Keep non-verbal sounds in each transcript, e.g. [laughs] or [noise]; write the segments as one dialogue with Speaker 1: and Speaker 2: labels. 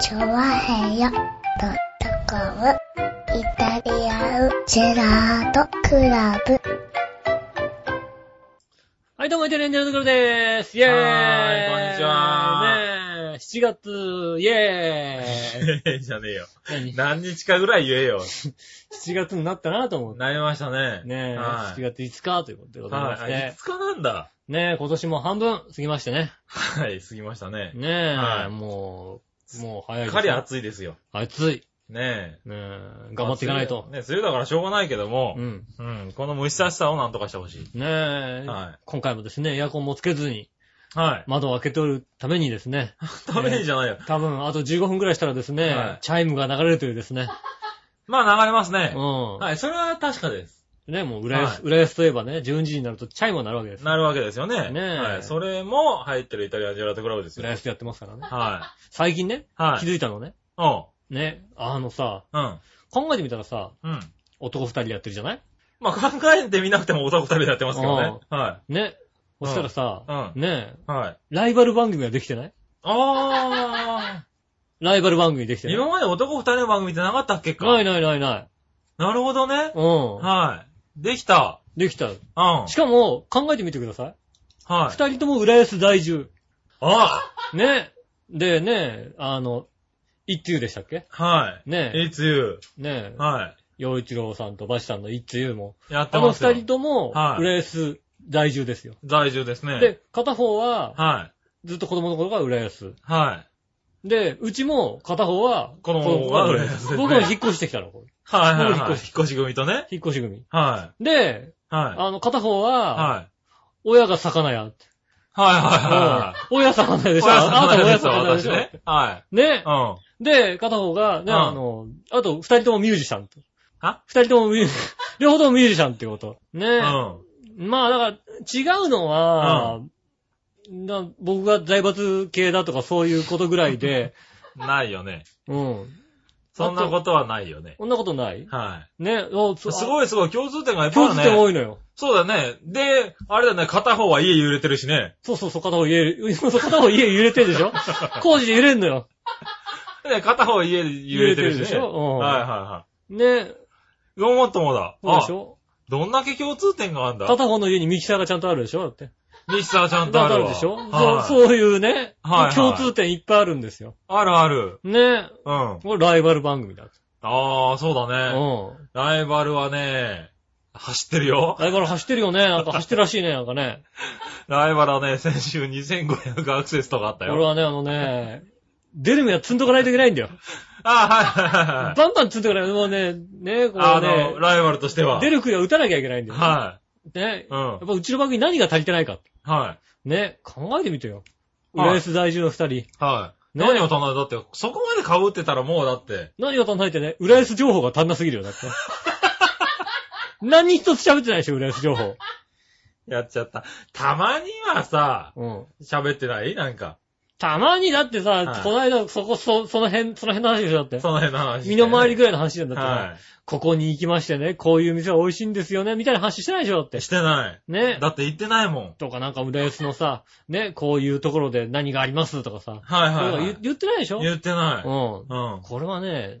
Speaker 1: チョワヘヨドットコムイタリアンジェラートクラブ。
Speaker 2: はい、どうも、イタリアンジェラートクラブでーす。イェーイ
Speaker 3: はーいこんにちは
Speaker 2: ねえ、7月、イ
Speaker 3: [laughs]
Speaker 2: ェーイ
Speaker 3: ええじゃねえよ。
Speaker 2: 何
Speaker 3: 何日かぐらい言えよ。
Speaker 2: 7月になったなと思って。
Speaker 3: なりましたね。
Speaker 2: ねえ、
Speaker 3: は
Speaker 2: 7
Speaker 3: い。
Speaker 2: 月5日ということでございまし
Speaker 3: はい。い
Speaker 2: て
Speaker 3: つ。かなんだ。
Speaker 2: ねえ、今年も半分過ぎましてね。
Speaker 3: はい、過ぎましたね。
Speaker 2: ねえ、
Speaker 3: はい
Speaker 2: もう、もう早いですね
Speaker 3: しっかり暑いですよ。
Speaker 2: 暑い。
Speaker 3: ねえ。
Speaker 2: ねえ、頑張っていかないと。
Speaker 3: ね、梅雨だからしょうがないけども
Speaker 2: う、ん。
Speaker 3: うん、この蒸し暑さをなんとかしてほしい。
Speaker 2: ねえ、
Speaker 3: はい
Speaker 2: 今回もですね、エアコンもつけずに、
Speaker 3: はい。
Speaker 2: 窓を開けておるためにですね、
Speaker 3: ダメじゃないよ。
Speaker 2: 多分あと15分くらいしたらですね、
Speaker 3: はい
Speaker 2: チャイムが流れるというですね。
Speaker 3: まあ流れますね
Speaker 2: うん。。
Speaker 3: はい、それは確かです。
Speaker 2: ね、もう、浦安、
Speaker 3: はい
Speaker 2: 浦安といえばね、12時になるとチャイムになるわけです。
Speaker 3: なるわけですよね。
Speaker 2: ねえ
Speaker 3: はい。それも入ってるイタリアンジェラートクラブですよ。
Speaker 2: 浦安でやってますからね。
Speaker 3: は
Speaker 2: 最近ね、
Speaker 3: い。は
Speaker 2: 気
Speaker 3: い。
Speaker 2: づいたのね。
Speaker 3: うん。
Speaker 2: ね、あのさ、
Speaker 3: うん。
Speaker 2: 考えてみたらさ、
Speaker 3: うん。
Speaker 2: 男二人でやってるじゃない
Speaker 3: まあ考えてみなくても男二人でやってますけどね。は
Speaker 2: ね。そしたらさ、
Speaker 3: う
Speaker 2: ね、
Speaker 3: い。はい。
Speaker 2: ライバル番組ができてない
Speaker 3: ああ。
Speaker 2: ライバル番組できてない。
Speaker 3: [laughs] 今まで男二人の番組ってなかったっけか。
Speaker 2: ないないないない。
Speaker 3: なるほどね。
Speaker 2: う
Speaker 3: はい。できた。
Speaker 2: ん。できた。
Speaker 3: うん。は
Speaker 2: し
Speaker 3: い。
Speaker 2: かも、考えてみてください。
Speaker 3: あ
Speaker 2: 二人とも浦安在住。
Speaker 3: あ
Speaker 2: ね。で、ね、あの、一通でしたっけ
Speaker 3: はい。
Speaker 2: ね
Speaker 3: いつゆ。
Speaker 2: ね
Speaker 3: は
Speaker 2: 洋一郎さんとバシさんの一通も、
Speaker 3: い。やって
Speaker 2: あの
Speaker 3: ます
Speaker 2: 二
Speaker 3: よ。
Speaker 2: 人とも、
Speaker 3: はい
Speaker 2: 浦安在住ですよ。
Speaker 3: 在住ですね。
Speaker 2: で、片方は、
Speaker 3: は
Speaker 2: ずっと子供の頃から浦安。
Speaker 3: い。はい。
Speaker 2: で、うちも片方は、
Speaker 3: 子供の頃から浦安ですね
Speaker 2: 僕は引っ越してきたの、これ
Speaker 3: はいはい
Speaker 2: もう引
Speaker 3: はい。引
Speaker 2: っ
Speaker 3: っ
Speaker 2: 越
Speaker 3: 越し組とね。
Speaker 2: 引っ越し組。
Speaker 3: は
Speaker 2: で、
Speaker 3: い。は。、
Speaker 2: あの、片方はい
Speaker 3: はい。
Speaker 2: 親が魚屋。
Speaker 3: はいは
Speaker 2: うん親魚屋
Speaker 3: いはい。
Speaker 2: でしょ。
Speaker 3: 親
Speaker 2: あな
Speaker 3: 魚
Speaker 2: た
Speaker 3: 屋
Speaker 2: 親
Speaker 3: ですわ、
Speaker 2: 魚屋で
Speaker 3: 私
Speaker 2: しょ。
Speaker 3: ね。はい。
Speaker 2: ね
Speaker 3: う。ん。
Speaker 2: で、片方が、ね、
Speaker 3: うん
Speaker 2: あの、あと二人ともミュージシャンと。
Speaker 3: は
Speaker 2: 二人ともミュージ、両方ともミュージシャンってこと。
Speaker 3: う
Speaker 2: ね。
Speaker 3: ん。
Speaker 2: まあ、だから、違うのは、な僕が財閥系だとかそういうことぐらいで、
Speaker 3: ないよね。
Speaker 2: うん。
Speaker 3: そんなことはないよね。
Speaker 2: そんなことない
Speaker 3: は
Speaker 2: ね、お
Speaker 3: い。す
Speaker 2: い。
Speaker 3: ごいすごい。共通点がいっぱいあ
Speaker 2: 共
Speaker 3: る
Speaker 2: 通
Speaker 3: ね。
Speaker 2: 点多いのよ。
Speaker 3: そうだね。で、あれだね、片方は家揺れてるしね。
Speaker 2: そうそうそう、片方家、そう [laughs] 片方家揺れてるでし
Speaker 3: [laughs]
Speaker 2: ょ工事で揺れんのよ。
Speaker 3: で、片方家揺れてるしね。
Speaker 2: 揺れてるでしょうん
Speaker 3: はいはいは
Speaker 2: ね、
Speaker 3: い。ごもっともだ。
Speaker 2: そうでしょ
Speaker 3: あどんだけ共通点があるんだ
Speaker 2: 片方の家にミキサーがちゃんとあるでしょだって。
Speaker 3: ミキサーちゃんとあるわ。
Speaker 2: でしょ、
Speaker 3: はい
Speaker 2: そうそういうね、
Speaker 3: はいはい
Speaker 2: 共通点いっぱいあるんですよ。
Speaker 3: あるある。
Speaker 2: ね、
Speaker 3: うん。
Speaker 2: これライバル番組だ。
Speaker 3: ああ、そう
Speaker 2: う
Speaker 3: だね。
Speaker 2: ん。
Speaker 3: ライバルはね、走ってるよ。
Speaker 2: ライバル走ってるよね。なんか走ってるらしいね、なんかね。
Speaker 3: ライバルはね、先週2500アクセスとかあった
Speaker 2: 俺
Speaker 3: よ。
Speaker 2: はね、あのね、出る目は積んどかないといけないんだよ。
Speaker 3: あーはいはいはいは
Speaker 2: バン
Speaker 3: い。
Speaker 2: バン積んどかない。もうね、ね、こ
Speaker 3: あ
Speaker 2: う
Speaker 3: の、
Speaker 2: ね、
Speaker 3: ライバルとしては。
Speaker 2: 出る杭は打たなきゃいけないんだよ。
Speaker 3: は
Speaker 2: ね
Speaker 3: い。。うん。
Speaker 2: やっぱうちの番組何が足りてないか。
Speaker 3: はい。
Speaker 2: ね、考えてみてよ。
Speaker 3: はい
Speaker 2: 浦安在住の二人。
Speaker 3: はい。何を頼んだだって、そこまで被ってたらもうだって、
Speaker 2: 何が足んないってね、浦安情報が足んなすぎるよ、だって。 [laughs] 何一つ喋ってないでしょ、浦安情報。
Speaker 3: やっちゃった。たまにはさ、
Speaker 2: うん。
Speaker 3: 喋ってないなんか。
Speaker 2: たまにだってさ、
Speaker 3: はい
Speaker 2: この間、そこ、そ、その辺、その辺の話でしょ、だって。
Speaker 3: その辺の話。
Speaker 2: 身の回り
Speaker 3: り
Speaker 2: ぐらいの話なんだって、
Speaker 3: は
Speaker 2: ここに行きましてね、こういう店は美味しいんですよね、みたいな話してないでしょ、だって
Speaker 3: い。。してない。
Speaker 2: ね。
Speaker 3: だって言ってないもん。
Speaker 2: とかなんか、浦安のさ、ね、こういうところで何がありますとかさ。
Speaker 3: はいはい、
Speaker 2: そう
Speaker 3: は
Speaker 2: いうの言
Speaker 3: い。
Speaker 2: 言ってないでしょ
Speaker 3: 言ってない。
Speaker 2: うん。
Speaker 3: うん。
Speaker 2: これはね、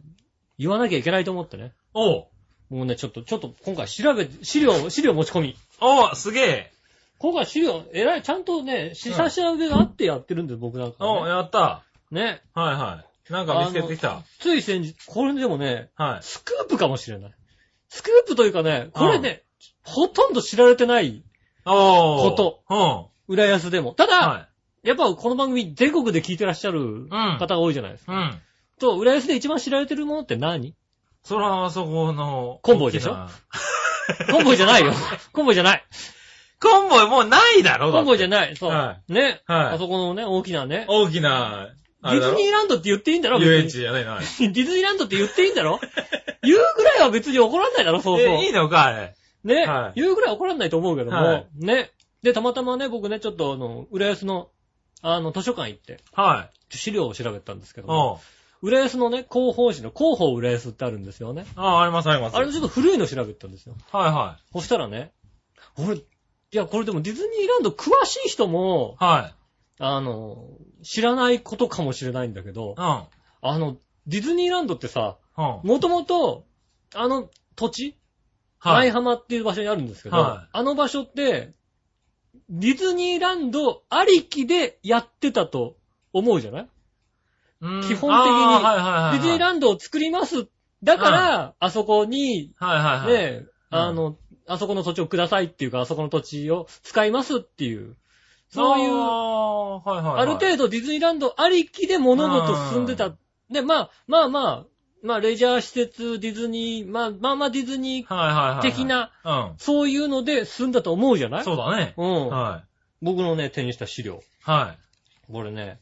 Speaker 2: 言わなきゃいけないと思ってね。
Speaker 3: おう
Speaker 2: もうね、ちょっと、ちょっと今回調べ、資料、資料持ち込み。
Speaker 3: おうすげえ
Speaker 2: 今回資料、えらい、ちゃんとね、し差し上げがあってやってるんです、僕なんか
Speaker 3: おう
Speaker 2: はね、
Speaker 3: やった
Speaker 2: ね。
Speaker 3: はいはい。なんか見つけてきた。
Speaker 2: つい先日、これでもね、
Speaker 3: はい。
Speaker 2: スクープかもしれない。スクープというかね、これね、ほとんど知られてない、
Speaker 3: おう
Speaker 2: こと。
Speaker 3: う
Speaker 2: 浦安でも。ただ、
Speaker 3: ん。は
Speaker 2: やっぱこの番組全国で聞いてらっしゃる方が多いじゃないです
Speaker 3: い。
Speaker 2: か。
Speaker 3: うん。
Speaker 2: と、浦安で一番知られてるものって何
Speaker 3: そら、あそこの。
Speaker 2: コンボイでしょ
Speaker 3: 大きな
Speaker 2: コンボイじゃ
Speaker 3: [laughs]
Speaker 2: ないよ。コンボイじゃない。
Speaker 3: コンボイもうないだろ
Speaker 2: コンボイじゃ
Speaker 3: ない。
Speaker 2: ない。そう。
Speaker 3: は
Speaker 2: ね、
Speaker 3: はい
Speaker 2: あそこのね、大きなね。
Speaker 3: 大きな、
Speaker 2: デ
Speaker 3: あれ
Speaker 2: ィ
Speaker 3: だ
Speaker 2: ズ
Speaker 3: ろ
Speaker 2: ニーランドって言っていいんだろ別に
Speaker 3: 遊園地じゃないない。
Speaker 2: [laughs] ディズニーランドって言っていいんだ
Speaker 3: [laughs]
Speaker 2: ろ言うぐらいは別に怒らんないだろ、そうそう。
Speaker 3: え、いいのか、あれ。
Speaker 2: ね、
Speaker 3: はい
Speaker 2: 言うぐらい怒らんないと思うけども、
Speaker 3: はい
Speaker 2: ね。で、たまたまね、僕ね、ちょっとあの、浦安の、あの、図書館行って、
Speaker 3: はい。
Speaker 2: 資料を調べたんですけども、
Speaker 3: おう
Speaker 2: 浦安のね、広報誌の広報浦安ってあるんですよね。
Speaker 3: あ、ありますあります。
Speaker 2: あれのちょっと古いの調べたんですよ。
Speaker 3: はいは
Speaker 2: そしたらね、俺、いや、これでもディズニーランド詳しい人も、
Speaker 3: い。はい。
Speaker 2: あの、知らないことかもしれないんだけど、
Speaker 3: うん。
Speaker 2: あの、ディズニーランドってさ、
Speaker 3: うん。
Speaker 2: もともと、あの土地、
Speaker 3: は
Speaker 2: 舞
Speaker 3: い。
Speaker 2: 浜っていう場所にあるんですけど、
Speaker 3: はい
Speaker 2: あの場所って、ディズニーランドありきでやってたと思うじゃない
Speaker 3: うん
Speaker 2: 基本的に
Speaker 3: あーはいはいはいは
Speaker 2: デ
Speaker 3: い。
Speaker 2: ィズニーランドを作ります。だから、あそこに、
Speaker 3: はいはいはい。
Speaker 2: ね、あの、あそこの土地をくださいっていうか、あそこの土地を使いますっていう、そういう、
Speaker 3: あーはいはいはい。
Speaker 2: ある程度ディズニーランドありきで物事進んで
Speaker 3: う
Speaker 2: た。で、まあ、まあまあ、まあ、レジャー施設、ディズニー、まあまあまあディズニー
Speaker 3: はいはいはいはい。
Speaker 2: 的。な、
Speaker 3: う
Speaker 2: そういうので進んだと思うじゃない
Speaker 3: ん。そうだね。
Speaker 2: うん。
Speaker 3: はい。
Speaker 2: 僕のね、手にした資料。
Speaker 3: はい。
Speaker 2: これね、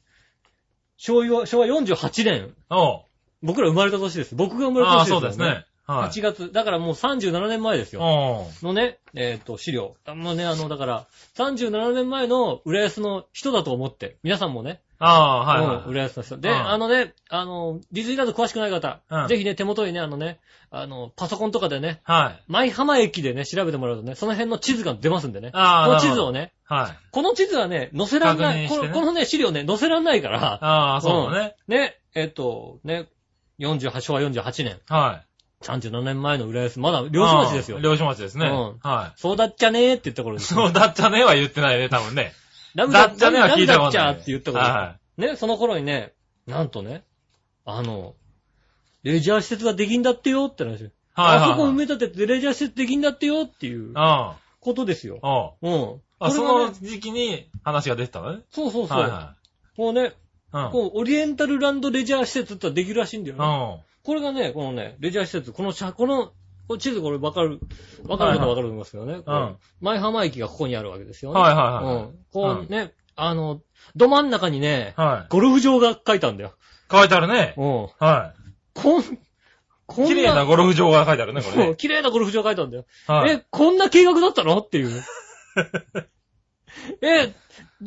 Speaker 2: 昭和、昭和48年。
Speaker 3: おう。
Speaker 2: 僕ら生まれた年です。僕が生まれ
Speaker 3: ああ
Speaker 2: た
Speaker 3: ー、
Speaker 2: 年
Speaker 3: そうで
Speaker 2: です
Speaker 3: す
Speaker 2: よね。
Speaker 3: ね。はい。
Speaker 2: 1月。だからもう37年前ですよ。
Speaker 3: おう。
Speaker 2: のね、えっ、と、資料。あもうね、あの、だから、37年前の浦安の人だと思って、皆さんもね、
Speaker 3: ああ
Speaker 2: う
Speaker 3: ー、は
Speaker 2: ん
Speaker 3: いはい。
Speaker 2: 浦安の人。で、
Speaker 3: うん
Speaker 2: あのね、あの、ディズニーランド詳しくない方、
Speaker 3: うん
Speaker 2: ぜひね、手元にね、あのね、あの、パソコンとかでね、
Speaker 3: はい。
Speaker 2: 舞浜駅でね、調べてもらうとね、その辺の地図が出ますんでね。
Speaker 3: ああ、
Speaker 2: この
Speaker 3: なる
Speaker 2: 地
Speaker 3: ほ
Speaker 2: 図
Speaker 3: ど
Speaker 2: を。ね、
Speaker 3: はい。
Speaker 2: この地図はね、載せらんない、こ
Speaker 3: 確認して
Speaker 2: の
Speaker 3: ね
Speaker 2: このね、資料ね、載せらんないから、
Speaker 3: ああ、そうだね。
Speaker 2: ね、えっ、と、ね、48、昭和48年、
Speaker 3: はい。
Speaker 2: 37年前の浦安、まだ漁師町ですよ
Speaker 3: うん。漁師町ですね。
Speaker 2: うん
Speaker 3: は
Speaker 2: そうだっちゃねーって言った頃
Speaker 3: い。
Speaker 2: です。
Speaker 3: そうだっちゃねは言ってないね、多分ね。
Speaker 2: ラム
Speaker 3: だ
Speaker 2: ダ
Speaker 3: っちゃねは聞いた
Speaker 2: ラムダッ
Speaker 3: ことない。
Speaker 2: チャーって言ったことあ
Speaker 3: は
Speaker 2: る。ね、その頃にね、なんとね、あの、レジャー施設ができんだってよって話。
Speaker 3: い。はいはい。
Speaker 2: あそこ埋め立ててレジャー施設できんだってよっていう
Speaker 3: あ
Speaker 2: ことですよ。
Speaker 3: あ、おう
Speaker 2: うん。こ
Speaker 3: あ、
Speaker 2: れ
Speaker 3: そ
Speaker 2: がね
Speaker 3: の時期に話が出てたのね。
Speaker 2: そうそうそう。
Speaker 3: はいは
Speaker 2: こうね、
Speaker 3: い。うん。
Speaker 2: こう、オリエンタルランドレジャー施設ってのはできるらしいんだよね。
Speaker 3: うん。
Speaker 2: これがね、このね、レジャー施設、この車、この、この地図これわかる、わかるのわかると思いますけどね。こ
Speaker 3: うん
Speaker 2: 前浜駅がここにあるわけですよね。
Speaker 3: はいはいはい
Speaker 2: うん。こうね、あの、ど真ん中にね、
Speaker 3: は
Speaker 2: ゴルフ場が書いたんだよ。
Speaker 3: い。書いてあるね。
Speaker 2: うん。
Speaker 3: は
Speaker 2: こん、こん
Speaker 3: い。
Speaker 2: な。
Speaker 3: 綺麗なゴルフ場が書いてあるね、これ
Speaker 2: そう
Speaker 3: ね。
Speaker 2: 綺麗なゴルフ場書いたんだよ。
Speaker 3: はい。
Speaker 2: え、こんな計画だったのって
Speaker 3: [laughs]
Speaker 2: いう。え、デ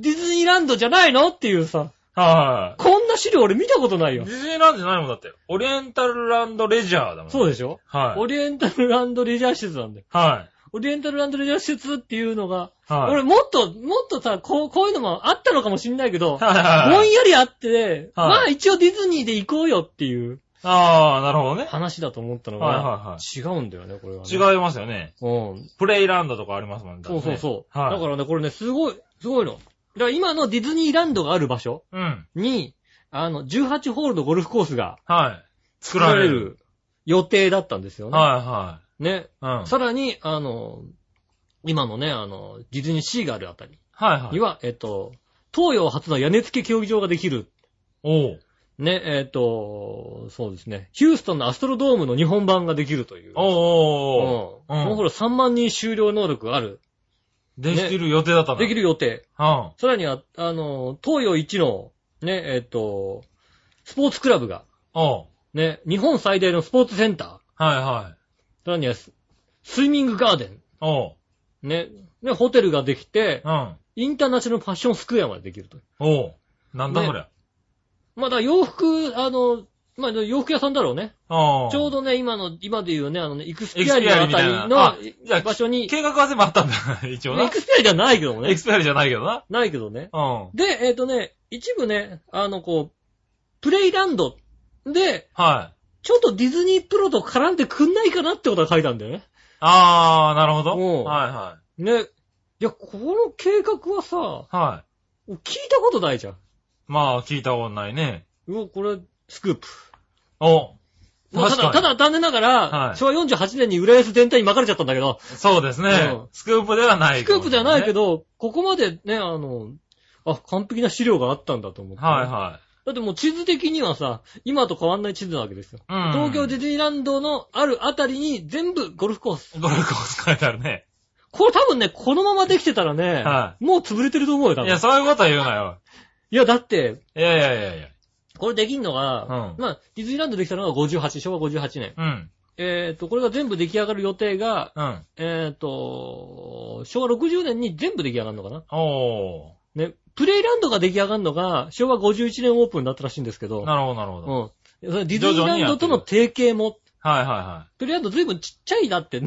Speaker 2: ィズニーランドじゃないのっていうさ、
Speaker 3: は
Speaker 2: こんな資料俺見たことない
Speaker 3: い。デ
Speaker 2: よ。
Speaker 3: ィズニーランドじゃないもんだって。オリエンタルランドレジャーだもん。
Speaker 2: そう
Speaker 3: う
Speaker 2: でしょ、オ
Speaker 3: はい。
Speaker 2: リエンタルランドレジャー施設なんだよ。
Speaker 3: は
Speaker 2: オリエンタルランドレジャー施設っていうのが、
Speaker 3: い。はい。
Speaker 2: 俺もっと、もっとさ、こう、こういうのもあったのかもしんないけど、
Speaker 3: はいはい
Speaker 2: ぼ
Speaker 3: は
Speaker 2: ん
Speaker 3: い。
Speaker 2: やりあって、
Speaker 3: はい
Speaker 2: まあ一応ディズニーで行こうよっていう
Speaker 3: ああ、なるほどね。
Speaker 2: 話だと思ったのが、
Speaker 3: はいは
Speaker 2: 違うんだよね、これは、ね。
Speaker 3: い。はい。違いますよね。
Speaker 2: うん。
Speaker 3: プレイランドとかありますもんね。
Speaker 2: そうそうそう。
Speaker 3: はい。
Speaker 2: だからね、これね、すごい、すごいの。だから今のディズニーランドがある場所
Speaker 3: うん。
Speaker 2: に、あの、18ホールのゴルフコースが
Speaker 3: はい。
Speaker 2: 作
Speaker 3: 作
Speaker 2: ら
Speaker 3: ら
Speaker 2: れ
Speaker 3: れ
Speaker 2: る
Speaker 3: る
Speaker 2: 予定だったんですよね。
Speaker 3: は
Speaker 2: ね。
Speaker 3: いはい。うん。
Speaker 2: さらに、あの、今のね、あの、ディズニーシーがあるあたり
Speaker 3: はいは
Speaker 2: に
Speaker 3: い。
Speaker 2: は、えっと、東洋初の屋根付き競技場ができる。
Speaker 3: おう。
Speaker 2: ね、えっと、そうですね。ヒューストンのアストロドームの日本版ができるという。
Speaker 3: お
Speaker 2: う
Speaker 3: う
Speaker 2: ん。
Speaker 3: おうおう
Speaker 2: こ
Speaker 3: うん
Speaker 2: の頃3万人終了能力がある。
Speaker 3: できる予定だったの
Speaker 2: できる
Speaker 3: る。
Speaker 2: 予定。
Speaker 3: うん。
Speaker 2: さらには、あの、東洋一の、ね、えっ、と、スポーツクラブが、
Speaker 3: おう。
Speaker 2: ね、日本最大のスポーツセンター、
Speaker 3: はいはい。
Speaker 2: さらにはス、スイミングガーデ
Speaker 3: おう。
Speaker 2: ン、ね、ね、ホテルができて、
Speaker 3: うん。
Speaker 2: インターナショナルファッションスクエアまでできると。
Speaker 3: おう。なんだ
Speaker 2: ね
Speaker 3: そりゃ。
Speaker 2: まあだから洋服、あの、まあ洋服屋さんだろうね。
Speaker 3: おう。
Speaker 2: ちょうどね、今の、今で言うね、あのね、イクス
Speaker 3: エ
Speaker 2: ピ
Speaker 3: ク
Speaker 2: ア
Speaker 3: ス
Speaker 2: リ
Speaker 3: ペア
Speaker 2: のあ
Speaker 3: リみたいな。あ
Speaker 2: たり
Speaker 3: じゃ
Speaker 2: の場
Speaker 3: あ、
Speaker 2: 所に、
Speaker 3: 計画は全部あったんだ。 [laughs] 一応
Speaker 2: イ
Speaker 3: な
Speaker 2: ク。スピアリではないけども
Speaker 3: エ
Speaker 2: ね
Speaker 3: ク。スペアリじゃないけどな。
Speaker 2: ないけどね。
Speaker 3: うん。
Speaker 2: で、えっ、とね、一部ね、あの、こう、プレイランドで、
Speaker 3: はい。
Speaker 2: ちょっとディズニープロと絡んでくんないかなってことは書いたんだよね。
Speaker 3: あー、なるほ
Speaker 2: おう
Speaker 3: ど。はいは
Speaker 2: ね。いや、この計画はさ、
Speaker 3: い。はい。
Speaker 2: 聞いたことないじゃん。
Speaker 3: まあ、聞いたことないね。
Speaker 2: うわ、これ、スクープ。
Speaker 3: おう。
Speaker 2: まあた
Speaker 3: 確か
Speaker 2: だ、ただ
Speaker 3: に
Speaker 2: 残念ながら、
Speaker 3: はい
Speaker 2: 昭和48年に浦安全体に巻かれちゃったんだけど、
Speaker 3: そうですね
Speaker 2: うん。
Speaker 3: スクープではない
Speaker 2: スクープじゃないけ
Speaker 3: ど。
Speaker 2: ど、ここまでね、あの、あ、完璧な資料があったんだと思って。
Speaker 3: はいはい。
Speaker 2: だってもう地図的にはさ、今と変わんない地図なわけですよ。
Speaker 3: うん
Speaker 2: 東京ディズニーランドのあるあたりに全部ゴルフコース。
Speaker 3: ゴルフコース書いてあるね。
Speaker 2: これ多分ね、このままできてたらね、
Speaker 3: は
Speaker 2: もう潰れてると思うよ、多分。
Speaker 3: いや、そういうことは言うなよ。
Speaker 2: いや、だって、
Speaker 3: いやいやいやいや。
Speaker 2: これできんのが、
Speaker 3: うん
Speaker 2: まあ、ディズニーランドできたのが58、昭和58年。
Speaker 3: うん。
Speaker 2: えっ、と、これが全部出来上がる予定が、
Speaker 3: うん。
Speaker 2: えっ、と、昭和60年に全部出来上がるのかな
Speaker 3: お
Speaker 2: ね、プレイランドが出来上がるのが、昭和51年オープンだったらしいんですけど、
Speaker 3: ー。なるほど、なるほど。
Speaker 2: うん。それディズニーランドとの提携も、
Speaker 3: はいは
Speaker 2: プレイランド随分ちっちゃいなって、
Speaker 3: い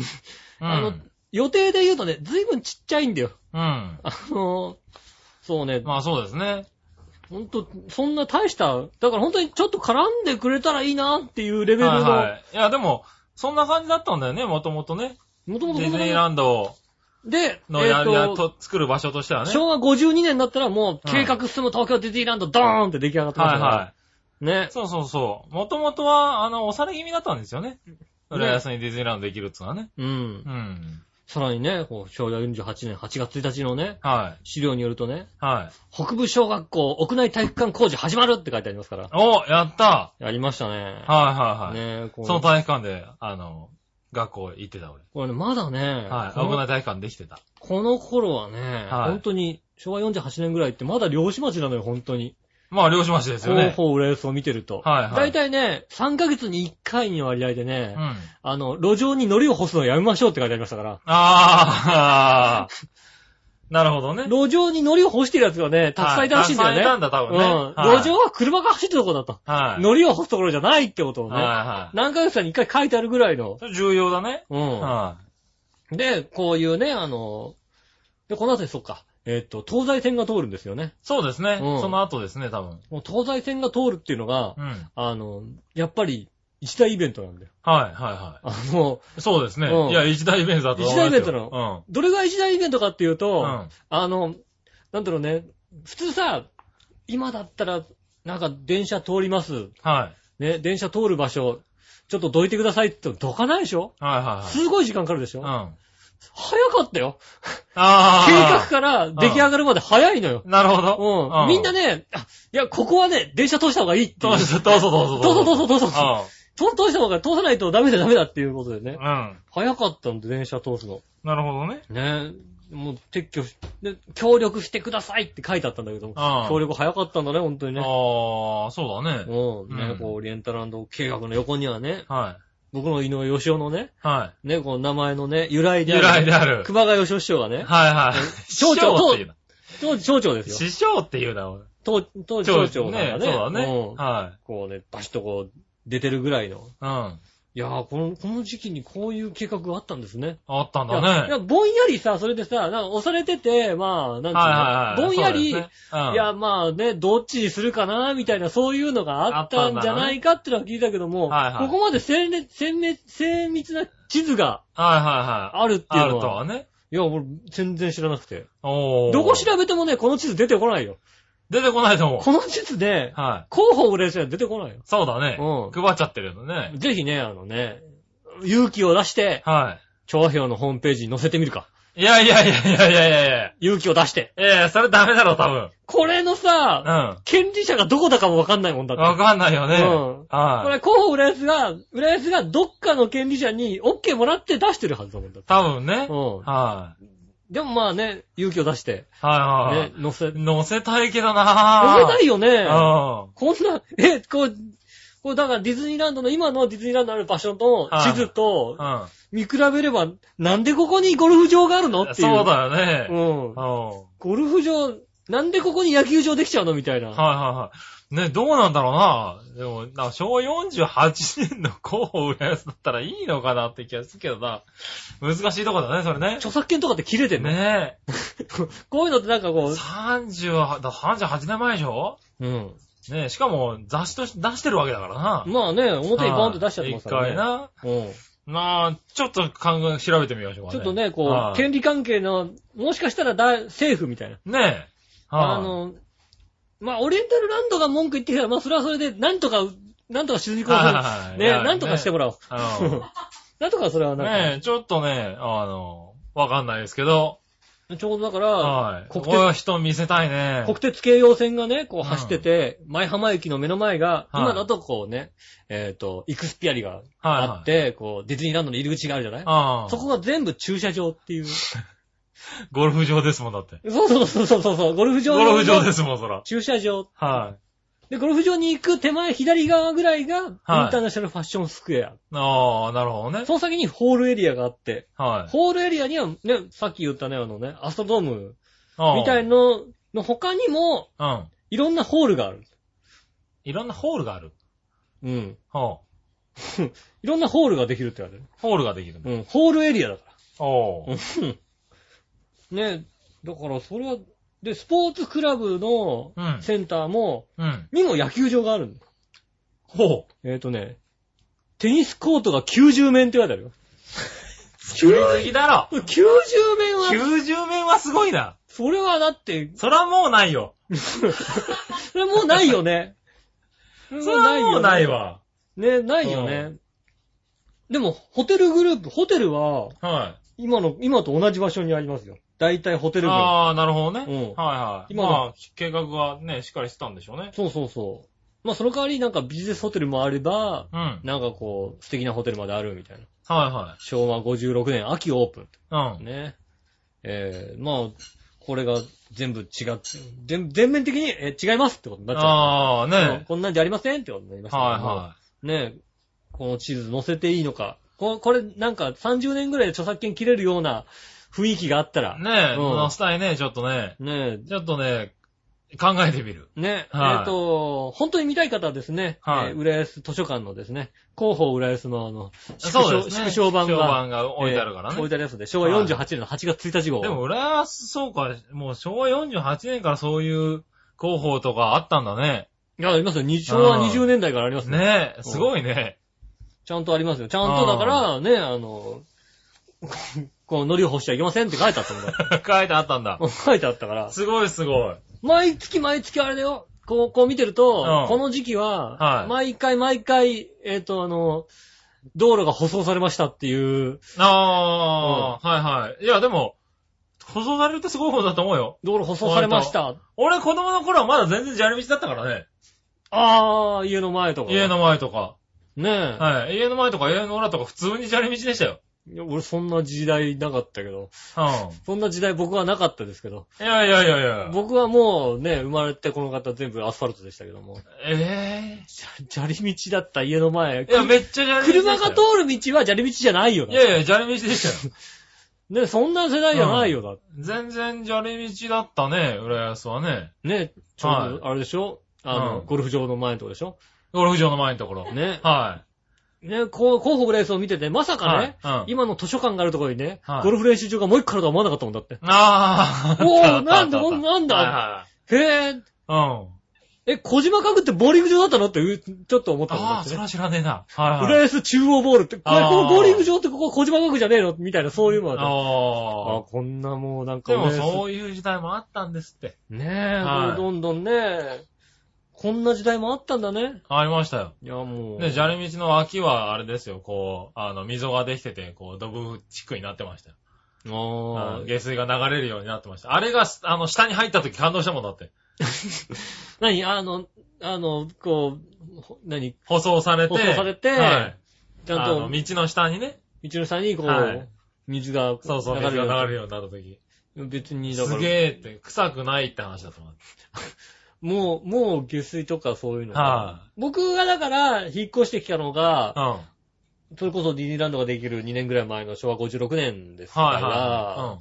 Speaker 2: あ
Speaker 3: は
Speaker 2: の
Speaker 3: い。
Speaker 2: 予定で言うとね、随分ちっちゃいんだよ。
Speaker 3: うん。うん。
Speaker 2: あの、そうね、
Speaker 3: まあそうですね。
Speaker 2: ほんと、そんな大した、だから本当にちょっと絡んでくれたらいいなっていうレベルの、
Speaker 3: はいはい。いや、でも、そんな感じだったんだよね、もともとね。
Speaker 2: もと
Speaker 3: デ
Speaker 2: もと
Speaker 3: ィズニーランド
Speaker 2: で、
Speaker 3: の
Speaker 2: え
Speaker 3: や、
Speaker 2: ーと
Speaker 3: やと作る場所としてはね。
Speaker 2: 昭和52年だったらもう
Speaker 3: は
Speaker 2: 計
Speaker 3: い
Speaker 2: 画進む東京ディズニーランドドーンって出来上がってまし
Speaker 3: は
Speaker 2: た
Speaker 3: い
Speaker 2: から
Speaker 3: は
Speaker 2: ね
Speaker 3: い。。そうそうそう。もともとは、あの、押され気味だったんですよね。浦安にディズニーランドできるっつうのはね。
Speaker 2: うん
Speaker 3: う。ん。
Speaker 2: さらにね、こう昭和48年8月1日のね、
Speaker 3: は
Speaker 2: 資料によるとね、
Speaker 3: い。はい。
Speaker 2: 北部小学校屋内体育館工事始まるって書いてありますから。
Speaker 3: おやった
Speaker 2: やりましたね。
Speaker 3: はいはいはい。
Speaker 2: ねえ、こ
Speaker 3: その
Speaker 2: う
Speaker 3: 体育館で、あの、学校行ってた俺。
Speaker 2: これね、まだね、
Speaker 3: はい。
Speaker 2: こ
Speaker 3: 危な
Speaker 2: の
Speaker 3: い体育館できてた。
Speaker 2: この頃はね、
Speaker 3: はい
Speaker 2: 本当に、昭和48年ぐらいってまだ漁師町なのよ、本当に。
Speaker 3: まあ、漁師町ですよ
Speaker 2: 広
Speaker 3: ね。
Speaker 2: 報レースを見てると。
Speaker 3: はいは
Speaker 2: 大
Speaker 3: い
Speaker 2: 体ね、3ヶ月に1回の割合で
Speaker 3: う
Speaker 2: ね、
Speaker 3: ん。
Speaker 2: あの、路上に糊を干すのやめましょうって書いてありましたから。
Speaker 3: ああ、
Speaker 2: [laughs]
Speaker 3: なるほどね。
Speaker 2: 路上に糊を干してるやつがね、たくさんいたらしいんだよね。
Speaker 3: はいたくさんいたんだ多分ね
Speaker 2: うん。
Speaker 3: はい
Speaker 2: 路上は車が走ってるとこだと。
Speaker 3: はい。
Speaker 2: 糊を干すところじゃないってことをね。
Speaker 3: はいはい。
Speaker 2: 何ヶ月かに1回書いてあるぐらいの。
Speaker 3: それ重要だね。
Speaker 2: うん。
Speaker 3: は
Speaker 2: で、こういうね、あの、で、この後にそっか、えっ、と、東西線が通るんですよね
Speaker 3: い。。そうですね。
Speaker 2: うん
Speaker 3: その後ですね、多分。
Speaker 2: もう東西線が通るっていうのが、
Speaker 3: うん。はい
Speaker 2: あの、やっぱり一大イベントなんだよ。
Speaker 3: はいは
Speaker 2: あの、
Speaker 3: い。そうですね。
Speaker 2: うん
Speaker 3: いや、一大イベントだと思いますよ
Speaker 2: 一大イベントな
Speaker 3: の
Speaker 2: どれが一大イベントかっていう
Speaker 3: う
Speaker 2: と、
Speaker 3: ん。うん。
Speaker 2: あの、なんだろうね、普通さ、今だったら、なんか電車通ります。
Speaker 3: はい。
Speaker 2: ね、電車通る場所、ちょっとどいてくださいって言ってもどかないでしょ
Speaker 3: はいは
Speaker 2: すごい時間かかるでしょ、
Speaker 3: いはい。うん。
Speaker 2: 早かったよ。計
Speaker 3: あ
Speaker 2: 画
Speaker 3: あ。
Speaker 2: から出来上がるまで早いのよ。
Speaker 3: 画なるほ
Speaker 2: う
Speaker 3: ど。
Speaker 2: ん。みんな。ね、あいや、ここはね、電車通した方がいいってい
Speaker 3: ど
Speaker 2: う。
Speaker 3: [laughs] うぞどうぞどうぞ。
Speaker 2: どうぞどうぞどうぞ。
Speaker 3: うん。
Speaker 2: 通通した方が通さないとダメだダメだっていうことでね。
Speaker 3: うん。
Speaker 2: 早かったんで、電車通すの。
Speaker 3: なるほどね。
Speaker 2: ねえ。もう撤去し、で、協力してくださいって書いてあったんだけども
Speaker 3: ああ
Speaker 2: 協力早かったんだね、本当にね。
Speaker 3: ああ、そうだね。
Speaker 2: うん。ね
Speaker 3: う、ん
Speaker 2: こう、オリエンタル計画の横にはね、
Speaker 3: は
Speaker 2: 僕の井上義雄のね、
Speaker 3: い。は
Speaker 2: ね、この名前のね、由来
Speaker 3: い。
Speaker 2: で
Speaker 3: 由
Speaker 2: あ
Speaker 3: 来
Speaker 2: る、
Speaker 3: である。
Speaker 2: 熊谷義雄師匠がね、
Speaker 3: はいはい。
Speaker 2: 省庁
Speaker 3: 師匠っていうな。
Speaker 2: 当時町長ですよ。
Speaker 3: 師匠っていうな、俺。
Speaker 2: 当当時町長なん
Speaker 3: ね
Speaker 2: か。ね。
Speaker 3: そうだね
Speaker 2: う。ん
Speaker 3: は
Speaker 2: こうね、バシッとこう、出てるぐらいの。
Speaker 3: い。うん。
Speaker 2: いやー、この、この時期にこういう計画があったんですね。
Speaker 3: あったん
Speaker 2: いや
Speaker 3: だ
Speaker 2: い
Speaker 3: ね
Speaker 2: や。ぼんやりさ、それでさ、なんか押されてて、まあ、なんていうの、
Speaker 3: はいはいはい。
Speaker 2: ぼんやり、
Speaker 3: そうですねうん
Speaker 2: いや、まあね、どっちにするかな、みたいな、そういうのがあったんじゃないかってのは聞いたけども、
Speaker 3: はいはい
Speaker 2: ここまで鮮烈鮮明精密な地図が
Speaker 3: はいはいはい。
Speaker 2: あるってい
Speaker 3: あ
Speaker 2: う
Speaker 3: る
Speaker 2: の
Speaker 3: と
Speaker 2: は、
Speaker 3: はね。
Speaker 2: いや、俺、全然知らなくて。
Speaker 3: おー
Speaker 2: どこ調べてもね、この地図出てこないよ。
Speaker 3: 出てこないと思
Speaker 2: この地図で、
Speaker 3: う。はい。
Speaker 2: 候補売れるは出てこないよ。
Speaker 3: そうだね。
Speaker 2: う
Speaker 3: 配っちゃってるのね。
Speaker 2: ぜひね、あのね、勇気を出して、
Speaker 3: は
Speaker 2: 調和票のホームページに載せてみるか。
Speaker 3: い。いやいやいやいやいやいやいや
Speaker 2: 勇気を出して。
Speaker 3: いやいや、それダメだろ、多分。
Speaker 2: これのさ、
Speaker 3: う
Speaker 2: 権利者がどこだかもわかんないもんだっ
Speaker 3: ん。
Speaker 2: て。
Speaker 3: わかんないよね。
Speaker 2: うんこ
Speaker 3: は
Speaker 2: れ、候補浦安が、浦安がどっかの権利者に OK もらって出してるはずだもんだっ
Speaker 3: い。
Speaker 2: て。
Speaker 3: 多分ね。
Speaker 2: うん。
Speaker 3: はい。
Speaker 2: でもまあね、勇気を出して、
Speaker 3: はいはいは
Speaker 2: ね
Speaker 3: い、。
Speaker 2: 載せ、載せ
Speaker 3: 乗せたいけどなぁ。
Speaker 2: ないよね。
Speaker 3: うん。
Speaker 2: こんな、え、こう、こうだからディズニーランドの、今のディズニーランドのある場所と
Speaker 3: は
Speaker 2: 地
Speaker 3: い
Speaker 2: 図と
Speaker 3: うん。
Speaker 2: 見比べれば、なんでここにゴルフ場があるのっていう。
Speaker 3: そうだよね。
Speaker 2: う
Speaker 3: うん。
Speaker 2: ん。
Speaker 3: は
Speaker 2: ゴルフ場、なんでここに野球場できちゃうのみたい
Speaker 3: い
Speaker 2: な。
Speaker 3: はいはい。ね、どうなんだろうな。でも、なんか昭和48年の候補浦安だったらいいのかなって気がするけどな。難しいとこだね、それね。
Speaker 2: 著作権とかって切れてんの、
Speaker 3: ね
Speaker 2: [laughs] こういうのってなんかこ
Speaker 3: え。38、だ38年前でしょ
Speaker 2: う、うん。
Speaker 3: ねえ、しかも雑誌として出してるわけだからな。
Speaker 2: まあね、表にバンと出しちゃってますからね。
Speaker 3: はい一回
Speaker 2: う
Speaker 3: な。
Speaker 2: ん。
Speaker 3: まあ、ちょっと考え、調べてみましょうか
Speaker 2: ち
Speaker 3: ね。
Speaker 2: ょっとね、こ
Speaker 3: は
Speaker 2: う、
Speaker 3: い
Speaker 2: 権利関係の、もしかしたらだ政府みたいな。
Speaker 3: ねえ。はい
Speaker 2: あ、の、まあ、オリエンタルランドが文句言ってきたら、まあ、それはそれで、なんとか、なんとか沈み込
Speaker 3: はいはい
Speaker 2: ま
Speaker 3: は
Speaker 2: せ
Speaker 3: い
Speaker 2: ね、
Speaker 3: いや
Speaker 2: なんとかしてもらおう。
Speaker 3: あの
Speaker 2: [laughs] なんとかそれはなん
Speaker 3: ねえ、ちょっとね、あの、わかんないですけど、
Speaker 2: か、ちょうどだから、
Speaker 3: はい。
Speaker 2: 国
Speaker 3: 国
Speaker 2: 鉄
Speaker 3: 鉄。人見せたいね。
Speaker 2: 国鉄京葉線がね、こう
Speaker 3: うん
Speaker 2: 走ってて、前浜駅の目の前が、
Speaker 3: はい
Speaker 2: 今だとこうね、えっと、イクスピアリが
Speaker 3: はいはい
Speaker 2: あって、こう、ディズニーランドの入り口があるじゃない
Speaker 3: ああ。
Speaker 2: そこが全部駐車場っていう。
Speaker 3: ゴルフ場ですもん、だって。
Speaker 2: そうそうそうそうそう、ゴルフ場。
Speaker 3: ゴルフ場ですすもん、そら。
Speaker 2: 駐車場
Speaker 3: は
Speaker 2: で、ゴルフ場に行く手前左側ぐらいが、インタ
Speaker 3: はい
Speaker 2: ーナショナルファッションスクエア。
Speaker 3: い。ああ、なるほどね。
Speaker 2: その先にホールエリアがあって、
Speaker 3: はい。
Speaker 2: ホールエリアにはね、さっき言ったね、あのね、アストドーム
Speaker 3: ああ
Speaker 2: みたい。の、の他にも、
Speaker 3: うん。
Speaker 2: いろんなホールがある。
Speaker 3: いろんなホールがある。
Speaker 2: うん。
Speaker 3: はあ、
Speaker 2: いろんなホールができるって言われる。
Speaker 3: ホールができるんだ。
Speaker 2: うん。ホールエリアだか
Speaker 3: お
Speaker 2: ら。うんね、だからそれは、で、スポーツクラブの
Speaker 3: うん。
Speaker 2: センターも、
Speaker 3: うん。
Speaker 2: にも野球場があるの。
Speaker 3: ほう。
Speaker 2: えっ、とね、テニスコートが90面って書いてあるよ。
Speaker 3: 作りすぎだろ。
Speaker 2: 90面は、
Speaker 3: 90面はすごいな。
Speaker 2: それはだって、
Speaker 3: そらもうないよ。
Speaker 2: それもうないよ
Speaker 3: [laughs]
Speaker 2: ね。そ
Speaker 3: そらもうないわ。
Speaker 2: ね、ないよね。でも、ホテルグループ、ホテルは、
Speaker 3: は
Speaker 2: 今の、今と同じ場所にありますよ。大体ホテ
Speaker 3: い。
Speaker 2: ルグルー
Speaker 3: ああ、なるほどね。
Speaker 2: うん
Speaker 3: はいはい。
Speaker 2: 今
Speaker 3: 今
Speaker 2: の
Speaker 3: まあ、計画はね、しっかりしてたんでしょうね
Speaker 2: プ。。そうそうそう。まあ、その代わりなんかビジネスホテルもあれば、
Speaker 3: うん。はい
Speaker 2: なんかこう、素敵なホテルまであるみたいな。
Speaker 3: は
Speaker 2: 昭和56年秋オープン。
Speaker 3: い。うん。
Speaker 2: ね。えー、まあ、これが全部違って、全全面的に、えー違いますってことになっちゃう。
Speaker 3: ああ、
Speaker 2: うん
Speaker 3: ね。
Speaker 2: こんなんじゃありませんってことになりましたけども。
Speaker 3: はい
Speaker 2: ねこの地図載せていいのか。ここれなんか30年ぐらいで著作権切れるような雰囲気があったら。
Speaker 3: いはい。ねえ、
Speaker 2: うん
Speaker 3: 出したいね、ちょっとね。
Speaker 2: ね
Speaker 3: ちょっとね、考えてみる。
Speaker 2: ね、
Speaker 3: はい
Speaker 2: えっ、と、本当に見たい方はですね、
Speaker 3: はい
Speaker 2: えー浦安図書館のですね、広報浦安のあの、縮
Speaker 3: そう
Speaker 2: 小,、
Speaker 3: ですね。
Speaker 2: 縮小版
Speaker 3: 小
Speaker 2: が、
Speaker 3: 版が置いてあるから
Speaker 2: えー置い
Speaker 3: ね。
Speaker 2: てありますので、昭和48年の8月1日号。
Speaker 3: でも、浦安、そうか、もう昭和48年からそういう広報とかあったんだね。
Speaker 2: いや、ありますよ。に昭和
Speaker 3: うん
Speaker 2: 20年代からありますね。
Speaker 3: ねえ、すごいね。
Speaker 2: ちゃんとありますよ。ちゃんとだから、ね、あの、 [laughs] こう、海苔を干しちゃいけませんって書いてあったもんだ。
Speaker 3: 書いてあったんだ。
Speaker 2: [laughs] 書いてあったから、
Speaker 3: すごいすごい。
Speaker 2: 毎月毎月あれだよ。こう、こう見てると
Speaker 3: う、ん
Speaker 2: この時期
Speaker 3: は
Speaker 2: は、
Speaker 3: い
Speaker 2: 毎回毎回、えっと、あの、道路が舗装されましたっていう、
Speaker 3: ああ、はいはい。いや、でも、舗装されるってすごい方だと思うよ。
Speaker 2: 道路舗装されました。
Speaker 3: 俺、子供の頃はまだ全然砂利道だったからね。
Speaker 2: あー、家の前とか。
Speaker 3: 家。の前とか。
Speaker 2: ねえ。
Speaker 3: はい。家の前とか家の裏とか普通に砂利道でしたよ。
Speaker 2: いや俺そんな時代なかったけど、
Speaker 3: う
Speaker 2: そんな時代僕はなかったですけど、
Speaker 3: ん。いやいやいやいや。
Speaker 2: 僕はもうね、生まれてこの方全部アスファルトでしたけども。
Speaker 3: え
Speaker 2: [laughs] 砂利道だった家の前。
Speaker 3: えいや、めっちゃ砂利道でした
Speaker 2: 車
Speaker 3: よ。
Speaker 2: が通る道は砂利道じゃないよ
Speaker 3: い
Speaker 2: な。
Speaker 3: やいや、砂利道でしたよ。
Speaker 2: ね、そんな世代じゃないよだ。
Speaker 3: 全然砂利道だったね、浦安はね。
Speaker 2: ね、ちょう
Speaker 3: は
Speaker 2: ど、あれでしょあの、
Speaker 3: うん
Speaker 2: ゴルフ場の前のとこでしょ
Speaker 3: ゴルフ場の前のところ。
Speaker 2: ね。
Speaker 3: は
Speaker 2: ね、こう、広報レースを見てて、まさ
Speaker 3: い。
Speaker 2: かね、
Speaker 3: はいうん。
Speaker 2: 今の図書館があるところにね、
Speaker 3: はい
Speaker 2: ゴルフ練習場がもう一個あるとは思わなかったもんだ
Speaker 3: [laughs]
Speaker 2: って。
Speaker 3: ああ。 [laughs]
Speaker 2: おー
Speaker 3: あった
Speaker 2: な
Speaker 3: あっ
Speaker 2: ん
Speaker 3: た
Speaker 2: だ
Speaker 3: あった
Speaker 2: なんだ
Speaker 3: は
Speaker 2: へえ、
Speaker 3: いはい。うん。
Speaker 2: え、小島家具ってボーリング場だったのってう、ちょっと思ったもん
Speaker 3: あ
Speaker 2: だ
Speaker 3: あ、
Speaker 2: って
Speaker 3: それ
Speaker 2: ね。
Speaker 3: は知らねえな。はい
Speaker 2: 浦
Speaker 3: はい。
Speaker 2: 安中央ボールって、これ
Speaker 3: あー
Speaker 2: このボーリング場ってここ小島家具じゃねえのみたいな、そういうのあって。
Speaker 3: あ
Speaker 2: あ
Speaker 3: あ。
Speaker 2: こんなもうなんか
Speaker 3: で
Speaker 2: ね、
Speaker 3: もそういう時代もあったんですって。
Speaker 2: ねえ、
Speaker 3: はい
Speaker 2: どんどんね、こんな時代もあったんだね。
Speaker 3: ありましたよ。
Speaker 2: いや、もう。
Speaker 3: ね、砂利道の脇はあれですよ、こう、あの、溝ができてて、こう、ドブ地区になってましたよ。
Speaker 2: あ
Speaker 3: うん
Speaker 2: ー
Speaker 3: 下水が流れるようになってました。あれが、あの、下に入った時感動したもんだって。
Speaker 2: 何あの、あの、こう、ほ何
Speaker 3: 舗装されて。
Speaker 2: 舗装されて
Speaker 3: はい。
Speaker 2: ちゃん
Speaker 3: あ
Speaker 2: と
Speaker 3: の、道の下にね。
Speaker 2: 道の下にこう、
Speaker 3: はい
Speaker 2: 水がこ
Speaker 3: そうそう、
Speaker 2: 流
Speaker 3: 水
Speaker 2: れる
Speaker 3: が流れる
Speaker 2: よ
Speaker 3: ようになった時。
Speaker 2: うに。別に、だか
Speaker 3: す
Speaker 2: ら、
Speaker 3: げえって、臭くないって話だと思う。
Speaker 2: もう、もう下水とかそういうのが。
Speaker 3: は
Speaker 2: 僕がだから、引っ越してきたのが、
Speaker 3: い。うん。はい
Speaker 2: それこそディズニーランドができる2年ぐらい前の昭和56年ですから、
Speaker 3: はい。うん。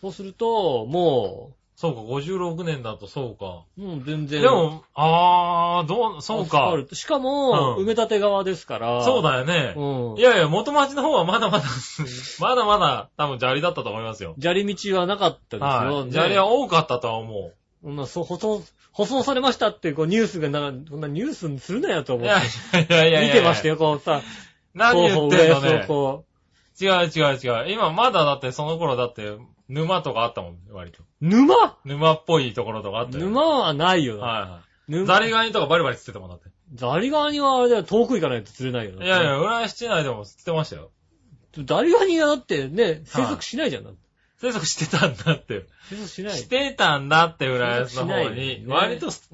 Speaker 2: そうすると、も
Speaker 3: そうか、56年だとそうか。
Speaker 2: う、もう全然。
Speaker 3: でも、あー、どう、そう
Speaker 2: アスフ
Speaker 3: か
Speaker 2: ァ。ルト。しかも、
Speaker 3: うん
Speaker 2: 埋め立て側ですから。
Speaker 3: そうだよね。
Speaker 2: うん
Speaker 3: い。やいや、元町の方はまだまだ、 [laughs] まだまだ多分砂利だったと思いますよ。
Speaker 2: 砂利道はなかったですよ。
Speaker 3: はい。
Speaker 2: ね
Speaker 3: 砂利は多かったとは思
Speaker 2: そんな、そう、舗装、舗装されましたっていう、こう、ニュースがな、そんなニュースにするなよと
Speaker 3: う。
Speaker 2: 思
Speaker 3: い
Speaker 2: って
Speaker 3: や。いやいやいやいや。
Speaker 2: 見てました。よ、こうさ、
Speaker 3: 何言ってんのね。
Speaker 2: こ
Speaker 3: 違う違う違う。今まだだってその頃だって沼とかあったもん、割と。
Speaker 2: う、沼
Speaker 3: 沼っぽいところとかあったよ。
Speaker 2: 沼はないよな。
Speaker 3: は
Speaker 2: ぬ
Speaker 3: いはい。ザリガニとかバリバリ釣ってたもんだって。
Speaker 2: ザリガニはあれだよ、遠く行かないと釣れないよな。
Speaker 3: いやいや、浦安市内でも釣ってましたよ。
Speaker 2: ザリガニはだってね、生息しないじゃん。だって
Speaker 3: 生息してたんだって。
Speaker 2: 生息しない
Speaker 3: [laughs] し。てたんだって、浦安の方
Speaker 2: しない
Speaker 3: に
Speaker 2: よ。ね
Speaker 3: 割と2、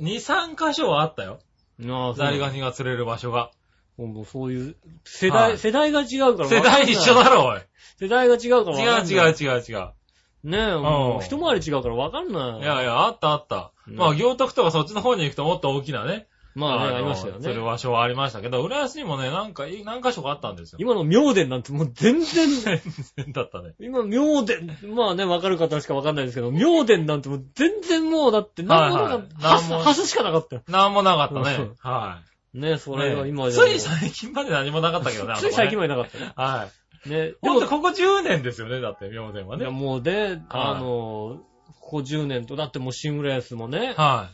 Speaker 3: 3箇所はあったよ。
Speaker 2: なあ
Speaker 3: ザリガ
Speaker 2: ニ。
Speaker 3: ニが釣れる場所が。
Speaker 2: もうもうそういう、世
Speaker 3: は
Speaker 2: 代、
Speaker 3: い
Speaker 2: 世代が違うから。
Speaker 3: 世代一緒。だろ、おい。
Speaker 2: 世代が違うから。
Speaker 3: 違う違う。違う違う。い
Speaker 2: ねえ、も
Speaker 3: うん
Speaker 2: う一回り違うからわかんない。
Speaker 3: やいや、あったあった。
Speaker 2: うん
Speaker 3: まあ、行徳とかそっちの方に行くともっと大きなね。
Speaker 2: まあね、
Speaker 3: の
Speaker 2: ありましたよ
Speaker 3: 釣る
Speaker 2: ね。
Speaker 3: 場所はありましたけど、浦安にもね、なんかいい、何箇所かあったんですよ。
Speaker 2: 今の妙伝なんてもう全然、
Speaker 3: だったね。
Speaker 2: 今、妙伝、まあね、わかる方しかわかんないですけど、妙伝なんてもう全然もうだって、なんもなかった。ハ
Speaker 3: はいはい
Speaker 2: ス、
Speaker 3: なんも
Speaker 2: ハスしかなかったよ。
Speaker 3: なんもなかった
Speaker 2: そ
Speaker 3: ね
Speaker 2: う。
Speaker 3: は
Speaker 2: ね、
Speaker 3: い。
Speaker 2: それは今
Speaker 3: ね
Speaker 2: じゃもう。
Speaker 3: つい最近まで何もなかったけどね、あ
Speaker 2: [laughs] つ
Speaker 3: そこ
Speaker 2: い
Speaker 3: ね
Speaker 2: 最近までなかったよ。
Speaker 3: はい。
Speaker 2: ね、で
Speaker 3: ほ
Speaker 2: も
Speaker 3: んと、ここ10年ですよね、だって、妙伝はい
Speaker 2: や
Speaker 3: ね。
Speaker 2: もうね、あの、こ10年と、だってもうシングレースもね、
Speaker 3: は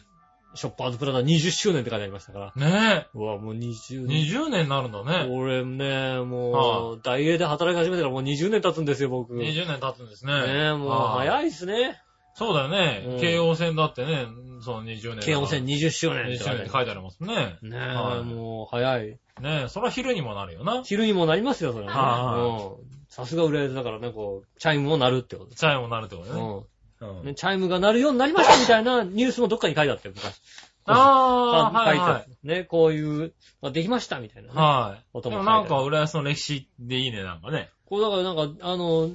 Speaker 2: ショッパーズプラザ20周年って書いてありましたから。
Speaker 3: い。ね
Speaker 2: うわ、もう20
Speaker 3: え。
Speaker 2: 年。
Speaker 3: 20年になるんだね。
Speaker 2: 俺ね、もう、大英で働き始めたらもう20年経つんですよ、僕。ね
Speaker 3: 20年経つんですね。
Speaker 2: え、もう
Speaker 3: はい
Speaker 2: 早いっすね。
Speaker 3: そうだよ
Speaker 2: う
Speaker 3: ね
Speaker 2: ん。
Speaker 3: 京王線だってね、その20年。
Speaker 2: 京王線20周年って書
Speaker 3: 20
Speaker 2: いて
Speaker 3: 年っ
Speaker 2: あ
Speaker 3: て
Speaker 2: る
Speaker 3: 書いてありますもんね。
Speaker 2: ね
Speaker 3: は
Speaker 2: え、
Speaker 3: い
Speaker 2: もう早い。
Speaker 3: ねえ、そら昼にもなるよな。
Speaker 2: 昼にもなりますよ、それ
Speaker 3: はいは
Speaker 2: はね。うんさすが浦安だからね、こう、チャイムも鳴るってこと。
Speaker 3: チャイムもなるってことね。
Speaker 2: う
Speaker 3: うん
Speaker 2: んねチャイムが鳴るようになりましたみたいなニュースもどっかに書いてあったよ、昔。
Speaker 3: ああ、
Speaker 2: 書
Speaker 3: はいい
Speaker 2: て
Speaker 3: は。
Speaker 2: あった。ね、こういう、あできましたみたいないね。
Speaker 3: はい。
Speaker 2: 音
Speaker 3: で
Speaker 2: も
Speaker 3: も
Speaker 2: 書い
Speaker 3: なん
Speaker 2: てあ
Speaker 3: か、
Speaker 2: る。
Speaker 3: 浦安の歴史でいいね、なんかね。
Speaker 2: こうだからなんか、あの、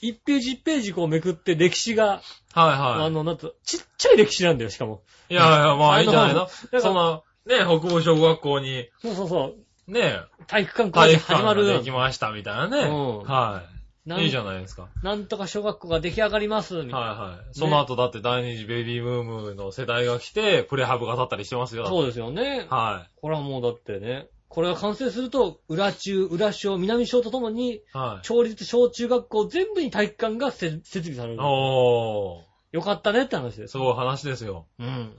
Speaker 2: 一ページ一ページこうめくって歴史が、
Speaker 3: は
Speaker 2: あ
Speaker 3: いは
Speaker 2: の、なんと、ちっちゃい歴史なんだよ、しかも。
Speaker 3: い。いやいや、まあいいんじゃないの
Speaker 2: だから、
Speaker 3: その、ね、北部小学校に、
Speaker 2: そうそうそう、
Speaker 3: ね、
Speaker 2: 体育館から
Speaker 3: 体育
Speaker 2: 始
Speaker 3: 館
Speaker 2: ま
Speaker 3: が
Speaker 2: る。
Speaker 3: できましたみたいなね。
Speaker 2: うん
Speaker 3: は。
Speaker 2: ない
Speaker 3: いい
Speaker 2: ん
Speaker 3: じゃないですか。は
Speaker 2: なんとか小学校が出来上がります、みたい
Speaker 3: い
Speaker 2: な。
Speaker 3: はい。その後だって第二次ベビーブームの世代が来て、プレハブが立ったりしてますよ。
Speaker 2: そうですよね。
Speaker 3: は
Speaker 2: これはもうだってね、これが完成すると、裏中、裏小、南小とともに、
Speaker 3: い。はい。
Speaker 2: 町立小中学校全部に体育館がせ設備される。
Speaker 3: おー。
Speaker 2: よかったねって話です。
Speaker 3: そういう話ですよ。
Speaker 2: うん。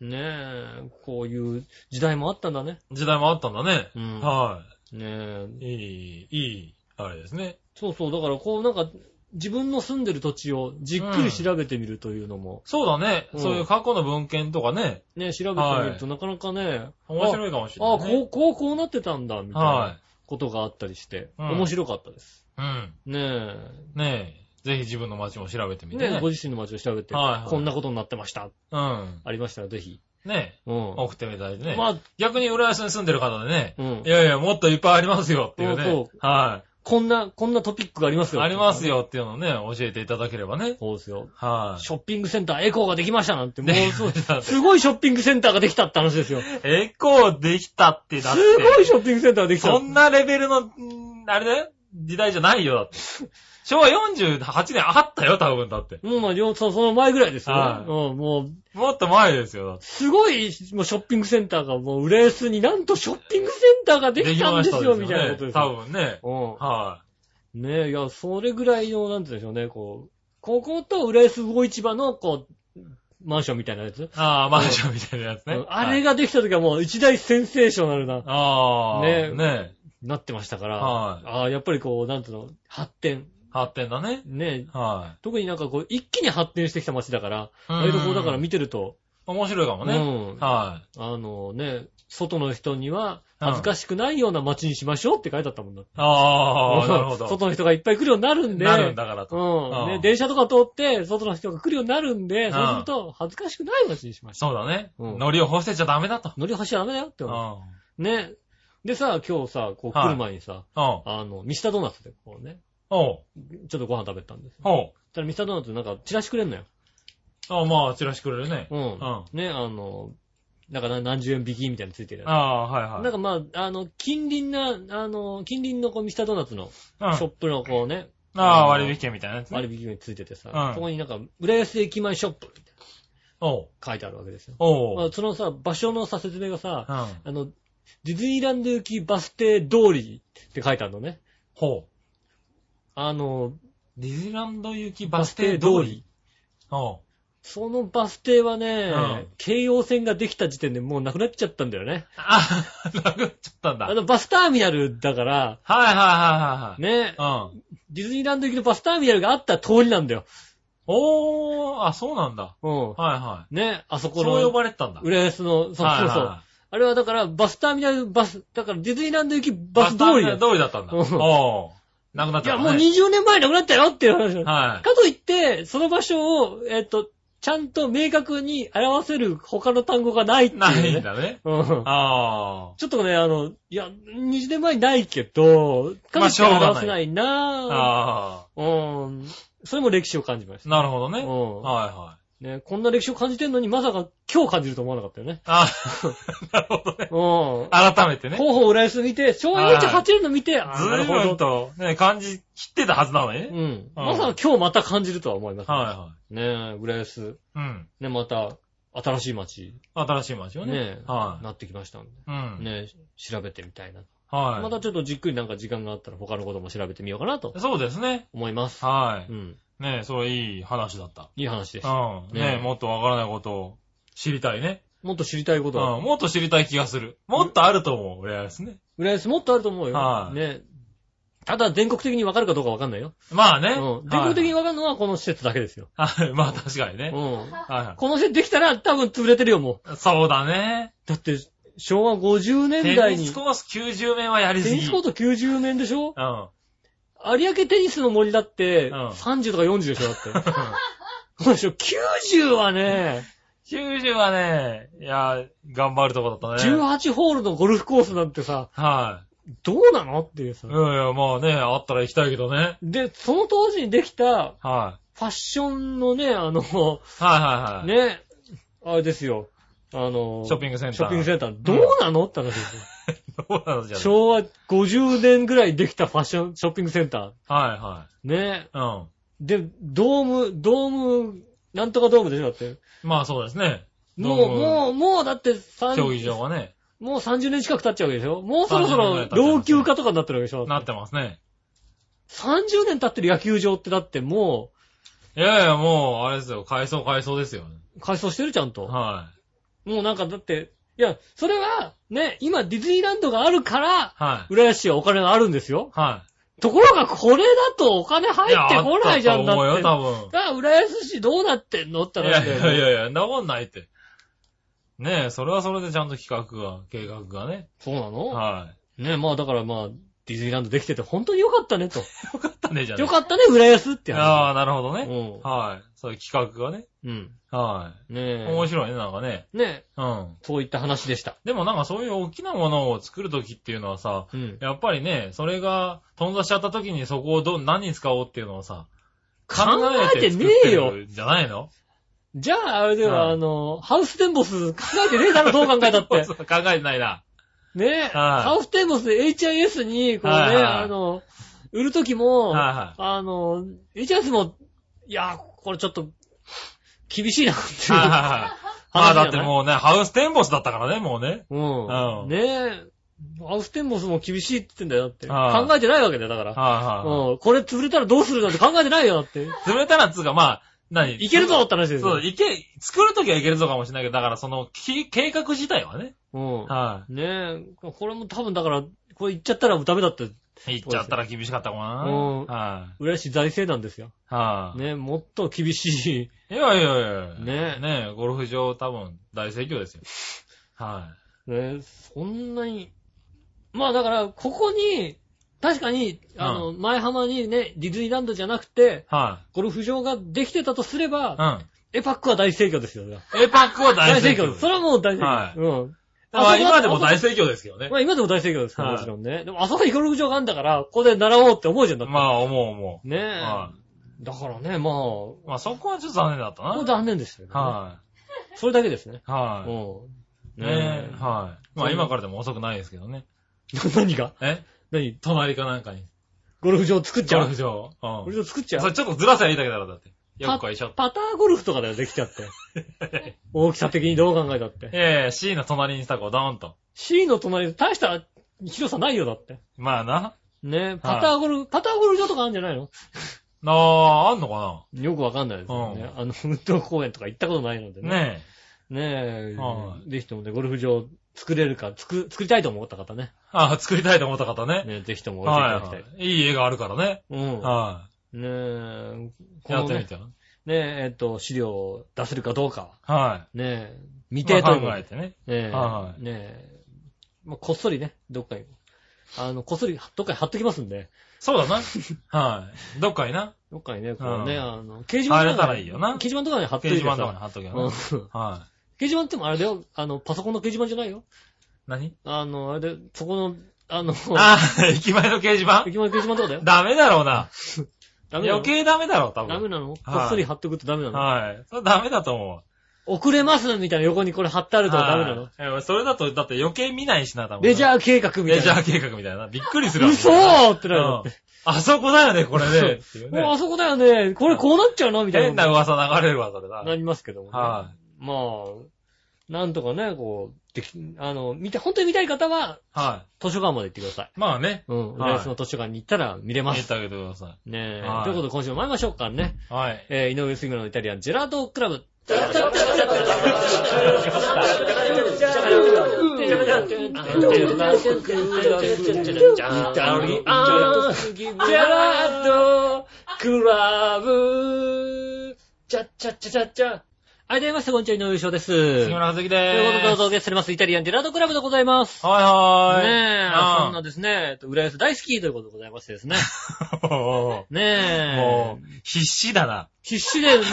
Speaker 3: う
Speaker 2: ねえ、こういう時代もあったんだね。
Speaker 3: ん。時代もあったんだね。
Speaker 2: うん
Speaker 3: は
Speaker 2: ねえ。
Speaker 3: い。いい、いい、あれですね。
Speaker 2: そうそう、だからこうなんか、自分の住んでる土地をじっくり調べてみるというのも、
Speaker 3: そうだね。
Speaker 2: うん
Speaker 3: そういう過去の文献とかね、
Speaker 2: ね、調べてみるとなかなかね、
Speaker 3: 面白いかもしれ
Speaker 2: ああ、
Speaker 3: ない、
Speaker 2: こ
Speaker 3: ね。
Speaker 2: う、こう、こうなってたんだ、みたい
Speaker 3: は
Speaker 2: なことがあったりして、
Speaker 3: うん
Speaker 2: 面白かったです。
Speaker 3: い。うん。
Speaker 2: ねえ、
Speaker 3: ねえ。ぜひ自分の街も調べてみて
Speaker 2: ね、
Speaker 3: ね。
Speaker 2: ご自身の街を調べて、
Speaker 3: はいはい
Speaker 2: こんなことになってました。
Speaker 3: うん。
Speaker 2: ありましたらぜひ。
Speaker 3: ねえ。
Speaker 2: うん。
Speaker 3: 送ってみたいね。
Speaker 2: まあ、
Speaker 3: 逆に浦安に住んでる方でね、
Speaker 2: うん
Speaker 3: い。やいや、もっといっぱいありますよっていうね。
Speaker 2: そう
Speaker 3: は
Speaker 2: こんな、こんなトピックがあります
Speaker 3: い。
Speaker 2: よ。
Speaker 3: あります。よっていうのをね、教えていただければね。
Speaker 2: そうですよ。
Speaker 3: はい。 [laughs]
Speaker 2: ショッピングセンターエコーができましたなんて、もう
Speaker 3: ね
Speaker 2: そうです。
Speaker 3: [laughs] だって
Speaker 2: すごいショッピングセンターができたって話ですよ。す
Speaker 3: エコーできたってだって。
Speaker 2: ごいショッピングセンターができた。
Speaker 3: そんなレベルの、んーあれだよ時代じゃないよ、だって。 [laughs] 昭和48年あったよ、多分、だって。
Speaker 2: うん、まあ、両そうその前ぐらいですよ、
Speaker 3: はい
Speaker 2: うん、もう、
Speaker 3: もっと前ですよ、だって。
Speaker 2: すごい、もうショッピングセンターが、もう、浦安になんとショッピングセンターができたんですよ、
Speaker 3: で
Speaker 2: み
Speaker 3: き
Speaker 2: た
Speaker 3: ま
Speaker 2: いな
Speaker 3: し
Speaker 2: ことです
Speaker 3: 多
Speaker 2: よ。
Speaker 3: 分ね。
Speaker 2: うん。
Speaker 3: は
Speaker 2: ねえ、いや、それぐらいの、なんて言うんでしょうね、こう、ここと浦安魚市場の、こう、マンションみたいなやつ。
Speaker 3: い。ああ、マンションみたいなやつ
Speaker 2: う
Speaker 3: ね
Speaker 2: ん。あれができた時はもう一大センセーショナルな、
Speaker 3: はい、ああ、
Speaker 2: ね
Speaker 3: ねね
Speaker 2: なってましたから、
Speaker 3: はい
Speaker 2: ああ、やっぱりこう、なんていうの、発展。
Speaker 3: 発展だね。
Speaker 2: ね
Speaker 3: は
Speaker 2: 特になんかこう、一気に発展してきた街だから、
Speaker 3: い。
Speaker 2: 割とこうだから
Speaker 3: うん
Speaker 2: 見てると、
Speaker 3: 面白いかもね。
Speaker 2: うん
Speaker 3: はい。
Speaker 2: あのね、外の人には
Speaker 3: うん
Speaker 2: 恥ずかしくないような街にしましょうって書いてあったもんだ。
Speaker 3: ああ、なるほ
Speaker 2: [laughs]
Speaker 3: ど。
Speaker 2: 外の人がいっぱい来るようになるんで、
Speaker 3: なるんだから
Speaker 2: う
Speaker 3: と。
Speaker 2: ん。
Speaker 3: う
Speaker 2: ね、
Speaker 3: ん
Speaker 2: 電車とか通って、外の人が来るようになるんで、
Speaker 3: ん
Speaker 2: そうすると、恥ずかしくない街にしましょ
Speaker 3: そうだね。
Speaker 2: うん
Speaker 3: ノリを干せちゃダメだと。
Speaker 2: う。乗り橋ダメだよって
Speaker 3: う
Speaker 2: 思う
Speaker 3: ん。うん。
Speaker 2: ね。でさ、今日さ、こう来る前にさ、
Speaker 3: おう。
Speaker 2: あの、ミスタードーナツでこうね、ち
Speaker 3: お
Speaker 2: ょっとご飯食べたんですよ。
Speaker 3: う。
Speaker 2: そしたらミスタードーナツなんかチラシくれんのよ。
Speaker 3: ああ、まあ、チラシくれるね。
Speaker 2: う。
Speaker 3: うんん。
Speaker 2: ね、あの、なんかな何十円引きみたいなのついてるや
Speaker 3: ああ、はい
Speaker 2: つ。
Speaker 3: はい。
Speaker 2: なんかまあ、あの、近隣な、あの、近隣のこうミスタードーナツの
Speaker 3: うん
Speaker 2: ショップのこうね、
Speaker 3: ああ、割引券みたいなやつね。
Speaker 2: 割引についてて
Speaker 3: う
Speaker 2: さ
Speaker 3: ん、
Speaker 2: そこになんか、浦安駅前ショップみたいな
Speaker 3: おう。
Speaker 2: 書いてあるわけですよ。ま
Speaker 3: おう。
Speaker 2: あそのさ、場所のさ、説明がさ、
Speaker 3: うん。
Speaker 2: あの、ディズニーランド行きバス停通りって書いてあるのね。
Speaker 3: ほう。
Speaker 2: あの、
Speaker 3: ディズニーランド行き
Speaker 2: バ
Speaker 3: バ
Speaker 2: ス
Speaker 3: ス
Speaker 2: 停
Speaker 3: 停通
Speaker 2: 通り
Speaker 3: り。。おう。
Speaker 2: そのバス停はね、
Speaker 3: うん
Speaker 2: 京葉線ができた時点でもうなくなっちゃったんだよね。
Speaker 3: あ、なくなっちゃったんだ。
Speaker 2: あ
Speaker 3: はい
Speaker 2: の、バスターミナルだから、
Speaker 3: はいはいはいはい。
Speaker 2: ね、
Speaker 3: うん。
Speaker 2: ディズニーランド行きのバスターミナルがあった通りなんだよ。
Speaker 3: おー、あ、そうなんだ。
Speaker 2: うん。
Speaker 3: はいは
Speaker 2: ね、あそ
Speaker 3: い。
Speaker 2: こ
Speaker 3: そう呼
Speaker 2: の、
Speaker 3: ばれてたんだ。
Speaker 2: 浦安の、そう
Speaker 3: はい
Speaker 2: そう
Speaker 3: はい
Speaker 2: そう
Speaker 3: は。い
Speaker 2: あれはだから、バスターミナル、バス、だからディズニーランド行きバス通りだよ。
Speaker 3: バス通りだったんだ。
Speaker 2: うん
Speaker 3: おう。なくなっ
Speaker 2: い
Speaker 3: ちゃ
Speaker 2: や、
Speaker 3: っ
Speaker 2: も
Speaker 3: た。
Speaker 2: う。20年前なくなったよっていう話だよ
Speaker 3: はい。
Speaker 2: かといって、その場所を、えっと、ちゃんと明確に表せる他の単語がないっていう、ね。
Speaker 3: ないんだね。
Speaker 2: うん。
Speaker 3: あ
Speaker 2: ちょっとね、あの、いや、20年前ないけど、
Speaker 3: まあしょうがない
Speaker 2: 表せない
Speaker 3: あ。
Speaker 2: なぁ。
Speaker 3: あ
Speaker 2: うん。それも歴史を感じまし
Speaker 3: あ。
Speaker 2: た。
Speaker 3: なるほどね。
Speaker 2: う
Speaker 3: はい
Speaker 2: ん
Speaker 3: はい。
Speaker 2: ね、こんな歴史を感じてんのに、まさか今日感じると思わなかったよね。
Speaker 3: あ、 [laughs] なるほど
Speaker 2: う
Speaker 3: ね
Speaker 2: ん。。候
Speaker 3: 改めてね。
Speaker 2: 補浦安見て、昭和48年の見て、あ
Speaker 3: ず
Speaker 2: ーなる
Speaker 3: い
Speaker 2: ほ
Speaker 3: ぶ
Speaker 2: ど
Speaker 3: ん。と、ね、感じ切ってたはずなのに
Speaker 2: う
Speaker 3: ね。
Speaker 2: ん。まさか今日また感じるとは思います、。
Speaker 3: はい
Speaker 2: ねえ、浦安。
Speaker 3: いはい。うん。
Speaker 2: ね、また、新しい街、
Speaker 3: 新しい街をね。
Speaker 2: ねえ、
Speaker 3: はい。
Speaker 2: なってきましたんで。
Speaker 3: うん。
Speaker 2: ねえ、調べてみたいな。ま
Speaker 3: は
Speaker 2: たちょっとじっくりなんか時間があったら他のことも調べてみようかなと
Speaker 3: い。そうですね。
Speaker 2: 思います。
Speaker 3: は
Speaker 2: うん。
Speaker 3: い。ねえ、それいい話だった。
Speaker 2: いい話です。
Speaker 3: うん。ね
Speaker 2: ねえ
Speaker 3: え、もっとわからないことを知りたいね。
Speaker 2: もっと知りたいこ
Speaker 3: う
Speaker 2: とは、
Speaker 3: ん。もっと知りたい気がする。もっとあると思う、俺はですね。
Speaker 2: 浦安もっとあると思うよ。
Speaker 3: はい
Speaker 2: ね。ただ全国的にわかるかどうかわかんないよ。
Speaker 3: まあね。
Speaker 2: うん。全国的にわかるのはこの施設だけですよ。
Speaker 3: はい。 [laughs] はいまあ確かに
Speaker 2: う
Speaker 3: ね。
Speaker 2: ん。
Speaker 3: はいは
Speaker 2: この施設できたら多分潰れてるよ、も
Speaker 3: い。そうだね。
Speaker 2: う。だって、昭和50
Speaker 3: テ
Speaker 2: 年代
Speaker 3: ニ
Speaker 2: に
Speaker 3: ス、コース90面はやりす
Speaker 2: テニ
Speaker 3: ぎ。
Speaker 2: スコート90年でしょ
Speaker 3: うん。
Speaker 2: 有明テニスの森だって、
Speaker 3: うん
Speaker 2: 30とか40でしょ、だって。
Speaker 3: [laughs]
Speaker 2: そうでしょ、90はね、
Speaker 3: 90はね、いや、頑張るとこだったね。
Speaker 2: 18ホールのゴルフコースなんてさ、
Speaker 3: は
Speaker 2: どうなのっていうさ
Speaker 3: い。い。やいや、まあね、あったら行きたいけどね。
Speaker 2: で、その当時にできた
Speaker 3: は
Speaker 2: ファッションのね、あの、
Speaker 3: い。はいはいはい。
Speaker 2: ね、あれですよ。あの、
Speaker 3: ショッピングセンター。
Speaker 2: ショッピングセンター、どうなのって話ですよ。
Speaker 3: そうなのじゃない
Speaker 2: 昭和50年ぐらいできたファッション、ショッピングセンタ
Speaker 3: は
Speaker 2: ー。ね。
Speaker 3: いはい。
Speaker 2: で、ドーム、ドーム、なんとかドームでしょだって。
Speaker 3: うん。まあそうですね。
Speaker 2: もう、
Speaker 3: ど
Speaker 2: もう、もうだって
Speaker 3: うも
Speaker 2: 三
Speaker 3: 競技場がね、
Speaker 2: もう30年近く経っちゃうわけでしょもうそろそ
Speaker 3: 30年
Speaker 2: ろ
Speaker 3: 経っちゃいます
Speaker 2: 老
Speaker 3: ね
Speaker 2: 朽化とかになってるわけでしょ
Speaker 3: なってますね。
Speaker 2: 30年経ってる野球場ってだっても
Speaker 3: いやいや、もう、あれですよ、改装改装ですよね。
Speaker 2: う改装してるちゃんと。
Speaker 3: はい。
Speaker 2: もうなんかだって、いや、それは、ね、今ディズニーランドがあるから、
Speaker 3: はい。
Speaker 2: 浦安市はお金があるんですよ。
Speaker 3: は
Speaker 2: ところがこれだとお金
Speaker 3: い。
Speaker 2: 入ってこないじゃんだ
Speaker 3: や
Speaker 2: っ
Speaker 3: あ
Speaker 2: て。だ
Speaker 3: たと
Speaker 2: か
Speaker 3: 思うよ、
Speaker 2: ら浦安市どうなってんのって
Speaker 3: 多分。い
Speaker 2: 話
Speaker 3: や
Speaker 2: だよ
Speaker 3: い
Speaker 2: ね
Speaker 3: やいやいや、んなもんないって。ねえ、それはそれでちゃんと企画が、計画がね。
Speaker 2: そうなの、
Speaker 3: は
Speaker 2: ね、まあだからまあ、ディズニーランドできてて本当によかったねと。
Speaker 3: い。よかったね、じゃあね。
Speaker 2: よかったね、浦安って
Speaker 3: あ
Speaker 2: 話。
Speaker 3: あ、なるほど
Speaker 2: う
Speaker 3: ね。
Speaker 2: ん。
Speaker 3: はい。そういう企画がね。
Speaker 2: うん。
Speaker 3: は
Speaker 2: ね
Speaker 3: い。
Speaker 2: え。
Speaker 3: 面白いね、なんかね。
Speaker 2: ねえ、
Speaker 3: うん。
Speaker 2: そういった話でした。
Speaker 3: でもなんかそういう大きなものを作るときっていうのはさ、
Speaker 2: うん。
Speaker 3: やっぱりね、それが、頓挫しちゃった時にそこをど、何に使おうっていうのをさ、
Speaker 2: 考えてねえよ
Speaker 3: 作ってるんじゃないの
Speaker 2: じゃあ、あれでは、
Speaker 3: うん
Speaker 2: あの、ハウステンボス考えてねえだろ、どう考えたって
Speaker 3: そ。うそう考えてない
Speaker 2: [laughs]
Speaker 3: な。
Speaker 2: ねえ、ハウステンボスで HIS に、こうね、
Speaker 3: はいはい
Speaker 2: あの、売るときも、
Speaker 3: は
Speaker 2: あの、HIS も、いや、これちょっと、厳しいなって
Speaker 3: い
Speaker 2: いう
Speaker 3: はい。はいはい。まあだってもうね、ハウステンボスだったからね、もうね。
Speaker 2: うん。
Speaker 3: うん
Speaker 2: ねえ、ハウステンボスも厳しいって言ってんだよ、だって。
Speaker 3: はい
Speaker 2: 考えてないわけだよ、だから。
Speaker 3: はいはいは
Speaker 2: うん。これ潰れたらどうするなんて考えてないよ、だって。
Speaker 3: い。潰れたらっつうか、まあ、何
Speaker 2: いけるぞって話です
Speaker 3: そ
Speaker 2: よ。
Speaker 3: う、いけ、作るときはいけるぞかもしれないけど、だからその、き計画自体はね。
Speaker 2: うん。
Speaker 3: は
Speaker 2: ねえ、これも多分だから、これ言っちゃったらダメだって、
Speaker 3: い。行っちゃったら厳しかったかもな。
Speaker 2: うん
Speaker 3: はい。
Speaker 2: 浦安市財政なんですよ。
Speaker 3: はい。
Speaker 2: ねえ、もっと厳し
Speaker 3: いやいやいやいや。
Speaker 2: ねえ。
Speaker 3: ねえ、ゴルフ場多分大盛況ですよ。はい
Speaker 2: ねえ、そんなに。まあだから、ここに、確かに、あの、前浜にね、ディズニーランドじゃなくて、
Speaker 3: い。は
Speaker 2: ゴルフ場ができてたとすれ
Speaker 3: い。
Speaker 2: ば、
Speaker 3: う
Speaker 2: エパックは大盛況ですよ。ね
Speaker 3: ん。エパックは大
Speaker 2: 大
Speaker 3: 盛
Speaker 2: 盛況
Speaker 3: 況です。
Speaker 2: それはもう大盛況。
Speaker 3: はい
Speaker 2: うん。
Speaker 3: まあ今でも大
Speaker 2: 況。
Speaker 3: 盛況ですけどね。
Speaker 2: まあ今でも大盛況ですから、
Speaker 3: はい
Speaker 2: もちろんね。でもあそこにゴルフ場があるんだから、ここで習おうって思うじゃんだって。
Speaker 3: [laughs] まあ思う思
Speaker 2: ねえ。
Speaker 3: う。は
Speaker 2: だからね、まあ、こ
Speaker 3: い。まあそこはちょっと残念だったな。
Speaker 2: こ残念でしたよね。
Speaker 3: は
Speaker 2: それだけですね。
Speaker 3: い。は
Speaker 2: うん。
Speaker 3: い。ねえ、はい。ま
Speaker 2: そ
Speaker 3: あ
Speaker 2: う
Speaker 3: 今からでも遅くないですけどね。
Speaker 2: え。 [laughs] 何が
Speaker 3: え
Speaker 2: 何
Speaker 3: 隣かなんかに。
Speaker 2: ゴルフ場作っち
Speaker 3: ゴ
Speaker 2: ゃ
Speaker 3: ル
Speaker 2: う
Speaker 3: フ場。
Speaker 2: ゴ
Speaker 3: う
Speaker 2: ルフ
Speaker 3: ん。
Speaker 2: 場作っちゃ
Speaker 3: それ
Speaker 2: う
Speaker 3: ちょっとずらせばいいだけだろ、だって。よっこいしょ。
Speaker 2: パターゴルフとかだよ、できちゃって。 [laughs] 大きさ的にどう考えたって。
Speaker 3: ええ、C の隣にさ、こう、ドーンと。
Speaker 2: C の隣で大した広さないよ、だって。
Speaker 3: まあな。
Speaker 2: ねえ、パターゴルフ、パターゴルフ場とかあるんじゃないの
Speaker 3: なあ、あんのか
Speaker 2: よくわかんないですよね。あの、運動公園とか行ったことないので
Speaker 3: な
Speaker 2: ね。
Speaker 3: ねえ。
Speaker 2: ねえ、
Speaker 3: は
Speaker 2: ぜひともね、ゴルフ場作れるか、作、作りたいと思った方ね。
Speaker 3: ああ、作りたいと思った方ね。
Speaker 2: ねえぜひとも教えていただき
Speaker 3: は
Speaker 2: たい。
Speaker 3: い。いい絵があるからね。
Speaker 2: う
Speaker 3: は
Speaker 2: ん。ねえ、
Speaker 3: い。
Speaker 2: こ
Speaker 3: やっ
Speaker 2: の
Speaker 3: てみ
Speaker 2: ね、
Speaker 3: てよ。
Speaker 2: ねえ、えっと、資料を出せるかどうかは、
Speaker 3: は
Speaker 2: ねえ、
Speaker 3: い。
Speaker 2: 未定ということ
Speaker 3: まあ考え
Speaker 2: で
Speaker 3: てね。
Speaker 2: ええ
Speaker 3: はい
Speaker 2: ねえ、まあ、こっそりね、どっかに、あの、こっそり、どっかに貼っときますんで、
Speaker 3: そうだな。
Speaker 2: [laughs]
Speaker 3: はい。どっかにな。
Speaker 2: どっかにね、こうね、
Speaker 3: うん
Speaker 2: あの、掲示板と
Speaker 3: 貼れた
Speaker 2: から
Speaker 3: いいよな
Speaker 2: 掲示板とかに貼っと
Speaker 3: 掲
Speaker 2: いて
Speaker 3: 示
Speaker 2: さ
Speaker 3: 板とかに貼っとけ
Speaker 2: うん
Speaker 3: ばね。
Speaker 2: 掲
Speaker 3: は
Speaker 2: 示板ってもあれだよ、あの、パソコンの掲示板じゃないよ。
Speaker 3: い。何
Speaker 2: あの、あれで、そこの、あの、
Speaker 3: ああ、駅前の掲示板
Speaker 2: 駅前の掲示板とかだよ。
Speaker 3: ダメだろうな。
Speaker 2: ダメなの
Speaker 3: 余計ダメだろう、多
Speaker 2: ダメ
Speaker 3: 分。
Speaker 2: なのこっそり貼っとくとダメなの
Speaker 3: はい。それダメだと思う。
Speaker 2: 遅れますみたいな横にこれ貼ってあるとダメなの
Speaker 3: はいいやそれだと、だって余計見ないしな、多分。
Speaker 2: レジャー計画みたいな。
Speaker 3: レジャー計画みたいな。びっくりするわ
Speaker 2: 嘘ーってなる
Speaker 3: う
Speaker 2: よ
Speaker 3: ん。あそこだよね、これね。っていう
Speaker 2: もう
Speaker 3: ね
Speaker 2: あそこだよね。これこうなっちゃうのみたい
Speaker 3: 変な
Speaker 2: な。
Speaker 3: 噂流れるわ、それな。
Speaker 2: なりますけどもね。
Speaker 3: は
Speaker 2: まあ、なんとかね、こう、でき、あの、見て、本当に見たい方は、
Speaker 3: は
Speaker 2: 図書館まで行ってください。
Speaker 3: い。まあね。
Speaker 2: うん。
Speaker 3: はい
Speaker 2: 浦安の図書館に行ったら見れま
Speaker 3: 入れ
Speaker 2: す。
Speaker 3: てあげてくださ
Speaker 2: ねえ。
Speaker 3: はい
Speaker 2: ということで、今週も参りましょうかね。
Speaker 3: い。はい。
Speaker 2: えー、井上杉村のイタリアンジェラートクラブ。クラブ。チャッチャッチャチャッチャ。ありがとうございました。こんにちは、井上翔です。という
Speaker 3: 杉村はずきで
Speaker 2: こと
Speaker 3: ー
Speaker 2: で、
Speaker 3: す。
Speaker 2: どうぞおゲストされます。イタリアンジェラートクラブでございます。
Speaker 3: はいはーい。
Speaker 2: ねえ、
Speaker 3: あ
Speaker 2: そんなですね、えっと浦安大好きということでございましてです
Speaker 3: [laughs]
Speaker 2: ね。
Speaker 3: もう
Speaker 2: ね
Speaker 3: [laughs] も
Speaker 2: え、
Speaker 3: う、必死だな。
Speaker 2: 必死でもう、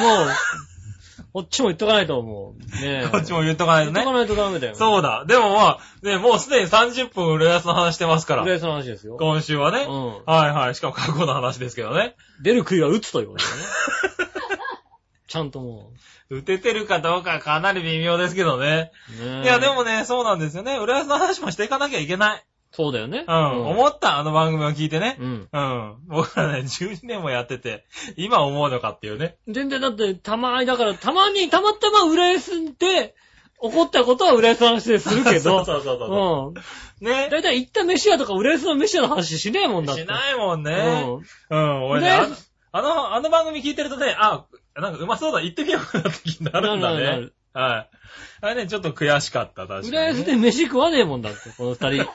Speaker 2: こっちも言っとかないと思う。ねえ。
Speaker 3: こっちも言っとかない
Speaker 2: 言
Speaker 3: と
Speaker 2: っとか
Speaker 3: ね。
Speaker 2: ないとダメだよ。
Speaker 3: そうだ。でもまあ、ね、もうすでに30分浦安の話してますか
Speaker 2: 浦
Speaker 3: ら。
Speaker 2: 安の話ですよ。
Speaker 3: 今週はね。
Speaker 2: うん。
Speaker 3: はいはい。しかも過去の話ですけどね。
Speaker 2: 出る杭は打つということだね。 [laughs] ちゃんとも
Speaker 3: 打ててるかどうかかなり微妙ですけどね。
Speaker 2: う。ねえ
Speaker 3: いや、で。もね、そうなんですよね。浦安の話もしていかなきゃいけない。
Speaker 2: そうだよね。
Speaker 3: うん。思った、あの番組を聞いてね。
Speaker 2: うん。
Speaker 3: うん。僕らね、12年もやってて、今思うのかっていうね。
Speaker 2: 全然だって、たまに、だから、たまに、たまたま浦安で、起こったことは浦安の話でするけど、
Speaker 3: [laughs] そうそうそうそうそう
Speaker 2: うん。
Speaker 3: ね
Speaker 2: だ。いたい行った飯屋とか浦安の飯屋の話しねえもんだって。
Speaker 3: しないもん
Speaker 2: う
Speaker 3: ね。
Speaker 2: ん。
Speaker 3: うん、俺ね、あ
Speaker 2: ね
Speaker 3: のあの、あの番組聞いてるとね、あ、なんかうまそうだ、行ってみようかなって気になるんだ
Speaker 2: なるなるな
Speaker 3: ね
Speaker 2: る。
Speaker 3: はい。あれね、ちょっと悔しかった、確かに。
Speaker 2: 浦安で飯食わねえもんだって、この二人。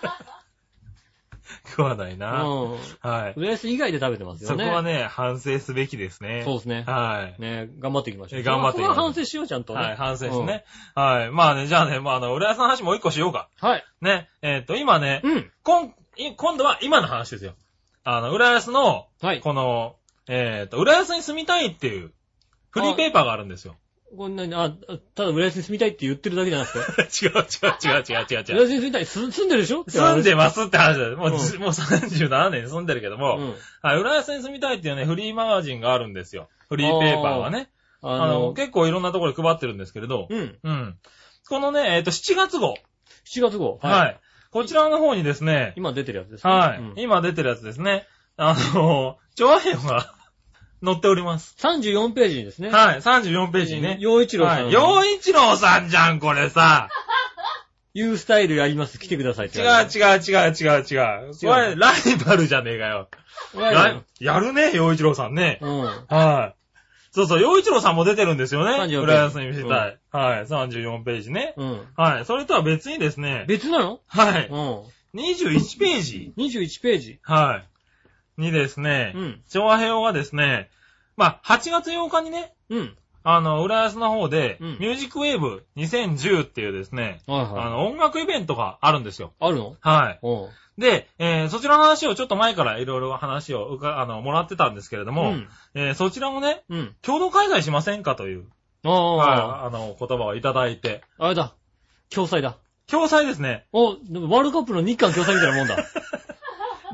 Speaker 3: 食わないな。
Speaker 2: うん。
Speaker 3: はい。
Speaker 2: 浦安以外で食べてますよ
Speaker 3: そこ
Speaker 2: ね。
Speaker 3: はね、反省すべきですね。
Speaker 2: そうですね。
Speaker 3: はい。
Speaker 2: ね頑張っていきましょう。
Speaker 3: え頑張ってい
Speaker 2: そこ
Speaker 3: きましょ
Speaker 2: は
Speaker 3: う
Speaker 2: 反省しよう、ちゃんとね。
Speaker 3: はい、反省ですね。はい。まあね、じゃあね、まああの、浦安の話もう一個しようか。
Speaker 2: うん。はい。
Speaker 3: ね。えっと、今ね、
Speaker 2: うん。
Speaker 3: こん、い今度は今の話ですよ。あの、浦安の、
Speaker 2: はい。
Speaker 3: この、えっ、と、浦安に住みたいっていう、フリーペーパーがあるんですよ。
Speaker 2: こんなに、あ、ただ浦安に住みたいって言ってるだけじゃなくて。
Speaker 3: [laughs] 違う違う違う違う違う
Speaker 2: 浦
Speaker 3: 違う。
Speaker 2: 安に住みたい。す住んでるでしょ
Speaker 3: [laughs] 住んで
Speaker 2: る。
Speaker 3: ますって話だよ。もう、
Speaker 2: うん
Speaker 3: じもう37年住んでるけど
Speaker 2: う
Speaker 3: も、
Speaker 2: ん。
Speaker 3: はい、浦安に住みたいっていうね、フリーマガジンがあるんですよ。フリーペーパーがね。あの
Speaker 2: あの、
Speaker 3: 結構いろんなところで配ってるんですけれど、
Speaker 2: うん。
Speaker 3: うん。このね、えっ、と、7月号。
Speaker 2: 7月号。
Speaker 3: はい。こちらの方にですね、
Speaker 2: 今出てるやつですね。
Speaker 3: はい、
Speaker 2: うん
Speaker 3: 今出てるやつですね。あの、 [laughs] 調和編が載っております。
Speaker 2: 34ページにですね。
Speaker 3: はい、34ページにね。
Speaker 2: 洋一郎さん。
Speaker 3: 洋一郎さんじゃん、これさ。
Speaker 2: ユースタイルやります。来てくださいって
Speaker 3: 違う
Speaker 2: 言われて。
Speaker 3: 違う違う違う違う。これ、ライバルじゃねえかよ。ライやるね、洋一郎さんね。
Speaker 2: うん。
Speaker 3: はい。そうそう、洋一郎さんも出てるんですよ
Speaker 2: 34ページ
Speaker 3: ね。浦安に見せたい。はい、34ページね。
Speaker 2: うん。
Speaker 3: はい、それとは別にですね。
Speaker 2: 別なの
Speaker 3: は
Speaker 2: う
Speaker 3: い、
Speaker 2: ん。
Speaker 3: 21ページ。
Speaker 2: 21ページ。
Speaker 3: はい。にですね、
Speaker 2: うん
Speaker 3: 調和平和はですね、まあ、8月8日にね、
Speaker 2: うん。
Speaker 3: あの、浦安の方で、
Speaker 2: うん
Speaker 3: ミュージックウェーブ2010っていうですね、
Speaker 2: はい
Speaker 3: あ
Speaker 2: はい。
Speaker 3: の、音楽イベントがあるんですよ。
Speaker 2: あるの
Speaker 3: は
Speaker 2: うん。
Speaker 3: い。で、えーそちらの話をちょっと前からいろいろ話をうか、あの、もらってたんですけれども、
Speaker 2: ん。
Speaker 3: えーそちらもね、
Speaker 2: うん。
Speaker 3: 共同開催しませんかという、
Speaker 2: ああ、
Speaker 3: はいあの、言葉をいただいて、
Speaker 2: あれだ。共催だ。
Speaker 3: 共催ですね。
Speaker 2: お、でもワールドカップの日韓共催みたいなもん [laughs] だ。。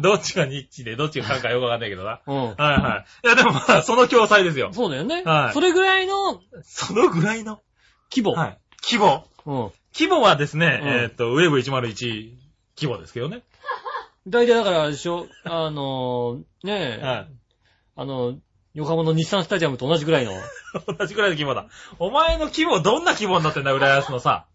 Speaker 3: どっちが日チで、どっちが韓かよくわかんないけどな
Speaker 2: う
Speaker 3: はいはい。いや、でもまあ、その共催ですよ
Speaker 2: ん。。そうだよね。
Speaker 3: はい
Speaker 2: それぐらいの
Speaker 3: そのぐらいの。
Speaker 2: 規模。
Speaker 3: はい。規模。
Speaker 2: うん。
Speaker 3: 規模はですね、
Speaker 2: うん
Speaker 3: えーっと、ウェブ101規模ですけどね。
Speaker 2: 大体だからあれでしょ、あのー、ねえ、
Speaker 3: はい。 [laughs]
Speaker 2: あの、横浜の日産スタジアムと同じぐらいの。
Speaker 3: 同じくらいの規模だ。お前の規模どんな規模になってんだ、浦安のさ。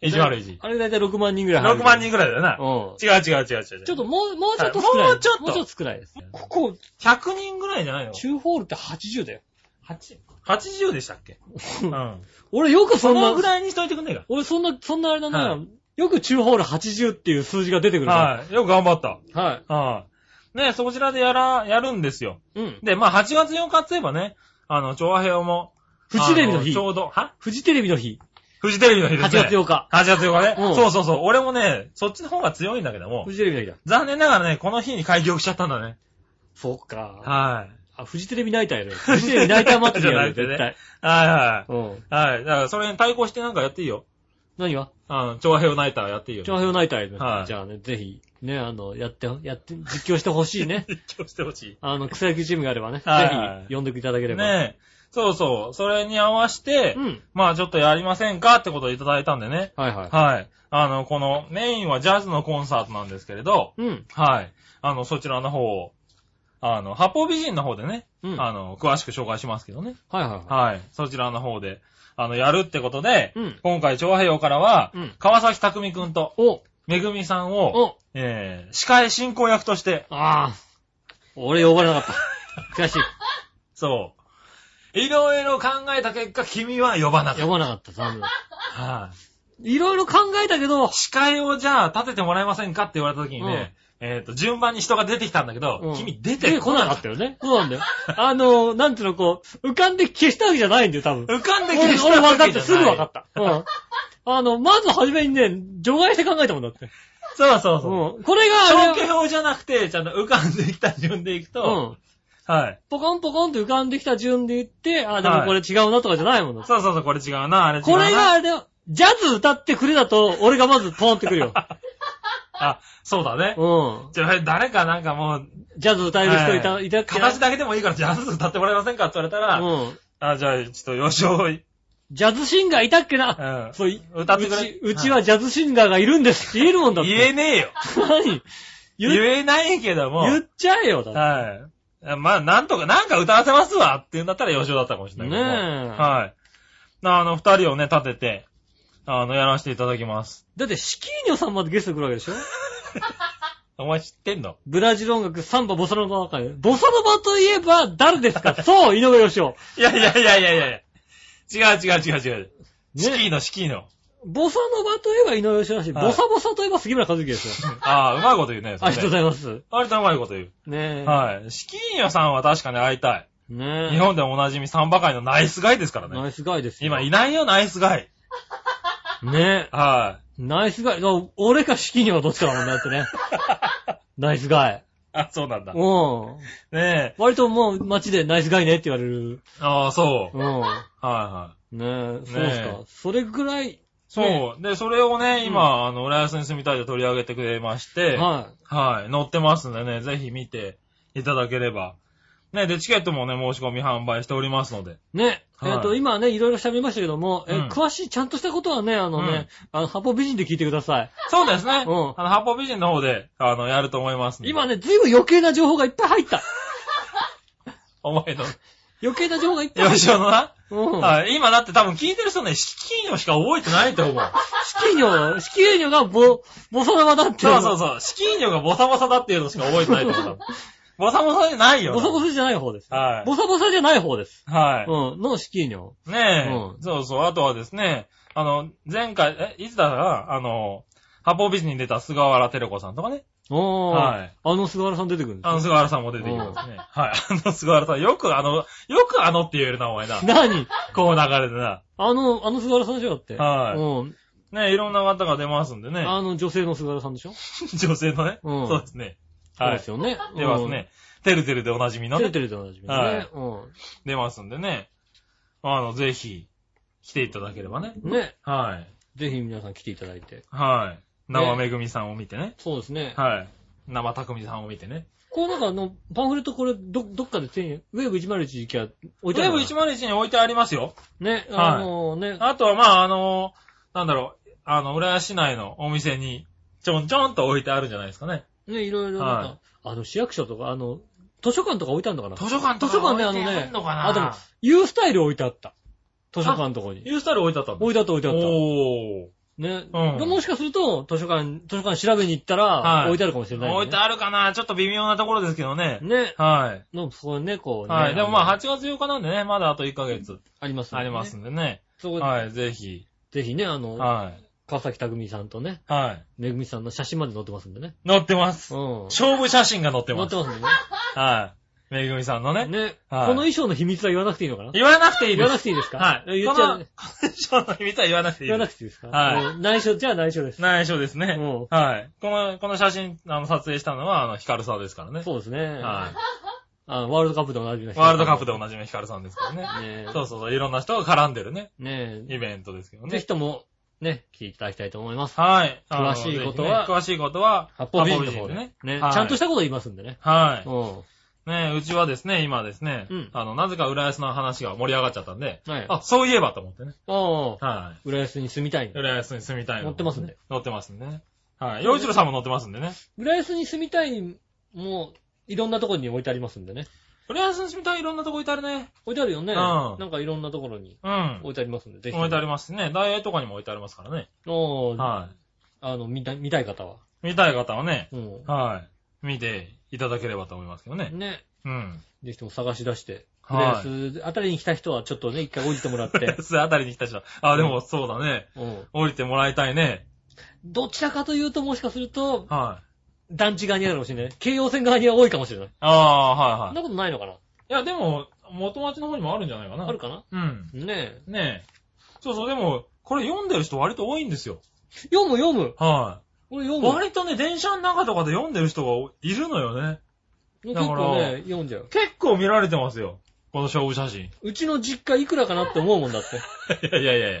Speaker 3: 101。
Speaker 2: あれ大体6万人ぐらい入る。
Speaker 3: 6万人ぐらいだよな。
Speaker 2: うん。
Speaker 3: 違う違う違う違う。
Speaker 2: ちょっともう、もうちょっと少ない。
Speaker 3: はいもうちょっと
Speaker 2: もうちょっと少ないです。ここ、
Speaker 3: 100人ぐらいじゃないの
Speaker 2: 中ホールって80だよ。
Speaker 3: 8 ?80 でしたっ
Speaker 2: [laughs]
Speaker 3: けうん。
Speaker 2: 俺よくそ
Speaker 3: そ
Speaker 2: んな
Speaker 3: のぐ、らいにしといてくんねえ
Speaker 2: 俺そんな、そんなあれだな、
Speaker 3: は
Speaker 2: よく中ホール80っていう数字が出てくる
Speaker 3: か。
Speaker 2: か
Speaker 3: はい。よく頑張った。
Speaker 2: ら。はい。
Speaker 3: はい。ね、そちらでやら、やるんですよ。
Speaker 2: うん。
Speaker 3: で、まあ8月4日って言えばね、あの、調和平和も。
Speaker 2: フジテレビの
Speaker 3: あ
Speaker 2: 日
Speaker 3: ち。ょうど、は
Speaker 2: フジテレビの日。
Speaker 3: フジテレビの日で
Speaker 2: 8
Speaker 3: すね。
Speaker 2: 月8日。
Speaker 3: 8月8日
Speaker 2: うん
Speaker 3: ね。そうそうそう。俺もね、そっちの方が強いんだけども
Speaker 2: フ、ジテレビの日だ。
Speaker 3: 残念ながらね、この日に開業しちゃったんだね。
Speaker 2: そっか。
Speaker 3: はい。
Speaker 2: あ、フジテレビナイターやる。
Speaker 3: [laughs]
Speaker 2: フジテレビナイター祭りやる。
Speaker 3: じゃ
Speaker 2: 絶
Speaker 3: なくて
Speaker 2: 対
Speaker 3: ね。はいは
Speaker 2: うん。
Speaker 3: い。はい。だから、それに対抗してなんかやっていいよ。
Speaker 2: 何が
Speaker 3: あの、調和平和ナイターやっていいよ。
Speaker 2: 長編ナイターやる。
Speaker 3: はい。
Speaker 2: じゃあね、ぜひ、ね、あの、やって、やって、実況してほしいね
Speaker 3: [laughs] 実況してほし
Speaker 2: あの、草野球チームがあればね、ぜ
Speaker 3: はい
Speaker 2: ひ、呼んでいただけ
Speaker 3: い。
Speaker 2: れば。
Speaker 3: ねえ。そうそう。それに合わせて、
Speaker 2: うん。
Speaker 3: まあちょっとやりませんかってことをいただいたんでね。
Speaker 2: はいは
Speaker 3: はい。あの、このメインはジャズのコンサートなんですけれど、
Speaker 2: い。うん。
Speaker 3: はい。あの、そちらの方を、あの、八方美人の方でね、
Speaker 2: うん。は
Speaker 3: あの、詳しく紹介しますけどね。
Speaker 2: いはいはい。
Speaker 3: はい。そちらの方で、あの、やるってことで、
Speaker 2: うん
Speaker 3: 今回、長平洋からは、
Speaker 2: うん
Speaker 3: 川崎匠くんと、
Speaker 2: お、
Speaker 3: めぐみさんを、
Speaker 2: お、
Speaker 3: えー、司会進行役として、
Speaker 2: ああ。俺呼ばれなかった。悔 [laughs] しい。
Speaker 3: そう。いろいろ考えた結果、君は呼ばなかっ
Speaker 2: 呼ばなかった、多分。
Speaker 3: た。はい
Speaker 2: ろいろ考えたけど
Speaker 3: い。、司会をじゃあ立ててもらえませんかって言われた時にね、えっと、順番に人が出てきたんだけど、
Speaker 2: うん
Speaker 3: 君出
Speaker 2: 出
Speaker 3: て
Speaker 2: てこ
Speaker 3: こ
Speaker 2: な
Speaker 3: な
Speaker 2: か
Speaker 3: か
Speaker 2: っ
Speaker 3: った。
Speaker 2: たよ [laughs] ね。そうなんだよ。あの、なんていうの、こう、浮かんで消したわけじゃないんだよ、多分。
Speaker 3: 浮かんでき
Speaker 2: 俺
Speaker 3: て
Speaker 2: 俺分かった、すぐ分か
Speaker 3: った
Speaker 2: った。うん。あの、まずはじめにね、除外して考えたもんだって。
Speaker 3: わけじゃない。そうそうそう。
Speaker 2: うん。これが、
Speaker 3: 消
Speaker 2: あ
Speaker 3: 去
Speaker 2: れ、
Speaker 3: 表じゃなくて、ちゃんと浮かんできた順でいく
Speaker 2: う
Speaker 3: と、
Speaker 2: ん。
Speaker 3: はい。
Speaker 2: ポコンポコンと浮かんできた順で言って、あ、でも
Speaker 3: はい
Speaker 2: これ違うなとかじゃないもんだって。
Speaker 3: そうそうそう、これ違うな、あれ違うな。
Speaker 2: これが、あ、れだよ、ジャズ歌ってくれだと、俺がまずポンってくる [laughs] よ。
Speaker 3: あ、そうだね。
Speaker 2: うん。
Speaker 3: じゃあ、誰かなんかもう、
Speaker 2: ジャズ歌える人いた、
Speaker 3: はい
Speaker 2: たっけ
Speaker 3: 形だけでもいいからジャズ歌ってもらえませんかって言われたら、
Speaker 2: うん。
Speaker 3: あ、じゃあ、ちょっと、吉尾、うん。
Speaker 2: ジャズシンガーいたっけな、そう、い
Speaker 3: 歌ってくれ
Speaker 2: うち、うちはジャズシンガーがいるんですって言えるもんだって。
Speaker 3: 言えねえよ。
Speaker 2: 何
Speaker 3: 言
Speaker 2: 言っ
Speaker 3: えないけども、
Speaker 2: 言っちゃえよ、だって。
Speaker 3: はい。まあ、なんとか、なんか歌わせますわって言うんだったら吉尾だったかもしれないけども。
Speaker 2: ねえ
Speaker 3: はい。あの、二人をね、立てて、あの、やらせていただきます。
Speaker 2: だって、シキーニョさんまでゲスト来るわけでしょ
Speaker 3: お前知ってんの
Speaker 2: ブラジル音楽、サンバ、ボサノバばっかり。ボサノバといえば、誰です
Speaker 3: [laughs]
Speaker 2: かそう、井上義雄。
Speaker 3: いやいやいやいやいや違う違う違う違
Speaker 2: ね
Speaker 3: う。シキーノ、シキーノ。
Speaker 2: ボサノバといえば井上義雄だし、
Speaker 3: はい
Speaker 2: ボサボサといえば杉村和樹ですよ。
Speaker 3: ああ、うまいこと言うね。そ
Speaker 2: あ
Speaker 3: れ
Speaker 2: り
Speaker 3: ね
Speaker 2: がとうございます。
Speaker 3: 割とうまいこと言う。
Speaker 2: ねえ。
Speaker 3: はい。シキーニョさんは確かに会いたい。
Speaker 2: ねえ。
Speaker 3: 日本でもおなじみサンバ界のナイスガイですから
Speaker 2: ナ
Speaker 3: ね。
Speaker 2: イスガイですよ。
Speaker 3: 今いないよ、ナイスガイ。
Speaker 2: ねえ。
Speaker 3: は
Speaker 2: ナイスガイ。お俺かシキーニョはどっちかだもんなって
Speaker 3: [laughs]
Speaker 2: ね。ナイスガイ。
Speaker 3: い。あ、そうなんだ。ね
Speaker 2: うん。
Speaker 3: え。
Speaker 2: 割ともう街でナイスガイねって言われる。
Speaker 3: ああ、そうう。
Speaker 2: ん。
Speaker 3: はいはい。
Speaker 2: ねえ、そうっすか。
Speaker 3: ねえ
Speaker 2: それぐらい、
Speaker 3: そう。で、それをね、今、あの、浦安に住みたいで取り上げてくれまして、
Speaker 2: は
Speaker 3: はい。載ってますんでね、ぜひ見ていただければ。ね、で、チケットもね、申し込み販売しておりますので。
Speaker 2: い。ねえ、
Speaker 3: は
Speaker 2: え
Speaker 3: い
Speaker 2: っと、今ね、いろいろ喋りましたけども、え
Speaker 3: うん
Speaker 2: 詳しい、ちゃんとしたことはね、あのね、あの、ハポ美人で聞いてください。
Speaker 3: そうですね。
Speaker 2: うん
Speaker 3: あの、八方美人の方で、あの、やると思いますんで。
Speaker 2: 今ね、ずいぶん余計な情報がいっぱい入った。
Speaker 3: お前の、
Speaker 2: 余計な情報がいっぱい入
Speaker 3: よ
Speaker 2: っ
Speaker 3: しおのな、
Speaker 2: た。うん。
Speaker 3: はい。今だって多分聞いてる人ね、資金をしか覚えてな
Speaker 2: [laughs]
Speaker 3: いと思う。
Speaker 2: シキーニョ、シキーニョがボ、ボサノバだって。
Speaker 3: そうそうそう。資金量がボサボサだっていうのしか覚えてないと思う。ボサボサじゃないよ。
Speaker 2: ボサボサじゃない方です。
Speaker 3: はい
Speaker 2: ボサボサじゃない方です。
Speaker 3: は
Speaker 2: うん。のシキーニョ。
Speaker 3: い。ねえ、
Speaker 2: うん
Speaker 3: そうそう。あとはですね、あの、前回、え、いつだから、あの、八方美人に出た菅原照子さんとかね。
Speaker 2: おー。
Speaker 3: はい
Speaker 2: あの菅原さん出てくるんです
Speaker 3: あ
Speaker 2: よ
Speaker 3: の、菅原さんも出てきますね。はい。あの、菅原さん、よくあの、よくあのって言えるな、お前な。
Speaker 2: 何
Speaker 3: こう流れでな。
Speaker 2: あの、あの菅原さんでしょだって。
Speaker 3: はい
Speaker 2: うん。
Speaker 3: ねえ、いろんな方が出ますんでね。
Speaker 2: あの女性の菅原さんでしょ
Speaker 3: [laughs] 女性のね。
Speaker 2: うん
Speaker 3: そうですね。
Speaker 2: そう
Speaker 3: は
Speaker 2: で
Speaker 3: い
Speaker 2: す。よね。
Speaker 3: 出ますね。てるてるでおなじみ
Speaker 2: うん。
Speaker 3: の
Speaker 2: テ
Speaker 3: ね
Speaker 2: レテレでおなじみの
Speaker 3: は
Speaker 2: ね
Speaker 3: い。
Speaker 2: う
Speaker 3: 出ますんでね。あの、ぜひ、来ていただければね。
Speaker 2: ん。ね。
Speaker 3: はい。
Speaker 2: ぜひ皆さん来ていただいて。
Speaker 3: はい。
Speaker 2: ね
Speaker 3: 生めぐみさんを見てね。
Speaker 2: そうですね。
Speaker 3: はい。生たくみさんを見てね。
Speaker 2: こうなんかあの、パンフレットこれ、ど、どっかで手に、ウェーブ101行きゃ置
Speaker 3: ウ
Speaker 2: いてあ
Speaker 3: ェ
Speaker 2: る
Speaker 3: ブ
Speaker 2: のかな。
Speaker 3: 101に置いてありますよ。
Speaker 2: ね、
Speaker 3: はい
Speaker 2: あのね、
Speaker 3: あとは、まあ、あの、なんだろう、あの、浦安市内のお店に、ちょんちょんと置いてあるんじゃないですかね。
Speaker 2: ね、いろいろなん
Speaker 3: は
Speaker 2: か、あの、市役所とか、あの、図書館とか置いてあるのかな
Speaker 3: 図書館とか
Speaker 2: 図書館ね、あ
Speaker 3: 置
Speaker 2: の
Speaker 3: いて
Speaker 2: ね
Speaker 3: ん、のかな
Speaker 2: あ、でも、ユースタイル置いてあった。図書館のとこに。
Speaker 3: ユースタイル置いてあったんだ
Speaker 2: 置いてあった置いてあった。
Speaker 3: おー。
Speaker 2: ね。
Speaker 3: うん
Speaker 2: でもしかすると、図書館、図書館調べに行った
Speaker 3: は
Speaker 2: ら、
Speaker 3: い
Speaker 2: 置いてあるかもしれない、ね。
Speaker 3: 置いてあるかなちょっと微妙なところですけどね。
Speaker 2: ね。
Speaker 3: は
Speaker 2: の、そこにね、こ
Speaker 3: い。
Speaker 2: うね。
Speaker 3: はい。でもまあ、
Speaker 2: の
Speaker 3: 8月8日なんでね、まだあと1ヶ月
Speaker 2: あります、
Speaker 3: あります。んでね。
Speaker 2: そこ、
Speaker 3: はい、ぜひ。
Speaker 2: ぜひね、あの、
Speaker 3: は
Speaker 2: 川崎匠さんとね、
Speaker 3: い。はい。
Speaker 2: めぐみさんの写真まで載ってますんでね。
Speaker 3: 載ってます
Speaker 2: う。ん。
Speaker 3: 勝負写真が載って
Speaker 2: 載
Speaker 3: ま
Speaker 2: っ
Speaker 3: す
Speaker 2: て。ますんで
Speaker 3: はい。めぐみさんの
Speaker 2: ね。
Speaker 3: ね。
Speaker 2: ね。こ
Speaker 3: はい
Speaker 2: の衣装の秘密は言わなくていいのかな
Speaker 3: 言わなくていい
Speaker 2: 言
Speaker 3: で
Speaker 2: わなく
Speaker 3: す。
Speaker 2: ていいですか
Speaker 3: はい。
Speaker 2: 言っちゃ
Speaker 3: この
Speaker 2: う。
Speaker 3: この人の秘密は言わなくていい
Speaker 2: 言わな
Speaker 3: です。
Speaker 2: くていいですか
Speaker 3: はい
Speaker 2: うん内緒、じゃあ内緒です。
Speaker 3: 内緒ですね。
Speaker 2: うん
Speaker 3: はい。この、この写真、あの、撮影したのは、あの、ヒカルさんですからね。
Speaker 2: そうですね。
Speaker 3: は
Speaker 2: あのワールドカップで同じ
Speaker 3: い。ワールドカップ
Speaker 2: で。
Speaker 3: でおなじみヒカルさんですからね。
Speaker 2: ね
Speaker 3: そうそうそう。いろんな人が絡んでるね、
Speaker 2: ね
Speaker 3: イベントですけど
Speaker 2: ぜ
Speaker 3: ね
Speaker 2: ひ。とも、ね、聞いていただきたいと思います。
Speaker 3: はい。あの
Speaker 2: 詳しいことは
Speaker 3: ぜひね詳しいことは、
Speaker 2: 八方美人の
Speaker 3: 八
Speaker 2: 方
Speaker 3: 方
Speaker 2: で
Speaker 3: 美
Speaker 2: ね。ね、
Speaker 3: はい
Speaker 2: ちゃんとしたこと言いますんでね。
Speaker 3: は
Speaker 2: うん。
Speaker 3: い。ねうちはですね、今ですね
Speaker 2: うん、
Speaker 3: あの、なぜか浦安の話が盛り上がっちゃったんで、
Speaker 2: はい。
Speaker 3: あ、そういえばと思ってね。
Speaker 2: ああ、
Speaker 3: はい。
Speaker 2: 浦安に住みたいんだ。
Speaker 3: 浦安に住みたいの
Speaker 2: 乗ってますね。
Speaker 3: 乗ってますね。はい。洋一郎さんも乗ってますんでね。
Speaker 2: 浦安に住みたいも、いろんなところに置いてありますんでね。
Speaker 3: とりあえず、みたいいろんなとこ置いてあるね。
Speaker 2: 置いてあるよね。
Speaker 3: うん
Speaker 2: なんかいろんなところに
Speaker 3: うん。
Speaker 2: 置いてありますんで、ぜひ。
Speaker 3: 置いてありますね。ダイエーとかにも置いてありますからね。
Speaker 2: おー
Speaker 3: は
Speaker 2: あの、見た、見たい方は。
Speaker 3: い。見たい方はね、
Speaker 2: うん。
Speaker 3: はい。見ていただければと思いますけどね。
Speaker 2: ね。
Speaker 3: うん。
Speaker 2: ぜひとも探し出して。フレ
Speaker 3: はい
Speaker 2: ースあたりに来た人はちょっとね、一回降りてもらっ
Speaker 3: プレ [laughs]
Speaker 2: て。
Speaker 3: スあたりに来た人。あ、でもそうだね。
Speaker 2: うん。
Speaker 3: 降りてもらいたいね。
Speaker 2: どちらかというと、もしかすると、
Speaker 3: はい。
Speaker 2: 団地側にあるかもしれない。京葉線側には多いかもしれない。
Speaker 3: ああ、は
Speaker 2: そん
Speaker 3: いはい。
Speaker 2: なことないのかな、
Speaker 3: いや、でも、元町の方にもあるんじゃないかな。
Speaker 2: あるかな
Speaker 3: うん。
Speaker 2: ね
Speaker 3: ねえ。そうそう、でも、これ読んでる人割と多いんですよ。
Speaker 2: え。読む読む
Speaker 3: は
Speaker 2: 俺
Speaker 3: い。
Speaker 2: 読む。
Speaker 3: 割とね、電車の中とかで読んでる人がいるのよね。
Speaker 2: 結
Speaker 3: だから
Speaker 2: 構ね、読んじゃう。
Speaker 3: 結構見られてますよ。この勝負 [laughs] 写真。
Speaker 2: うちの実家いくらかなって思うもんだって。 [laughs]
Speaker 3: いやいやいやいや。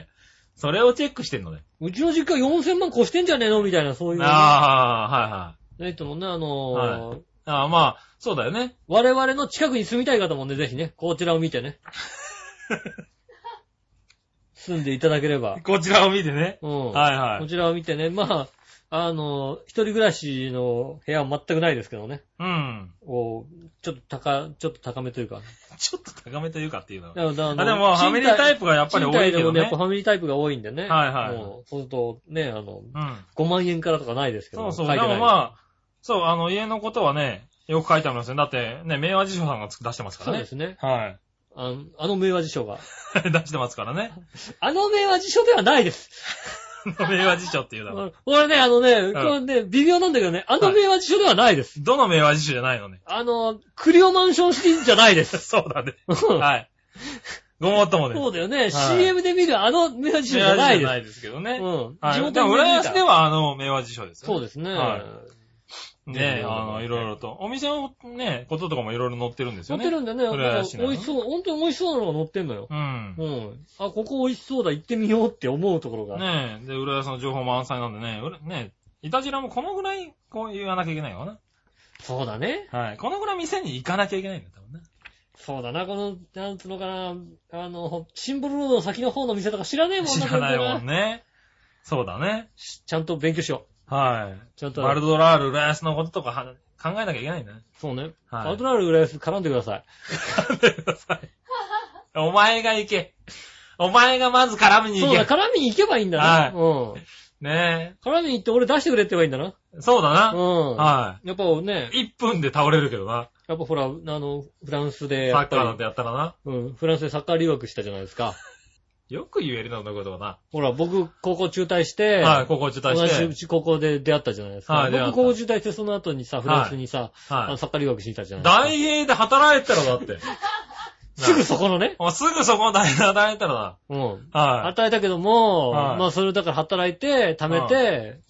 Speaker 3: それをチェックしてんのね。
Speaker 2: うちの実家4000万越してんじゃねえのみたいな、そういう、ね。
Speaker 3: ああ、はいはい。
Speaker 2: ねえともね、あのー
Speaker 3: ああ、まあ、そうだよね。
Speaker 2: 我々の近くに住みたい方もね、ぜひね、こちらを見て
Speaker 3: [laughs]
Speaker 2: ね。住んでいただければ。
Speaker 3: こちらを見てね。
Speaker 2: うん。
Speaker 3: はいは
Speaker 2: こ
Speaker 3: い。
Speaker 2: ちらを見てね、まあ、あの、一人暮らしの部屋は全くないですけどね。
Speaker 3: うん。
Speaker 2: こうちょっと高、ちょっと高めというか。
Speaker 3: ちょっと高めというかっていうのは。
Speaker 2: あ、でも
Speaker 3: あ、でも、ファミリータイプがやっぱり多いけ
Speaker 2: でも
Speaker 3: ど
Speaker 2: ね、や
Speaker 3: ね
Speaker 2: っぱ。ファミリータイプが多いんでね。
Speaker 3: はいはい
Speaker 2: もうそうすると、ね、あの、
Speaker 3: うん。
Speaker 2: 5万円からとかないですけ
Speaker 3: そ
Speaker 2: ど。
Speaker 3: うそう。
Speaker 2: 書
Speaker 3: で
Speaker 2: いてない
Speaker 3: もまあ、そう、あの、家のことはね、よく書いてありますね。だって、ね、明和辞書さんがつ出してますか
Speaker 2: そう
Speaker 3: ら
Speaker 2: で
Speaker 3: ね。
Speaker 2: すね。
Speaker 3: はい。
Speaker 2: あの、あの名和辞書が。
Speaker 3: [laughs] 出してますからね。
Speaker 2: あの名和辞書ではないです。
Speaker 3: 明和辞書っていうのは。
Speaker 2: 俺ね、あのね、
Speaker 3: ん
Speaker 2: これね、微妙なんだけどね、あの名和辞書ではないです。
Speaker 3: どの明和辞書じゃないのね。
Speaker 2: あの、クリオマンションシリーズじゃないです。
Speaker 3: [laughs] そうだね。
Speaker 2: そ
Speaker 3: はい。ごもっともです。
Speaker 2: うだよね、
Speaker 3: い
Speaker 2: CM で見るあの名和辞書じゃないです
Speaker 3: 明和辞書じゃ。ないですけどね。
Speaker 2: うん。
Speaker 3: はい。
Speaker 2: 地元に
Speaker 3: でも、浦安で
Speaker 2: は。
Speaker 3: は、あの、明和辞書ですよね。
Speaker 2: そうですね。
Speaker 3: はい
Speaker 2: ね
Speaker 3: ねえ、
Speaker 2: うん
Speaker 3: あの、いろいろと。お店のね、こととかもいろいろ載ってるんです
Speaker 2: 乗
Speaker 3: よ
Speaker 2: っ
Speaker 3: ね。
Speaker 2: てるんだね。なん
Speaker 3: 浦
Speaker 2: か
Speaker 3: 安
Speaker 2: 美
Speaker 3: なの
Speaker 2: 味しそう、本当に美味しそうなのが乗ってんのよ。
Speaker 3: うん
Speaker 2: う。ん。あ、ここ美味しそうだ、行ってみようって思うところが。
Speaker 3: ねえ、で、浦安の情報満載なんでね、うらねえ、いたじらもこのぐらい、こう言わなきゃいけないのか
Speaker 2: そうだね。
Speaker 3: な。はい。このぐらい店に行かなきゃいけないんだ、多分ね。
Speaker 2: そうだな、この、なんつうのかな、あの、シンボルロードの先の方の店とか知らねえもん
Speaker 3: 知らないもん
Speaker 2: ね。
Speaker 3: ね。そうだね。
Speaker 2: ちゃんと勉強しよ
Speaker 3: は
Speaker 2: う。ちゃん
Speaker 3: い。
Speaker 2: と。
Speaker 3: ワルドラール、浦安のこととかは考えなきゃいけないんだね。
Speaker 2: そうね。
Speaker 3: はい
Speaker 2: アウトラール浦安絡んでください。
Speaker 3: 絡んでください。お前が行け。お前がまず絡みに行
Speaker 2: そうだ、
Speaker 3: け。
Speaker 2: 絡みに行けばいいんだ
Speaker 3: は
Speaker 2: な。
Speaker 3: い
Speaker 2: うん。
Speaker 3: ね
Speaker 2: 絡みに行って俺出してくれって言えばいいんだな。
Speaker 3: え。そうだな。
Speaker 2: う
Speaker 3: は
Speaker 2: ん。やっぱね
Speaker 3: い。、1分で倒れるけどな。
Speaker 2: やっぱほら、あの、フランスで、
Speaker 3: サ
Speaker 2: やっ
Speaker 3: ッカーなん
Speaker 2: ぱ
Speaker 3: てやったらな。
Speaker 2: り、うん、フランスでサッカー留学したじゃないですか。
Speaker 3: よく言えるな、そんなことは
Speaker 2: ほら、僕、高校中退して、
Speaker 3: な。はい、ここ中退
Speaker 2: 同
Speaker 3: して。
Speaker 2: じ高校で出会ったじゃないですか。
Speaker 3: はい出会っ
Speaker 2: 僕、
Speaker 3: た
Speaker 2: 高校中退して、その後にさ、フランスにさ、あ
Speaker 3: は
Speaker 2: のサッカー留学していたじゃ
Speaker 3: い。
Speaker 2: ないで
Speaker 3: 大英で働いてたらだって。
Speaker 2: すか。すぐそこのね。
Speaker 3: もうすぐそこの大英で働いてたら
Speaker 2: うん。
Speaker 3: だ。は
Speaker 2: 与えたけども、
Speaker 3: はい
Speaker 2: まあ、それだから働いて、貯めて、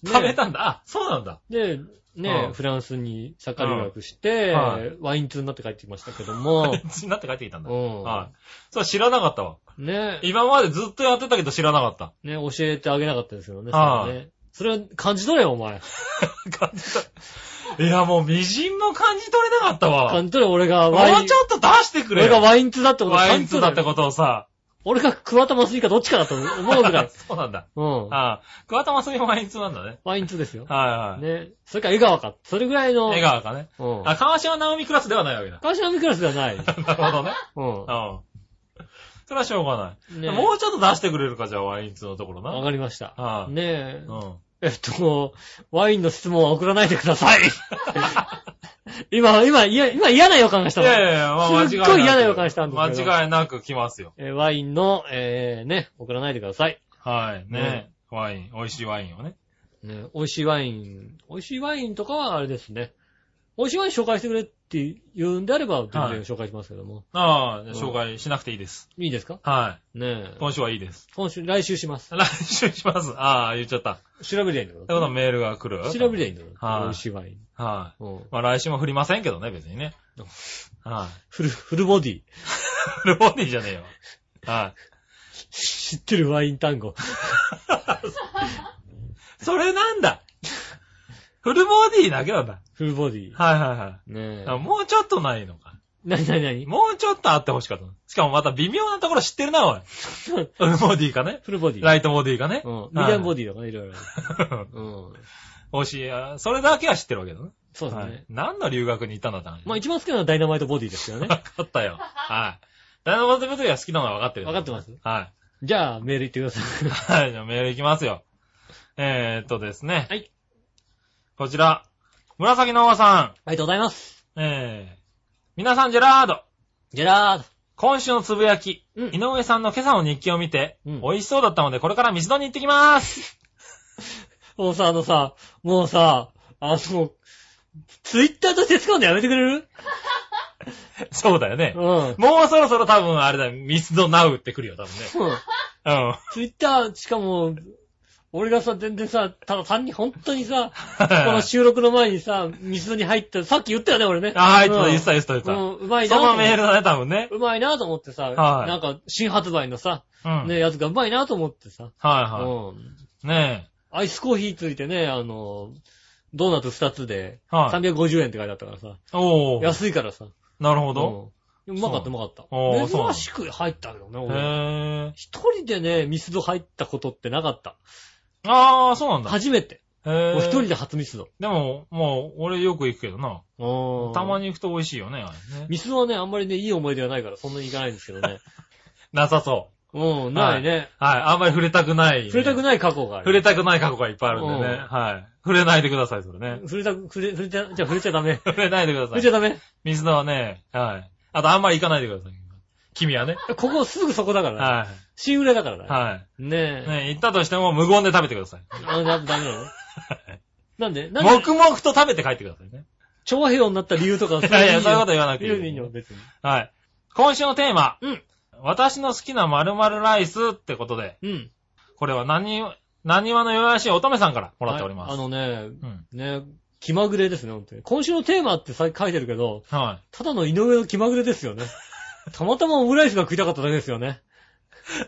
Speaker 3: い。
Speaker 2: ね
Speaker 3: 食べたんだ。あ、そうなんだ。 [laughs]
Speaker 2: で、ね、
Speaker 3: うん
Speaker 2: フランスにサッカー留学して、
Speaker 3: うんはい
Speaker 2: ワイン通になって帰ってきましたけども、
Speaker 3: になって帰ってきたんだ。
Speaker 2: うん
Speaker 3: はい。そう、知らなかったわ。
Speaker 2: ね、
Speaker 3: 今までずっとやってたけど知らなかった。 [laughs]
Speaker 2: ね、教えてあげなかったですよね。
Speaker 3: はい
Speaker 2: それねそれ感じ取れよ、お前。
Speaker 3: 感じた。いや、もう、微塵も感じ取れなかったわ。
Speaker 2: 感じ取れ、俺が
Speaker 3: も
Speaker 2: ワイ
Speaker 3: う
Speaker 2: ン
Speaker 3: ち、ょっと出してくれ
Speaker 2: 俺が
Speaker 3: よ。
Speaker 2: ワイン通だってこと
Speaker 3: ワインツだ
Speaker 2: 感
Speaker 3: っ
Speaker 2: じ取れ
Speaker 3: て
Speaker 2: よ
Speaker 3: ことをさ。。
Speaker 2: 俺が桑田マスイかどっちかだと思うぐらい
Speaker 3: [laughs] そうなんだ。
Speaker 2: うん。
Speaker 3: ああ。桑田真澄もワインツなんだね。
Speaker 2: ワイン2ですよ。
Speaker 3: はいはい。
Speaker 2: ね。それから江川か。それぐらいの。
Speaker 3: 笑顔かね。
Speaker 2: うん。
Speaker 3: あ、川島直美クラスではないわけだ。
Speaker 2: 川島美クラスではない。
Speaker 3: なるほどね。
Speaker 2: う
Speaker 3: うん。それはしょうが
Speaker 2: ん。
Speaker 3: な
Speaker 2: ね
Speaker 3: い。もうちょっと出してくれるか、じゃあ、ワインツのところな。
Speaker 2: わかりました。
Speaker 3: はい
Speaker 2: ねえ。
Speaker 3: うん。
Speaker 2: えっと、ワインの質問は送らないでくだ [laughs] さい。今、今、いや、今嫌な予感がした
Speaker 3: い
Speaker 2: もん
Speaker 3: やいやいや、まあ間違いなく。
Speaker 2: すっごい嫌な予感したんですけど
Speaker 3: 間違いなく来ますよ。
Speaker 2: えーワインの、えー、ね、送らないでください。
Speaker 3: はい。ねワイン、美味しいワインをね。
Speaker 2: ね、美味しいワイン、美味しいワインとかはあれですね。美味しいワイン紹介してくれって言うんであれば、全然
Speaker 3: はい
Speaker 2: 紹介しますけども。
Speaker 3: ああ、じゃあ
Speaker 2: うん
Speaker 3: 紹介しなくていいです。
Speaker 2: いいですか
Speaker 3: は
Speaker 2: ねえ
Speaker 3: い。。今週はいいです。
Speaker 2: 今週、来週します。
Speaker 3: 来週します。ああ、言っちゃった。って
Speaker 2: 調べりゃいいんだろう
Speaker 3: ことはメールが来る
Speaker 2: 調べりゃいいんだろう
Speaker 3: はい
Speaker 2: 美味しいワイン。
Speaker 3: はい。
Speaker 2: うん。
Speaker 3: まあ来週も振りませんけどね、別に
Speaker 2: [laughs]
Speaker 3: ね。はい。
Speaker 2: フル、フルボディ。
Speaker 3: フルボディじゃねえよ。はい。
Speaker 2: 知ってるワイン単語。
Speaker 3: それなんだ [laughs] フルボディだけなんだ。
Speaker 2: フルボディ。
Speaker 3: はいはいはい。
Speaker 2: ねえ。
Speaker 3: あもうちょっとないのか。
Speaker 2: なになになに
Speaker 3: もうちょっとあってほしかった。しかもまた微妙なところ知って
Speaker 2: [laughs]
Speaker 3: るな、おい。フルボディかね。
Speaker 2: フルボディ。
Speaker 3: ライトボディかね。
Speaker 2: うん。ミディアムボ
Speaker 3: デ [laughs]
Speaker 2: ディとかね、いろいろ。
Speaker 3: ィ。
Speaker 2: うん。
Speaker 3: 惜しい。あそれだけは知ってるわけだな。
Speaker 2: そうですね。
Speaker 3: はい何の留学に行ったんだったの
Speaker 2: まあ一番好きなの [laughs] はダイナマイトボディですよ
Speaker 3: [laughs]
Speaker 2: ね。
Speaker 3: 分かったよ。はい。ダイナマイトボディは好きなのは分かってる。
Speaker 2: わかってます。
Speaker 3: は
Speaker 2: じ [laughs] ゃあメール行ってくださ
Speaker 3: い。
Speaker 2: い。
Speaker 3: はい、じゃあメールいきますよ。えーっとですね。
Speaker 2: はい。
Speaker 3: こちら。紫のおばさ
Speaker 2: ありがとうございます。
Speaker 3: ん。えー。皆さん、ジェラード。
Speaker 2: ジェラード。
Speaker 3: 今週のつぶやき、
Speaker 2: うん
Speaker 3: 井上さんの今朝の日記を見て、
Speaker 2: うん
Speaker 3: 美味しそうだったので、これからミスドに行ってきまーす。
Speaker 2: もうさ、あのさ、もうさ、あの、ツイッターとして使うのやめてくれる
Speaker 3: そうだよね
Speaker 2: う。ん。
Speaker 3: もうそろそろ多分あれだよ、ミスドナウって来るよ、多分ね。
Speaker 2: そう
Speaker 3: うん。
Speaker 2: ツイッター、しかも、俺がさ、全然さ、ただ単に本当にさ、この収録の前にさ、水に入った、さっき言ったよね、俺ね。
Speaker 3: あ
Speaker 2: う
Speaker 3: ー、
Speaker 2: ん
Speaker 3: 言ってた、言ってた、言ってた、言っ
Speaker 2: うん、うまいな
Speaker 3: てた。
Speaker 2: と思
Speaker 3: そ
Speaker 2: っ
Speaker 3: の
Speaker 2: て。
Speaker 3: メールだね、多分ね。
Speaker 2: うまいなと思ってさ、
Speaker 3: はい
Speaker 2: なんか新発売のさ、
Speaker 3: うん。
Speaker 2: ね、やつがうまいなと思ってさ、
Speaker 3: はいは
Speaker 2: うん。
Speaker 3: い。ね
Speaker 2: アイスコーヒーついてね、あの、ドーナツ2つで、
Speaker 3: え。はい。
Speaker 2: 350円って書いてあったからさ、
Speaker 3: おー。
Speaker 2: 安いからさ。
Speaker 3: なるほ
Speaker 2: ほ
Speaker 3: ど。。
Speaker 2: うまかったうまかった
Speaker 3: おー。そう
Speaker 2: 珍しく入ったけどね、
Speaker 3: へ
Speaker 2: 俺。
Speaker 3: ぇー。
Speaker 2: 一人でね、ミスド入ったことってなかった。
Speaker 3: あー、そうなんだ。
Speaker 2: 初めて。
Speaker 3: へ
Speaker 2: 俺
Speaker 3: ぇー。
Speaker 2: 一人で初ミスド。
Speaker 3: でも、もう、俺よく行くけどな。たま
Speaker 2: に。
Speaker 3: に行くと美味しいよね、あれね
Speaker 2: ミスドはね、あんまりね、いい思い出はないから、そんなに行かないんですけど
Speaker 3: [laughs]
Speaker 2: ね。
Speaker 3: なさそ
Speaker 2: うん、ないね。
Speaker 3: う。はい。あんまり触れたくない。
Speaker 2: 触れたく
Speaker 3: い。
Speaker 2: ない過去がある。
Speaker 3: 触れたくない過去がいっぱいあるんでね
Speaker 2: うん。
Speaker 3: はい。触れないでください、それね。
Speaker 2: 触れた、触れ、触れちゃ、じゃあ触れちゃダメ。
Speaker 3: 触れないでくださ
Speaker 2: 触れちゃ
Speaker 3: い。
Speaker 2: ダメ。
Speaker 3: 水田はね、はい。あと、あんまり行かないでください。君はね。
Speaker 2: ここすぐそこだからね。
Speaker 3: は
Speaker 2: 新浦だから
Speaker 3: い。
Speaker 2: ね。
Speaker 3: は
Speaker 2: ね
Speaker 3: い。
Speaker 2: え。
Speaker 3: ね行ったとしても、無言で食べてください。
Speaker 2: あなダメなのなんでなんで
Speaker 3: 黙々と食べて帰ってくださいね。
Speaker 2: 長平王になった理由とか
Speaker 3: いやいや、そういうこと言わな
Speaker 2: い
Speaker 3: くてい
Speaker 2: い
Speaker 3: い。
Speaker 2: よいいよ、別に。
Speaker 3: はい。今週のテーマ。
Speaker 2: うん
Speaker 3: 私の好きな〇〇ライスってことで、
Speaker 2: うん。
Speaker 3: これは何、何話の弱々しい乙女さんからもらっております。
Speaker 2: あのね、
Speaker 3: うん。
Speaker 2: ね、気まぐれですね、本当に。今週のテーマってさ書いてるけど、
Speaker 3: は
Speaker 2: ただの井上の気まぐれですよね。たまたまオムライスが食いたかっただけですよね。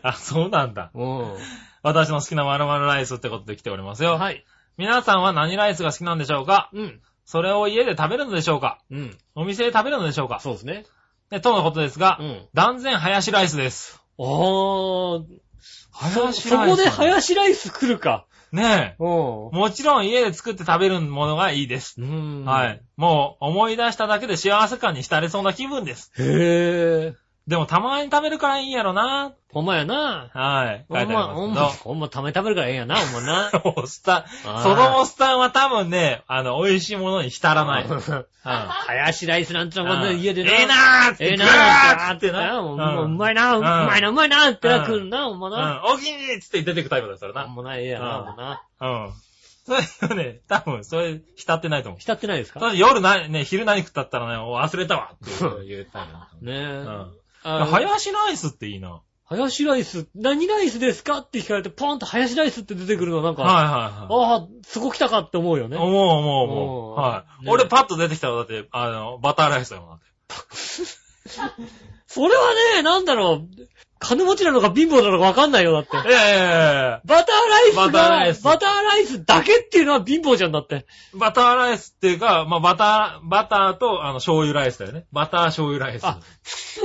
Speaker 3: い。あ、そうなんだ。
Speaker 2: うん。
Speaker 3: 私の好きな〇〇ライスってことで来ておりますよ。い。
Speaker 2: はい。
Speaker 3: 皆さんは何ライスが好きなんでしょうか
Speaker 2: うん。
Speaker 3: それを家で食べるのでしょうか
Speaker 2: うん。
Speaker 3: お店で食べるのでしょうか
Speaker 2: そうですね。
Speaker 3: ねとのことですが、
Speaker 2: うん。
Speaker 3: 断然林ライスです。
Speaker 2: あー、そ
Speaker 3: 林
Speaker 2: そ
Speaker 3: ライス。
Speaker 2: こでハヤシライス来るか。
Speaker 3: ねえ。
Speaker 2: うん。
Speaker 3: もちろん家で作って食べるものがいいです。
Speaker 2: うん。
Speaker 3: はい。。もう思い出しただけで幸せ感に浸れそうな気分です。
Speaker 2: へぇー。
Speaker 3: でもたまに食べるからいいんやろな。
Speaker 2: ほんまやな。
Speaker 3: はい。
Speaker 2: ほんま、ほんま、ほんま、ため食べるからええんやな、ほんまな。
Speaker 3: けど。おっさ
Speaker 2: あ
Speaker 3: ん、
Speaker 2: ー
Speaker 3: そのおっさんは多分ね、あの、美味しいものに浸らない。
Speaker 2: [laughs]
Speaker 3: うん
Speaker 2: ハヤシライスなんてのは
Speaker 3: う
Speaker 2: こんなん家で
Speaker 3: ええなーって
Speaker 2: ええな
Speaker 3: ぐわ
Speaker 2: ー
Speaker 3: ーってな。
Speaker 2: う
Speaker 3: うん
Speaker 2: もううんまいな、
Speaker 3: う
Speaker 2: うんまいな、うまいなってな、来るな、ほんま
Speaker 3: う
Speaker 2: な。
Speaker 3: ん。おきにーっつって出てくタイプだよ、それ
Speaker 2: なん
Speaker 3: な。
Speaker 2: もない、ええやな、
Speaker 3: うん
Speaker 2: ほんまな。
Speaker 3: うん。それね、多分、それ、浸ってないと思う。
Speaker 2: 浸ってないです
Speaker 3: そ
Speaker 2: か
Speaker 3: れ夜な、ね、昼何食ったったらね、忘れたわっていうタイプだと
Speaker 2: ねえ。
Speaker 3: 思う。うん。
Speaker 2: あ
Speaker 3: ハヤシライスっていいな。
Speaker 2: ハヤシライス、何ライスですかって聞かれて、ポンとハヤシライスって出てくるのはなん
Speaker 3: は
Speaker 2: か、あ
Speaker 3: いはいはい。
Speaker 2: あ、そこ来たかって思うよね。
Speaker 3: 思う思う思う。
Speaker 2: うん
Speaker 3: はい。
Speaker 2: ね
Speaker 3: 俺パッと出てきたのだって、あの、バターライスだもんだって。
Speaker 2: それはね、なんだろう、金持ちなのか貧乏なのかわかんないよ、だって。
Speaker 3: いやいやいやいや
Speaker 2: バターライスが、
Speaker 3: バターライス
Speaker 2: バターライスだけっていうのは貧乏じゃんだって。
Speaker 3: バターライスっていうか、まあ、バター、バターと、あの、醤油ライスだよね。バター醤油ライス。
Speaker 2: あ [laughs]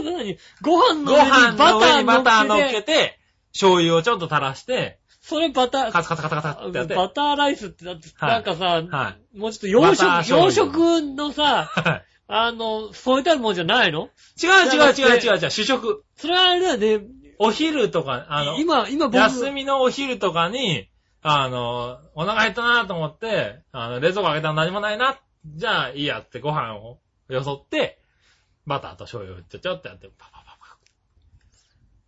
Speaker 2: 何ご飯の
Speaker 3: ご
Speaker 2: 上
Speaker 3: 飯
Speaker 2: に
Speaker 3: の上に
Speaker 2: バ
Speaker 3: バタ
Speaker 2: タ
Speaker 3: ー
Speaker 2: ー乗
Speaker 3: 乗
Speaker 2: っ
Speaker 3: っ
Speaker 2: け
Speaker 3: け
Speaker 2: て、
Speaker 3: て、醤油をちょっと垂らして、
Speaker 2: それバター、
Speaker 3: カツカツカツカツってやって。
Speaker 2: バターライスってだって、
Speaker 3: はい
Speaker 2: なんかさ、
Speaker 3: は
Speaker 2: もうちょっと洋
Speaker 3: バター
Speaker 2: 食、
Speaker 3: 醤
Speaker 2: 洋
Speaker 3: 油
Speaker 2: 食のさ、
Speaker 3: はい。
Speaker 2: あの、添えたるもんじゃないの
Speaker 3: 違う違う違う違う違う、主食。
Speaker 2: それはあれだよね、
Speaker 3: お昼とか、あの、
Speaker 2: 今、今僕、
Speaker 3: 休みのお昼とかに、あの、お腹減ったなと思って、あの、冷蔵庫開けたら何もないな。じゃあ、いいやってご飯をよそって、バターと醤油をちょちょってやって、パパパ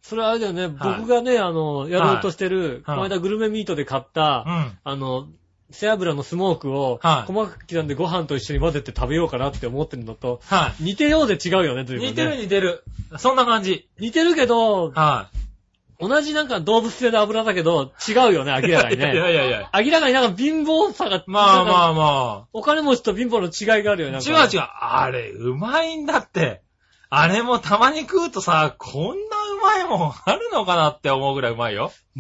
Speaker 2: それはあれだよね、
Speaker 3: はい
Speaker 2: 僕がね、あの、やろうとしてる、こ
Speaker 3: はい
Speaker 2: の間グルメミートで買った、
Speaker 3: パ。うん。
Speaker 2: あの、背脂のスモークを、
Speaker 3: はい
Speaker 2: 細かく刻んでご飯と一緒に混ぜて食べようかなって思ってるのと、
Speaker 3: は
Speaker 2: 似てようで違うよね、とい
Speaker 3: い。
Speaker 2: うね。
Speaker 3: 似てる似てる。そんな感じ。
Speaker 2: 似てるけど、
Speaker 3: はい。
Speaker 2: 同じなんか動物性の油だけど、違うよね、明らかに
Speaker 3: いやい
Speaker 2: ね。
Speaker 3: やいや。
Speaker 2: 明らかになんか貧乏さが、
Speaker 3: まあま
Speaker 2: あ。
Speaker 3: あま
Speaker 2: お金持ちと貧乏の違いがあるよ
Speaker 3: あ。
Speaker 2: ね。
Speaker 3: 違う違う。あれ、うまいんだって。あれもたまに食うとさ、こんなうまいもんあるのかなって思うぐらいうまいよ。
Speaker 2: う。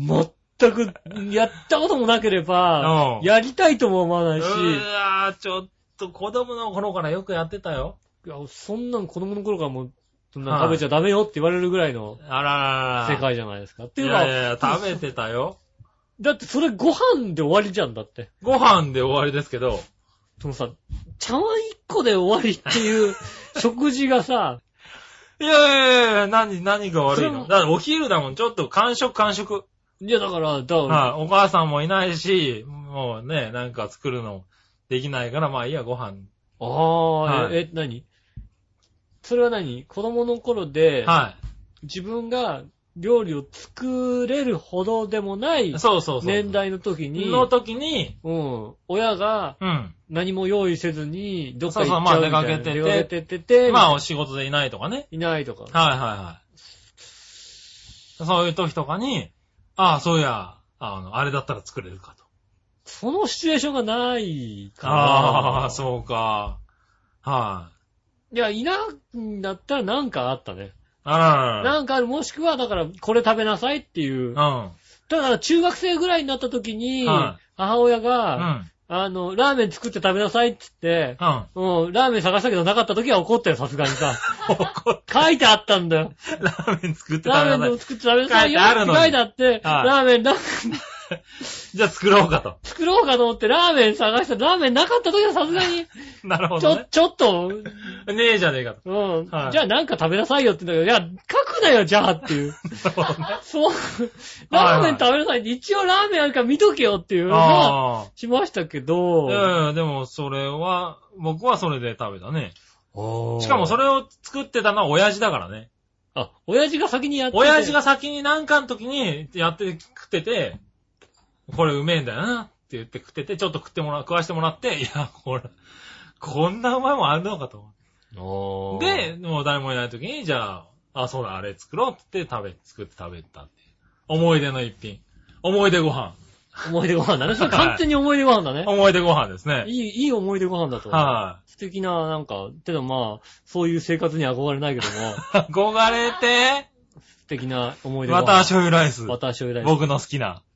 Speaker 2: 全く、やったこともなければ、
Speaker 3: うん
Speaker 2: やりたいとも思わな
Speaker 3: う
Speaker 2: いし、
Speaker 3: わー、ちょっと子供の頃からよくやってたよ。
Speaker 2: いやそんなん子供の頃からもう、そんな食べちゃダメよって言われるぐらいの
Speaker 3: あららら
Speaker 2: 世界じゃないですか。って
Speaker 3: い
Speaker 2: いう
Speaker 3: やいやい
Speaker 2: か、
Speaker 3: や、食べてたよ。
Speaker 2: だってそれご飯で終わりじゃんだって。
Speaker 3: ご飯で終わりですけど、
Speaker 2: そのさ、茶碗一個で終わりっていう食事がさ、 [laughs]
Speaker 3: いやいやいや、何、何が悪い
Speaker 2: それ
Speaker 3: の
Speaker 2: も
Speaker 3: だからお昼だもん、ちょっと完食完食。
Speaker 2: いやだから、だから、
Speaker 3: はい、お母さんもいないし、もうね、なんか作るのできないから、まあいいや、ご飯。
Speaker 2: ああ、
Speaker 3: はい
Speaker 2: え、え、何それは何子供の頃で、
Speaker 3: は
Speaker 2: 自分が料理を作れるほどでもない
Speaker 3: い。そうそうそう。
Speaker 2: 年代の時に、
Speaker 3: の時に、
Speaker 2: うん、親が
Speaker 3: うん。
Speaker 2: 何も用意せずに、どっか行っちゃうみ
Speaker 3: そうそ
Speaker 2: た
Speaker 3: う
Speaker 2: いな。
Speaker 3: まあ出かけてて
Speaker 2: 出かけてて、
Speaker 3: まあお仕事でいないとかね。
Speaker 2: いないとか。
Speaker 3: はいはいはい。そういう時とかに、ああ、そういや、あの、あれだったら作れるかと。
Speaker 2: そのシチュエーションがないから。
Speaker 3: ああ、そうか。はい
Speaker 2: や、いなんだったらなんかあったね。
Speaker 3: い。あららら。
Speaker 2: なんかある、もしくは、だから、これ食べなさいっていう。ただ、中学生ぐらいになった時に
Speaker 3: はい、
Speaker 2: 母親
Speaker 3: うん。う
Speaker 2: が、
Speaker 3: ん。
Speaker 2: あの、ラーメン作って食べなさいって言って、
Speaker 3: [laughs] うん。
Speaker 2: うん、ラーメン探したけどなかった時は怒ったよ、さすがに
Speaker 3: [laughs]
Speaker 2: さ。
Speaker 3: 怒っ
Speaker 2: 書いてあったんだよ。
Speaker 3: ラーメン作って食べ
Speaker 2: ラーメ
Speaker 3: なさ
Speaker 2: ンを
Speaker 3: い。
Speaker 2: 作って食べなさいよ。
Speaker 3: 書いてあるのに
Speaker 2: 書いてあって、
Speaker 3: は
Speaker 2: ラ
Speaker 3: い
Speaker 2: ーメン、ラーメン
Speaker 3: じゃあ作ろうかと。
Speaker 2: 作ろうかと思ってラーメン探したらラーメンなかった時はさすがに、
Speaker 3: なるほ
Speaker 2: ち
Speaker 3: ど
Speaker 2: ょ
Speaker 3: ね、。
Speaker 2: ちょっと、
Speaker 3: ねえじゃねえかと。
Speaker 2: うん、
Speaker 3: はい
Speaker 2: じゃあなんか食べなさいよって言うんだけど、いや、書くなよ、じゃあって [laughs] いう。
Speaker 3: なるほどね。
Speaker 2: そう、ラーメン食べなさいって、一応ラーメンあるから見とけよっていうのは
Speaker 3: [laughs] あ
Speaker 2: しましたけど、
Speaker 3: あ。ええ、でもそれは、僕はそれで食べたね。し
Speaker 2: し
Speaker 3: かもそ
Speaker 2: れ、
Speaker 3: れを作ってたのは親父だからね。
Speaker 2: あ、親父が先にやってて
Speaker 3: 親父が先になんかの時にやって食ってて、これうめえんだよなって言って食ってて、ちょっと食ってもら、食わしてもらって、いや、これ、こんなうまいもんあるのかと思
Speaker 2: お
Speaker 3: っ
Speaker 2: ー
Speaker 3: て。で、もう誰もいない時に、じゃあ、あ、そうだ、あれ作ろうって言って食べ、作って食べたっていう。思い出の一品。思い出ご飯。
Speaker 2: 思い出ご飯だね。それ完全に思い出ご飯だね。
Speaker 3: 思い出ご飯です
Speaker 2: い
Speaker 3: ね。
Speaker 2: い、いい思い出ご飯だと思う。
Speaker 3: は
Speaker 2: 素敵な、なんか、てのまあ、そういう生活には憧れないけど
Speaker 3: [laughs]
Speaker 2: も、
Speaker 3: い。憧れて、
Speaker 2: 素敵な思い出ご飯。
Speaker 3: また醤油ライス。
Speaker 2: バター醤油ライス。
Speaker 3: 僕の好きな。
Speaker 2: [laughs]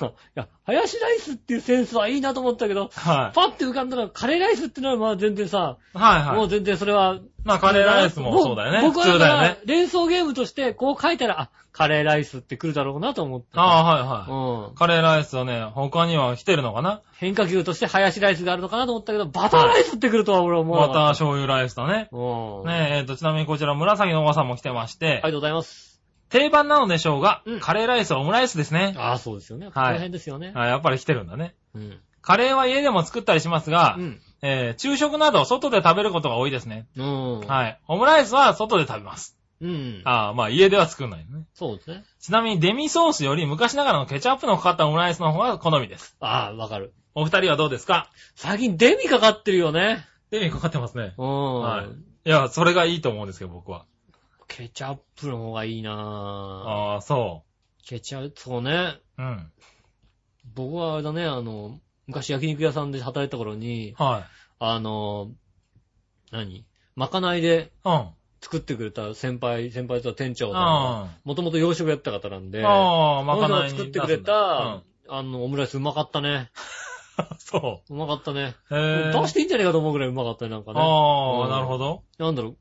Speaker 2: いや、ハヤシライスっていうセンスはいいなと思ったけど、
Speaker 3: は
Speaker 2: パッて浮かんだのはカレーライスってのはまあ全然さ、
Speaker 3: い。はい
Speaker 2: も
Speaker 3: は
Speaker 2: う
Speaker 3: い。
Speaker 2: 全然それは、
Speaker 3: まあカレーライスもそうだよね。
Speaker 2: 僕
Speaker 3: 普
Speaker 2: はだ
Speaker 3: 通
Speaker 2: か
Speaker 3: だよ
Speaker 2: ら
Speaker 3: ね。
Speaker 2: 連想ゲームとしてこう書いたら、あ、カレーライスって来るだろうなと思って。
Speaker 3: ああ、はいはい。
Speaker 2: うん。
Speaker 3: カレーライスはね、他には来てるのかな
Speaker 2: 変化球としてハヤシライスがあるのかなと思ったけど、バターライスって来るとは俺は思わ
Speaker 3: バ
Speaker 2: な
Speaker 3: タ
Speaker 2: か
Speaker 3: ー
Speaker 2: った。
Speaker 3: 醤油ライスだね。
Speaker 2: うん。あ
Speaker 3: ねえ、えーと、ちなみにこちら紫のおばさんも来てまし
Speaker 2: り
Speaker 3: て
Speaker 2: が、とうございます。
Speaker 3: 定番なのでしょうが
Speaker 2: うん、
Speaker 3: カレーライスはオムライスですね。
Speaker 2: ああ、そうですよね。この辺ですよね。
Speaker 3: あやっぱり来てるんだね。
Speaker 2: うん。
Speaker 3: カレーは家でも作ったりしますが
Speaker 2: う、ん。
Speaker 3: えー昼食など外で食べることが多いですね。
Speaker 2: うん。
Speaker 3: はい。オムライスは外で食べます。
Speaker 2: うん。
Speaker 3: ああ、まあ家では作んないね。
Speaker 2: そうですね。
Speaker 3: ちなみにデミソースより昔ながらのケチャップのかかったオムライスの方が好みです。
Speaker 2: ああ、わかる。
Speaker 3: お二人はどうですか
Speaker 2: 最近デミかかってるよね。
Speaker 3: デミかかってますね。
Speaker 2: うん。
Speaker 3: はい。いや、それがいいと思うんですけど、僕は。
Speaker 2: ケチャップの方がいいなぁ。
Speaker 3: ああ、そ
Speaker 2: ケチャップ、そうね。
Speaker 3: う。うん。
Speaker 2: 僕はあれだね、あの、昔焼肉屋さんで働いた頃に、
Speaker 3: はい。
Speaker 2: あの、何まかないで
Speaker 3: うん。あ
Speaker 2: 作ってくれた先輩、先輩とは店長が、
Speaker 3: あ
Speaker 2: もともと洋食やった方なんで、
Speaker 3: ああ、
Speaker 2: その人
Speaker 3: まかな
Speaker 2: が
Speaker 3: いに
Speaker 2: 作っ
Speaker 3: 出すん
Speaker 2: て
Speaker 3: だ
Speaker 2: くれた、あの、オムライスうまかったね。
Speaker 3: うん。そう
Speaker 2: まかったね。
Speaker 3: う。へえ。
Speaker 2: 出していいんじゃないかと思うぐらいうまかったね、なんかね。
Speaker 3: あ
Speaker 2: う
Speaker 3: あ、
Speaker 2: ん
Speaker 3: なるほど。
Speaker 2: なんだろう、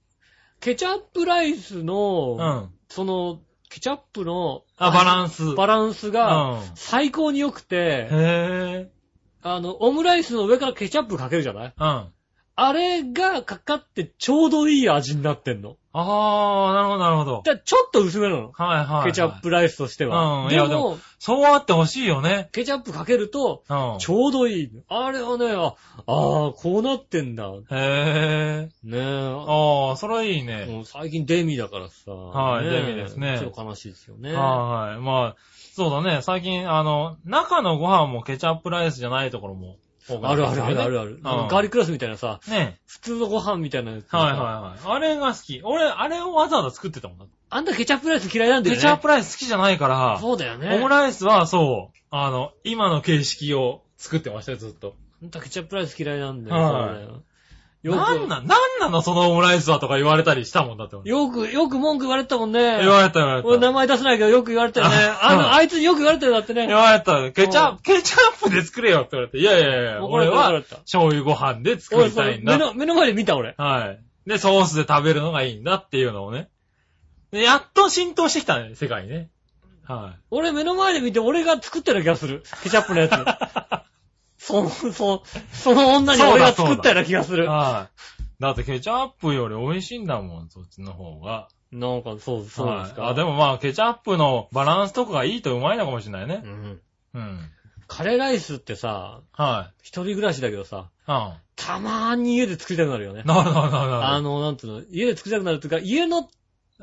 Speaker 2: ケチャップライス
Speaker 3: う
Speaker 2: の、
Speaker 3: ん。あ、
Speaker 2: その、ケチャップの
Speaker 3: バランス。
Speaker 2: バランスが、
Speaker 3: うん。
Speaker 2: 最高に良くて、
Speaker 3: へえ。
Speaker 2: あの、オムライスの上からケチャップかけるじゃない
Speaker 3: うん。あ
Speaker 2: あれがかかってちょうどいい味になってんの。
Speaker 3: あ、なるほど、なるほど。
Speaker 2: だからちょっと薄めなの。
Speaker 3: はいはいはい。
Speaker 2: ケチャッ。プライスとしては。
Speaker 3: うんい
Speaker 2: で
Speaker 3: や
Speaker 2: も
Speaker 3: でもそうあってほしいよね。
Speaker 2: ケチャップかけると、
Speaker 3: うん。
Speaker 2: ちょうどいい。あれはね、ああー、こうなってんだ。
Speaker 3: へえ。
Speaker 2: ねえ。あ
Speaker 3: ああ、それいいね。
Speaker 2: もう最近デミだからさ。
Speaker 3: はい
Speaker 2: ねえ
Speaker 3: デミですね
Speaker 2: ちょっと悲しいですよね。
Speaker 3: はい。まあ、そうだね。最近、あの、中のご飯もケチャップライスじゃないところも多くな
Speaker 2: あ
Speaker 3: って
Speaker 2: る
Speaker 3: ま
Speaker 2: あ
Speaker 3: す
Speaker 2: る
Speaker 3: よ
Speaker 2: あ
Speaker 3: ね
Speaker 2: るあるある。あ
Speaker 3: うん
Speaker 2: のガーリックライスみたいなさ、
Speaker 3: ね
Speaker 2: 普通のご飯みたいなやつ。
Speaker 3: はいはいはい。あれが好き。俺、あれをわざわざ作ってたもんだ。
Speaker 2: あんたケチャップライス嫌いなんだよ
Speaker 3: ケ
Speaker 2: ね。
Speaker 3: チャップライス好きじゃないから、
Speaker 2: そうだよね。
Speaker 3: オムライスはそう、あの、今の形式を作ってましたよ、ずっと。
Speaker 2: ほんとはケチャップライス嫌いなんだよ。
Speaker 3: はい
Speaker 2: そうだよよく
Speaker 3: なんな、なんなのそのオムライスはとか言われたりしたもんだって。俺
Speaker 2: よく、よく文句言われてたもんね。
Speaker 3: 言われた言われ
Speaker 2: 俺名
Speaker 3: た。
Speaker 2: 前出せないけどよく言われたよね。
Speaker 3: あ
Speaker 2: あ
Speaker 3: うん
Speaker 2: の、あいつによく言われてるだってね。
Speaker 3: 言われた。ケチャッ
Speaker 2: うん
Speaker 3: プ、ケチャップで作れよって言われて。いやいやいや、
Speaker 2: 怒ら
Speaker 3: 俺
Speaker 2: れた怒ら
Speaker 3: は
Speaker 2: れた
Speaker 3: 醤油ご飯で作
Speaker 2: 俺
Speaker 3: り
Speaker 2: そ
Speaker 3: た
Speaker 2: れ
Speaker 3: いんだ
Speaker 2: 目
Speaker 3: っ
Speaker 2: の、
Speaker 3: て。
Speaker 2: 目の前で見た俺。
Speaker 3: はい。で、ソースで食べるのがいいんだっていうのをね。で、やっと浸透してきたね、世界にね。は [laughs]
Speaker 2: 俺目の前で見て俺が作ってる気がする。ケチャップのやつ。その、そ、その女に俺が作ったような気がする。
Speaker 3: はい。だってケチャップより美味しいんだもん、そっちの方が。
Speaker 2: なんか、そう、そうですか。
Speaker 3: はいあ、でもまあ、ケチャップのバランスとかがいいとうまいのかもしれないね
Speaker 2: う。ん。
Speaker 3: うん。
Speaker 2: カレーライスってさ、
Speaker 3: は
Speaker 2: 一人暮らしだけどさ、
Speaker 3: い。う
Speaker 2: たまーに家で作りたくなるよね
Speaker 3: ん。。なるほど、なるほど。
Speaker 2: あの、なんていうの、家で作りたくなるというか、家の、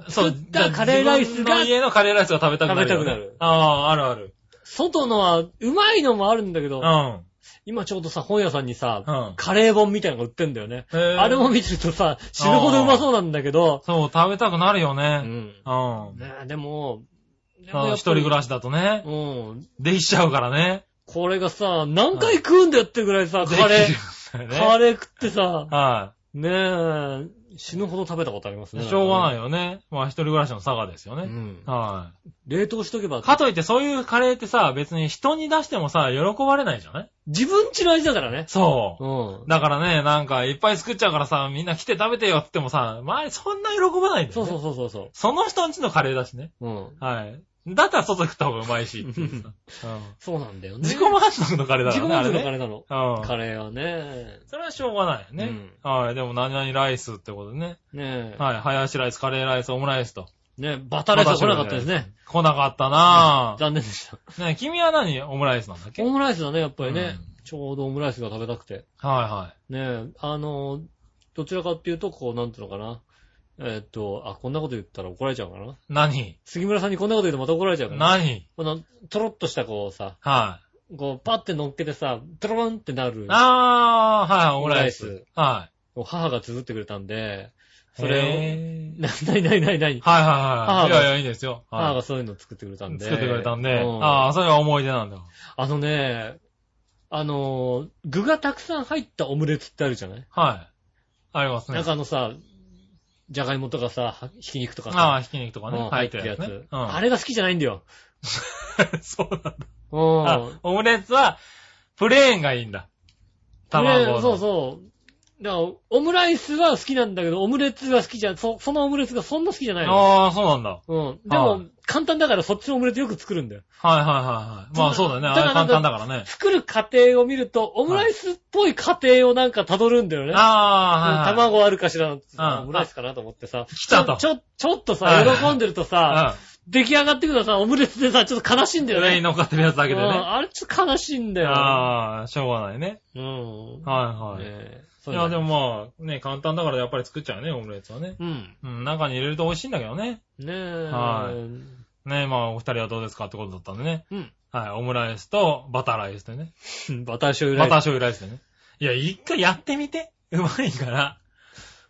Speaker 3: そ
Speaker 2: 作
Speaker 3: う、
Speaker 2: ったカレーライスが
Speaker 3: 自分の家のカレーライスが食べたくなる、
Speaker 2: 食べたくなる
Speaker 3: ああ、あるある。
Speaker 2: 外のは、うまいのもあるんだけ
Speaker 3: う
Speaker 2: ど、
Speaker 3: ん。
Speaker 2: 今ちょうどさ、本屋さんにさ、
Speaker 3: うん
Speaker 2: カレー本みたいなのが売ってんだよね。
Speaker 3: へー
Speaker 2: あれも見てるとさ、死ぬほどうまそうなんだけど、
Speaker 3: そう、食べたくなるよ
Speaker 2: う
Speaker 3: ね。
Speaker 2: ん。
Speaker 3: うん。
Speaker 2: ねえでも、で
Speaker 3: そう
Speaker 2: もやっぱり
Speaker 3: 一人暮らしだとね。
Speaker 2: うん。
Speaker 3: できちゃうからね。
Speaker 2: これがさ、何回食うんだよってぐらいさ、カレー、
Speaker 3: ー
Speaker 2: カ
Speaker 3: ね。
Speaker 2: レー食ってさ、
Speaker 3: は
Speaker 2: ねえ、死ぬほど食べたことありますね。
Speaker 3: い。しょうがない
Speaker 2: よ
Speaker 3: よね。まあ、一人暮らしの差がですよ
Speaker 2: ね。う
Speaker 3: ね。
Speaker 2: ん。
Speaker 3: は
Speaker 2: 冷凍しとけば
Speaker 3: い。、かといってそういうカレーってさ、別に人に出してもさ、喜ばれないじゃない
Speaker 2: 自分ちの味だからね。
Speaker 3: そうう。
Speaker 2: ん。
Speaker 3: だからね、なんか、いっぱい作っちゃうからさ、みんな来て食べてよって言ってもさ、周りそんな喜ばないんだよ、ね。
Speaker 2: そうそうそうそうそ
Speaker 3: その人んちのカレーだしね。
Speaker 2: う。うん。
Speaker 3: はい。だったら外食った方がうまいし。うん
Speaker 2: そうなんだよね。
Speaker 3: 自己満足のカレーだ
Speaker 2: 自
Speaker 3: か
Speaker 2: 己
Speaker 3: らね。
Speaker 2: 満足のカレー
Speaker 3: あれね
Speaker 2: なの。
Speaker 3: うん。
Speaker 2: カレーはね。
Speaker 3: それはしょうがないよね。はい。でも、何々ライスってことでね。
Speaker 2: ね
Speaker 3: はい。ハヤシライス、カレーライス、オムライスと。
Speaker 2: え。ねえ、バターライスは来なかったですね。
Speaker 3: 来なかったな
Speaker 2: 残念でした。
Speaker 3: ぁ。 [laughs] ね君は何オムライスなんだっけ
Speaker 2: オ
Speaker 3: はい
Speaker 2: ムライスだね、やっぱり
Speaker 3: う
Speaker 2: ね
Speaker 3: ん。
Speaker 2: ちょうどオムライスが食べたくて。
Speaker 3: は
Speaker 2: ねえ、あの、どちらかっていうと、こう、なんていうのかな。えーっと、あ、こんなこと言ったら怒られちゃうかな。
Speaker 3: い。何
Speaker 2: 杉村さんにこんなこと言うとまた怒られちゃうから。
Speaker 3: 何
Speaker 2: この、トロッとしたこうさ、
Speaker 3: は
Speaker 2: こう、パッて乗っけてさ、トロロンってなる
Speaker 3: い。。あー、はい、オムラ
Speaker 2: オ
Speaker 3: イ
Speaker 2: ムライ
Speaker 3: ス。は
Speaker 2: 母が綴ってくれたんで、
Speaker 3: い。
Speaker 2: それを
Speaker 3: へ
Speaker 2: [laughs]
Speaker 3: ー
Speaker 2: な、なになになになに
Speaker 3: はいはいはい。
Speaker 2: 母
Speaker 3: い
Speaker 2: が
Speaker 3: やいや、いいですよ。
Speaker 2: 母
Speaker 3: は
Speaker 2: がそういうのを作ってくれたん
Speaker 3: い。
Speaker 2: で。
Speaker 3: 作ってくれたんで。
Speaker 2: うん
Speaker 3: あー、それは思い出なんだよ。
Speaker 2: あのね、あの、具がたくさん入ったオムレツってあるじゃない
Speaker 3: はい。ありますね。
Speaker 2: なんかあのさ、じゃがいもとかさ、はひき肉とか
Speaker 3: あ
Speaker 2: さ、
Speaker 3: あ、ひき肉とか
Speaker 2: う
Speaker 3: ね
Speaker 2: ん。
Speaker 3: 入
Speaker 2: 入
Speaker 3: っ
Speaker 2: っててる
Speaker 3: るや
Speaker 2: や
Speaker 3: つね。
Speaker 2: つ。
Speaker 3: うん
Speaker 2: あれが好きじゃないんだよ。
Speaker 3: [laughs] そうなんだ。
Speaker 2: う
Speaker 3: あ
Speaker 2: ん。、
Speaker 3: オムレツは、プレーンがいいんだ。卵の。
Speaker 2: ねそうそう。だから、オムライスは好きなんだけど、オムレツが好きじゃ、そそのオムレツがそんな好きじゃないの。
Speaker 3: ああ、そうなんだ。はい
Speaker 2: うん。で
Speaker 3: は
Speaker 2: も、簡単だからそっちのオムレツよく作るんだよ。
Speaker 3: はいはいはい。まあそうだよね。あ
Speaker 2: だ
Speaker 3: れ
Speaker 2: からなん
Speaker 3: 簡
Speaker 2: か
Speaker 3: 単だからね。
Speaker 2: 作る過程を見ると、オムライスっぽい過程をなんか辿るんだよね。
Speaker 3: ああ、はいはい。
Speaker 2: 卵あるかしらのさ
Speaker 3: うん
Speaker 2: オムライスかなと思ってさ。
Speaker 3: 来たと
Speaker 2: ちょ、ちょちょっとさ、
Speaker 3: はい
Speaker 2: 喜んでるとさ、出来上がってくるとさ、オムレツでさ、ちょっと悲しいんだ
Speaker 3: う
Speaker 2: よ
Speaker 3: ん。[laughs] 上に
Speaker 2: ね。
Speaker 3: 乗っかってるやつだけで
Speaker 2: うん
Speaker 3: ね。
Speaker 2: あれちょっと悲しいんだよ。
Speaker 3: ああ、しょうがないね。
Speaker 2: うん。
Speaker 3: は
Speaker 2: ね
Speaker 3: いは
Speaker 2: え
Speaker 3: い。
Speaker 2: そう
Speaker 3: い
Speaker 2: だね
Speaker 3: や、でもまあ、ね、簡単だからやっぱり作っちゃうね、オムレツはね。
Speaker 2: うん。
Speaker 3: うん、中に入れると美味しいんだけどね。
Speaker 2: ねえ。
Speaker 3: はいね、まあ、お二人はどうですかってことだったんでね。
Speaker 2: うん。
Speaker 3: はい、オムライスとバターライスでね。 [laughs]
Speaker 2: バター醤油
Speaker 3: バター
Speaker 2: ライ
Speaker 3: 醤油ライスでね。いや、一回やってみて。うまいから。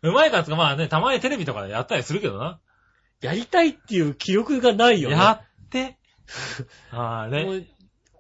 Speaker 3: うまいからつか、まあね、たまにテレビとかでやったりするけどな。
Speaker 2: ス。やりたいっていう記憶がないよね。
Speaker 3: や
Speaker 2: [laughs]
Speaker 3: って。あれ。
Speaker 2: もう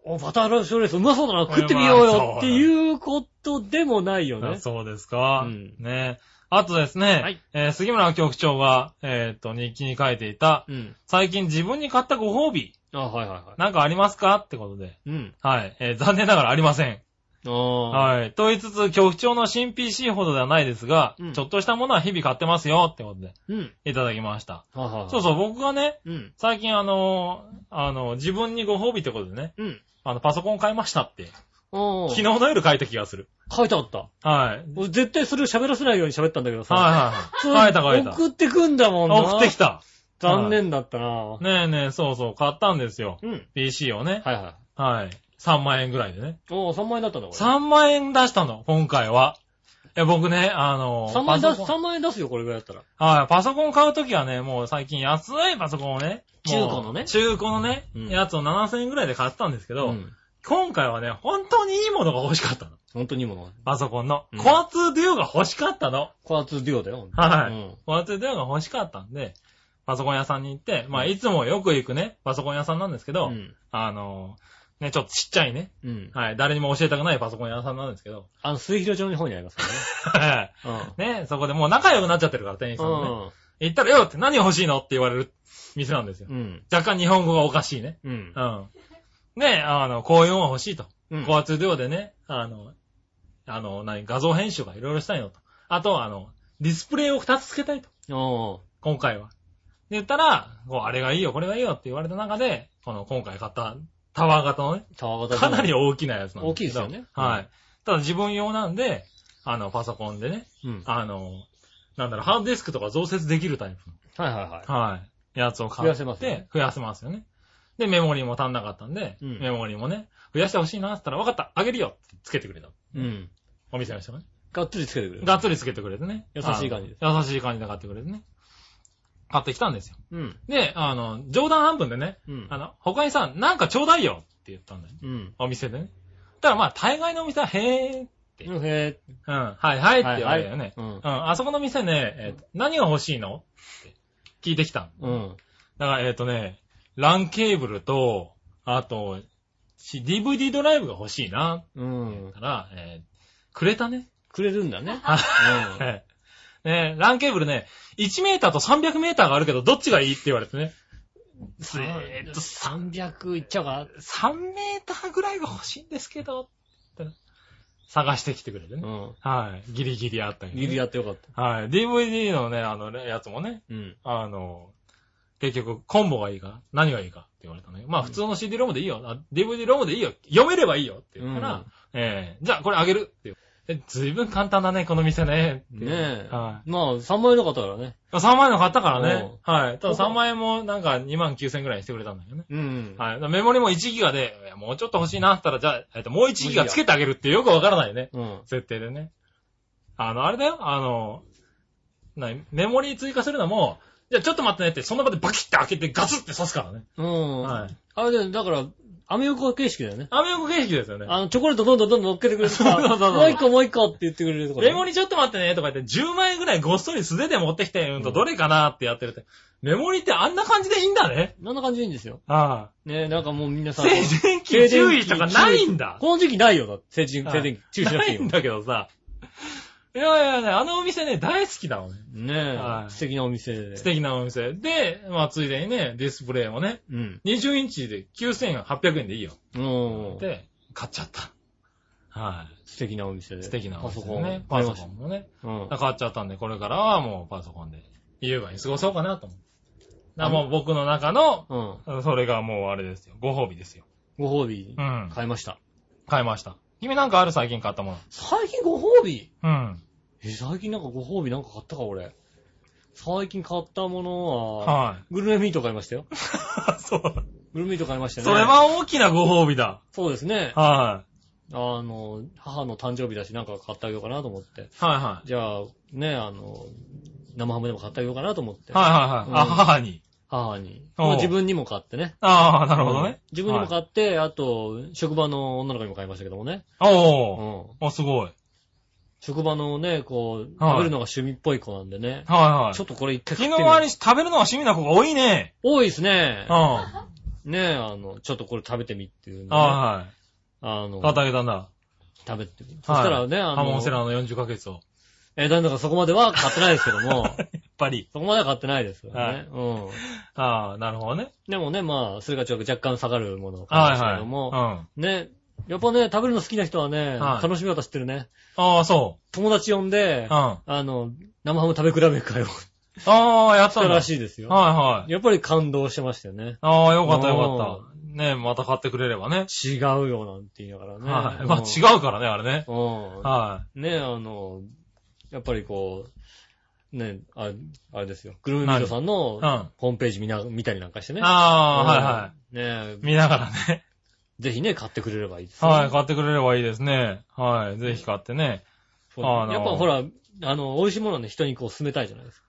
Speaker 2: おバター醤油ライスうまそうだな、食ってみようよっていうことでもないよね。
Speaker 3: そうですか。
Speaker 2: うん
Speaker 3: ねあとですね、
Speaker 2: はい
Speaker 3: えー杉村局長が、えーっと、日記に書いていた、
Speaker 2: うん。
Speaker 3: 最近自分に買ったご褒美、
Speaker 2: あ、はいはいは
Speaker 3: なんかありますかってことで。
Speaker 2: い。うん。
Speaker 3: はい。えー残念ながらありません。
Speaker 2: ああ。
Speaker 3: はい。と言いつつ、局長の新 PC ほどではないですが、
Speaker 2: うん
Speaker 3: ちょっとしたものは日々買ってますよってことで、
Speaker 2: うん。
Speaker 3: いただきました。
Speaker 2: はは
Speaker 3: そうそう、僕がね、
Speaker 2: う。うん。
Speaker 3: 最近あのー、あのー、自分にご褒美ってことでね、
Speaker 2: うん。
Speaker 3: あの、パソコン買いましたって、
Speaker 2: お
Speaker 3: 昨
Speaker 2: ー
Speaker 3: 日の夜書いた気がする。
Speaker 2: 書いてあった。
Speaker 3: はい。
Speaker 2: 俺絶対それを喋らせないように喋ったんだけどさ。
Speaker 3: はいはい
Speaker 2: そう
Speaker 3: はい。書いた書いた。
Speaker 2: 送ってくんだもんな。
Speaker 3: 送ってきた。
Speaker 2: 残念だったな。
Speaker 3: ねえねえ、そうそう、買ったんですよ。
Speaker 2: うん。
Speaker 3: PC をね。
Speaker 2: はいはい。
Speaker 3: はい。3万円ぐらいでね。
Speaker 2: おー、3万円だったんだ、これ。
Speaker 3: 3万円出したの、今回は。いや、僕ね、あのー、
Speaker 2: 3万円出す、
Speaker 3: パソコン
Speaker 2: 3万円出すよ、これぐらいだったら。
Speaker 3: はい、パソコン買うときはね、もう最近安いパソコンをね、もう
Speaker 2: 中古のね
Speaker 3: 中古のね、
Speaker 2: うん
Speaker 3: やつを7000円ぐらいで買ったんですけど、
Speaker 2: ん。
Speaker 3: 今回はね、本当にいいものが欲しかったの。
Speaker 2: 本当にいいもの。
Speaker 3: パソコンの
Speaker 2: う。ん
Speaker 3: コア2デュオが欲しかったの。
Speaker 2: コアツデュオだよ、ほんと
Speaker 3: はい。
Speaker 2: うん
Speaker 3: コア2デュオが欲しかったんで、パソコン屋さんに行って、まあ、いつもよく行くね、パソコン屋さんなんですけど、
Speaker 2: うん。
Speaker 3: あのー、ね、ちょっとちっちゃいね、
Speaker 2: うん。
Speaker 3: はい、誰にも教えたくないパソコン屋さんなんですけど、
Speaker 2: あの、末広町の方にありますか
Speaker 3: はい
Speaker 2: らね。
Speaker 3: ね、そこでもう仲良くなっちゃってるから、店員
Speaker 2: う
Speaker 3: さんとね。
Speaker 2: ん。
Speaker 3: 行ったらよって何欲しいのって言われる店なんですよ。
Speaker 2: うん。
Speaker 3: 若干日本語がおかしいね。
Speaker 2: うん
Speaker 3: う。ん。ねあの、こういうもんは欲しいと。
Speaker 2: うん
Speaker 3: コア2デュオでね、あの、あの、何、画像編集がいろいろしたいのと。あと、あの、ディスプレイを2つ付けたいと。
Speaker 2: おー。
Speaker 3: 今回は。で、言ったら、こう、あれがいいよ、これがいいよって言われた中で、この今回買ったタワー型のね。
Speaker 2: タワー型
Speaker 3: かなり
Speaker 2: 大
Speaker 3: 大きなやつなんですけど
Speaker 2: きいですよね。
Speaker 3: はい。ただ自分用なんで、あの、パソコンでね、
Speaker 2: い。うん。
Speaker 3: あの、なんだろう、ハードディスクとか増設できるタイ
Speaker 2: はいはいはい
Speaker 3: プ。。はい。やつを買
Speaker 2: 増
Speaker 3: って、
Speaker 2: やせますよね
Speaker 3: 増やせますよね。で、メモリーも足んなかったんで、
Speaker 2: うん
Speaker 3: メモリーもね、増やしてほしいなって言ったら、わかった、あげるよってつけてくれた。
Speaker 2: うん。
Speaker 3: お店の人がね。
Speaker 2: がっつりつけてくれる。
Speaker 3: がっつりつけてくれてね。
Speaker 2: 優しい感じです
Speaker 3: あの優しい感じで買ってくれてね。買ってきたんですよ。
Speaker 2: うん。
Speaker 3: で、あの、冗談半分でね、
Speaker 2: うん。
Speaker 3: あの、他にさ、なんかちょうだいよって言ったんだよね。
Speaker 2: うん。
Speaker 3: お店でね。たらまあ、大概のお店は、へー、
Speaker 2: うんへ
Speaker 3: うん、はいはい
Speaker 2: ぇ
Speaker 3: って言われるよね。
Speaker 2: うん。
Speaker 3: うん、あそこの店ね、えーと何が欲しいのって聞いてきた。
Speaker 2: うん。
Speaker 3: だから、えっ、とね、ランケーブルと、あと、し DVD ドライブが欲しいな。
Speaker 2: うん
Speaker 3: だ。から、えーくれたね。
Speaker 2: くれるんだね。
Speaker 3: はい。ねランケーブルね、1メーターと300メーターがあるけど、どっちがいいって言われてね。
Speaker 2: うん。
Speaker 3: えーっと、
Speaker 2: 300いっちゃうか
Speaker 3: 3メーターぐらいが欲しいんですけど、って探してきてくれてね。
Speaker 2: うん。
Speaker 3: はい。ギリギリあったけど、
Speaker 2: ギリや
Speaker 3: あ
Speaker 2: ってよかった。
Speaker 3: った。はい。DVD のね、あの、やつもね、
Speaker 2: うん。
Speaker 3: あの、結局、コンボがいいか何がいいかって言われたね。まあ、普通の CD ロムでいいよ。あ DVD ロムでいいよ。読めればいいよって言うから、
Speaker 2: うん
Speaker 3: ええじゃあこれあげるって言う。え、ずいぶん簡単だね、この店ね。って
Speaker 2: ねえ。
Speaker 3: はい。
Speaker 2: まあ、3万円の方だからね。
Speaker 3: 3万円の買ったからね。はい。ただ3万円もなんか2万9千円くらいにしてくれたんだけどね。
Speaker 2: うん。
Speaker 3: はい。だからメモリも1ギガで、いやもうちょっと欲しいなって言ったら、じゃあ、えっと、もう1ギガつけてあげるっていうよくわからないね。
Speaker 2: うん。
Speaker 3: 設定でね。あの、あれだよ、あの、なにメモリー追加するのも、じゃあちょっと待ってねって、その場でバキッて開けてガツッて刺すからね。
Speaker 2: うん。
Speaker 3: はい。
Speaker 2: あれだよ、だから、アメ横形式だよね。
Speaker 3: アメ横形式ですよね。
Speaker 2: あの、チョコレートどんどんどんどん乗っけてくれるとか、
Speaker 3: そうそうそう
Speaker 2: もう一個もう一個って言ってくれるとかね、
Speaker 3: メモリーちょっと待ってねとか言って、10枚ぐらいごっそり素手で持ってきて、うんと、
Speaker 2: うん
Speaker 3: どれかなってやってるって。メモリーってあんな感じでいいんだね。
Speaker 2: そんな感じでいいんですよ。
Speaker 3: ああ。
Speaker 2: ねなんかもうみんなさ、
Speaker 3: 静電気注意とかないんだ。
Speaker 2: この時期ないよ、だって。静電
Speaker 3: はい
Speaker 2: 静電気、注意しなく
Speaker 3: な
Speaker 2: ていい
Speaker 3: い
Speaker 2: よ
Speaker 3: ん。だけどさ。いやいやね、あのお店ね、大好きだもんね。
Speaker 2: ねえ、
Speaker 3: はい
Speaker 2: 素敵なお店で。
Speaker 3: 素敵なお店。で、まあ、ついでにね、ディスプレイもね、
Speaker 2: うん。
Speaker 3: 20インチで9800円でいいよ。
Speaker 2: うん。
Speaker 3: で、買っちゃった。は
Speaker 2: 素敵なお店で。
Speaker 3: い。素敵な
Speaker 2: パ
Speaker 3: お
Speaker 2: ソ
Speaker 3: 店で
Speaker 2: コン
Speaker 3: ね。
Speaker 2: ね。
Speaker 3: パソコンもね。
Speaker 2: ン
Speaker 3: 買っちゃったんで、これからはもうパソコンで優雅に過ごそうかなと思って。だからもう僕の中の、
Speaker 2: うん。うん。
Speaker 3: それがもうあれですよ。ご褒美ですよ。
Speaker 2: ご褒美
Speaker 3: う、ん。
Speaker 2: 買いました。
Speaker 3: 買いました。君なんかある最近買ったも
Speaker 2: 最近ご褒美
Speaker 3: の。うん。
Speaker 2: え、最近なんかご褒美なんか買ったか、俺。最近買ったものは、
Speaker 3: は
Speaker 2: グルメミート買いましたよ。
Speaker 3: い。 [laughs] そう。
Speaker 2: グルメミート買いましたね。
Speaker 3: それは大きなご褒美だ。
Speaker 2: そうですね。
Speaker 3: は
Speaker 2: あの、母の誕生日だし、なんか買ってあげようかなと思って。
Speaker 3: い。はいは
Speaker 2: じゃあ、ね、あの、生ハムでも買ってあげようかなと思って。
Speaker 3: い。はいはいはい。あ、
Speaker 2: うん
Speaker 3: 母に。
Speaker 2: 母に。
Speaker 3: おう
Speaker 2: まあ自分にも買ってね。
Speaker 3: ああ、なるほど
Speaker 2: うん
Speaker 3: ね。
Speaker 2: 自分にも買って、あと、職場の女の子にも買いましたけどもね。
Speaker 3: はい。
Speaker 2: う
Speaker 3: おー。
Speaker 2: ん。
Speaker 3: あ、すごい。
Speaker 2: 職場のね、こう、食べ
Speaker 3: はい
Speaker 2: るのが趣味っぽい子なんでね。
Speaker 3: はいはい
Speaker 2: ちょ。っとこれ一回食
Speaker 3: 昨
Speaker 2: っ
Speaker 3: 日
Speaker 2: てみ
Speaker 3: は
Speaker 2: る。
Speaker 3: 食べるのが趣味な子が多いね。
Speaker 2: 多いですね
Speaker 3: うん。。あ
Speaker 2: ねあの、ちょっとこれ食べてみっていうのでね、
Speaker 3: あ、はい。
Speaker 2: あの、
Speaker 3: 買ってあげたんだ。
Speaker 2: 食べてみ。そしたらね、あ
Speaker 3: ハモンセラ
Speaker 2: の、
Speaker 3: ーの40ヶ月を。やっ
Speaker 2: え、なんだかそこまでは買ってないですけども、
Speaker 3: ぱり。
Speaker 2: そこまでは買ってないですよね。
Speaker 3: はい
Speaker 2: うん。
Speaker 3: ああ、なるほどね。
Speaker 2: でもね、まあ、それがちょっと若干下がるものを買い
Speaker 3: は
Speaker 2: ま
Speaker 3: い
Speaker 2: した
Speaker 3: は
Speaker 2: け
Speaker 3: い。う
Speaker 2: ど
Speaker 3: ん。
Speaker 2: も、
Speaker 3: あ
Speaker 2: ね、やっぱね、食べるの好きな人はね、
Speaker 3: はい
Speaker 2: 楽しみ方知ってるね。
Speaker 3: あ、そ
Speaker 2: 友達呼ん
Speaker 3: う。う
Speaker 2: で
Speaker 3: ん。、あ
Speaker 2: あの、生ハム食べ比べ会をし
Speaker 3: あ、やったたんだ。
Speaker 2: ら
Speaker 3: はい
Speaker 2: しいですよ。
Speaker 3: はい。
Speaker 2: やっぱり感動してましたよね。
Speaker 3: ああ、よかったよかった。ねまた買ってくれればね。
Speaker 2: 違うよなんて言いながらね。
Speaker 3: はい。
Speaker 2: うん
Speaker 3: まあ違うからね、あれね。
Speaker 2: う
Speaker 3: は
Speaker 2: ん。ね、あの、やっぱりこう、ね、ああれですよ。グルメミートさん
Speaker 3: い。う
Speaker 2: の
Speaker 3: ん。あ
Speaker 2: ホームページ見な、見たりなんかしてね。。
Speaker 3: あ、はいはい
Speaker 2: ね
Speaker 3: い。見ながらね。
Speaker 2: ぜひね、買ってくれればいいですね。
Speaker 3: はい、買ってくれればいいですね。はい。ぜひ買ってね。
Speaker 2: そうです
Speaker 3: あの
Speaker 2: やっぱほら、あの、美味しいものはね、人にこう勧めたいじゃないですか。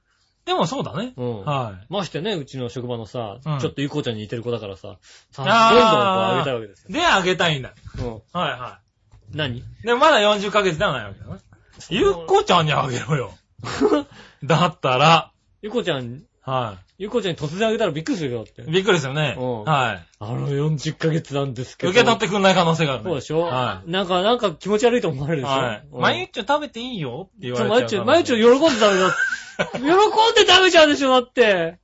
Speaker 3: でもそうだね。
Speaker 2: うん。
Speaker 3: はい。
Speaker 2: ましてね、うちの職場のさ、
Speaker 3: うん
Speaker 2: ちょっとゆこちゃんに似てる子だからさ、さどんどんこう
Speaker 3: あー
Speaker 2: あげたいわけですよ。
Speaker 3: で、あげたいんだ。
Speaker 2: うん。
Speaker 3: はいは [laughs]
Speaker 2: 何
Speaker 3: い。で、まだ40ヶ月ではないわけだな。ゆっこちゃんにあげろよ。だったら、
Speaker 2: ゆこちゃん、
Speaker 3: は
Speaker 2: ゆこちゃんに突然あげたらびっくりするよだって
Speaker 3: い。。びっくりですよね。
Speaker 2: うん
Speaker 3: はい。
Speaker 2: あの40ヶ月なんですけど。
Speaker 3: 受け取ってくんない可能性がある、ね。
Speaker 2: そうでしょ
Speaker 3: は
Speaker 2: なんか、なんか気持ち悪いと思われる
Speaker 3: い。
Speaker 2: でしょ
Speaker 3: はい。
Speaker 2: うん
Speaker 3: まゆっちょ食べていいよって言わ
Speaker 2: そう、
Speaker 3: れ
Speaker 2: 毎
Speaker 3: ちゃ
Speaker 2: 日、
Speaker 3: う。
Speaker 2: 毎日喜んで食べち
Speaker 3: [laughs]
Speaker 2: ゃう。喜んで食べちゃうでしょ、だって。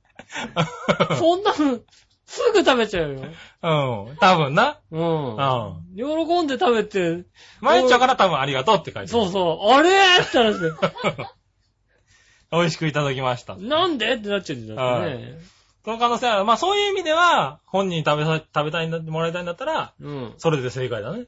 Speaker 2: そんなの、すぐ食べちゃうよ。
Speaker 3: [laughs] うん。多分な。
Speaker 2: う
Speaker 3: うん。
Speaker 2: ん。喜んで食べて、
Speaker 3: まゆっちょから多分ありがとうって書いて
Speaker 2: そうそう、あれーって話で、
Speaker 3: [laughs] う。美味しくいただきました。
Speaker 2: なんでってなっちゃうんだよね。
Speaker 3: その可能性はある。まあそういう意味では、本人に食べさ、食べたいんだ、もらいたいんだったら、
Speaker 2: うん。
Speaker 3: それで正解だね。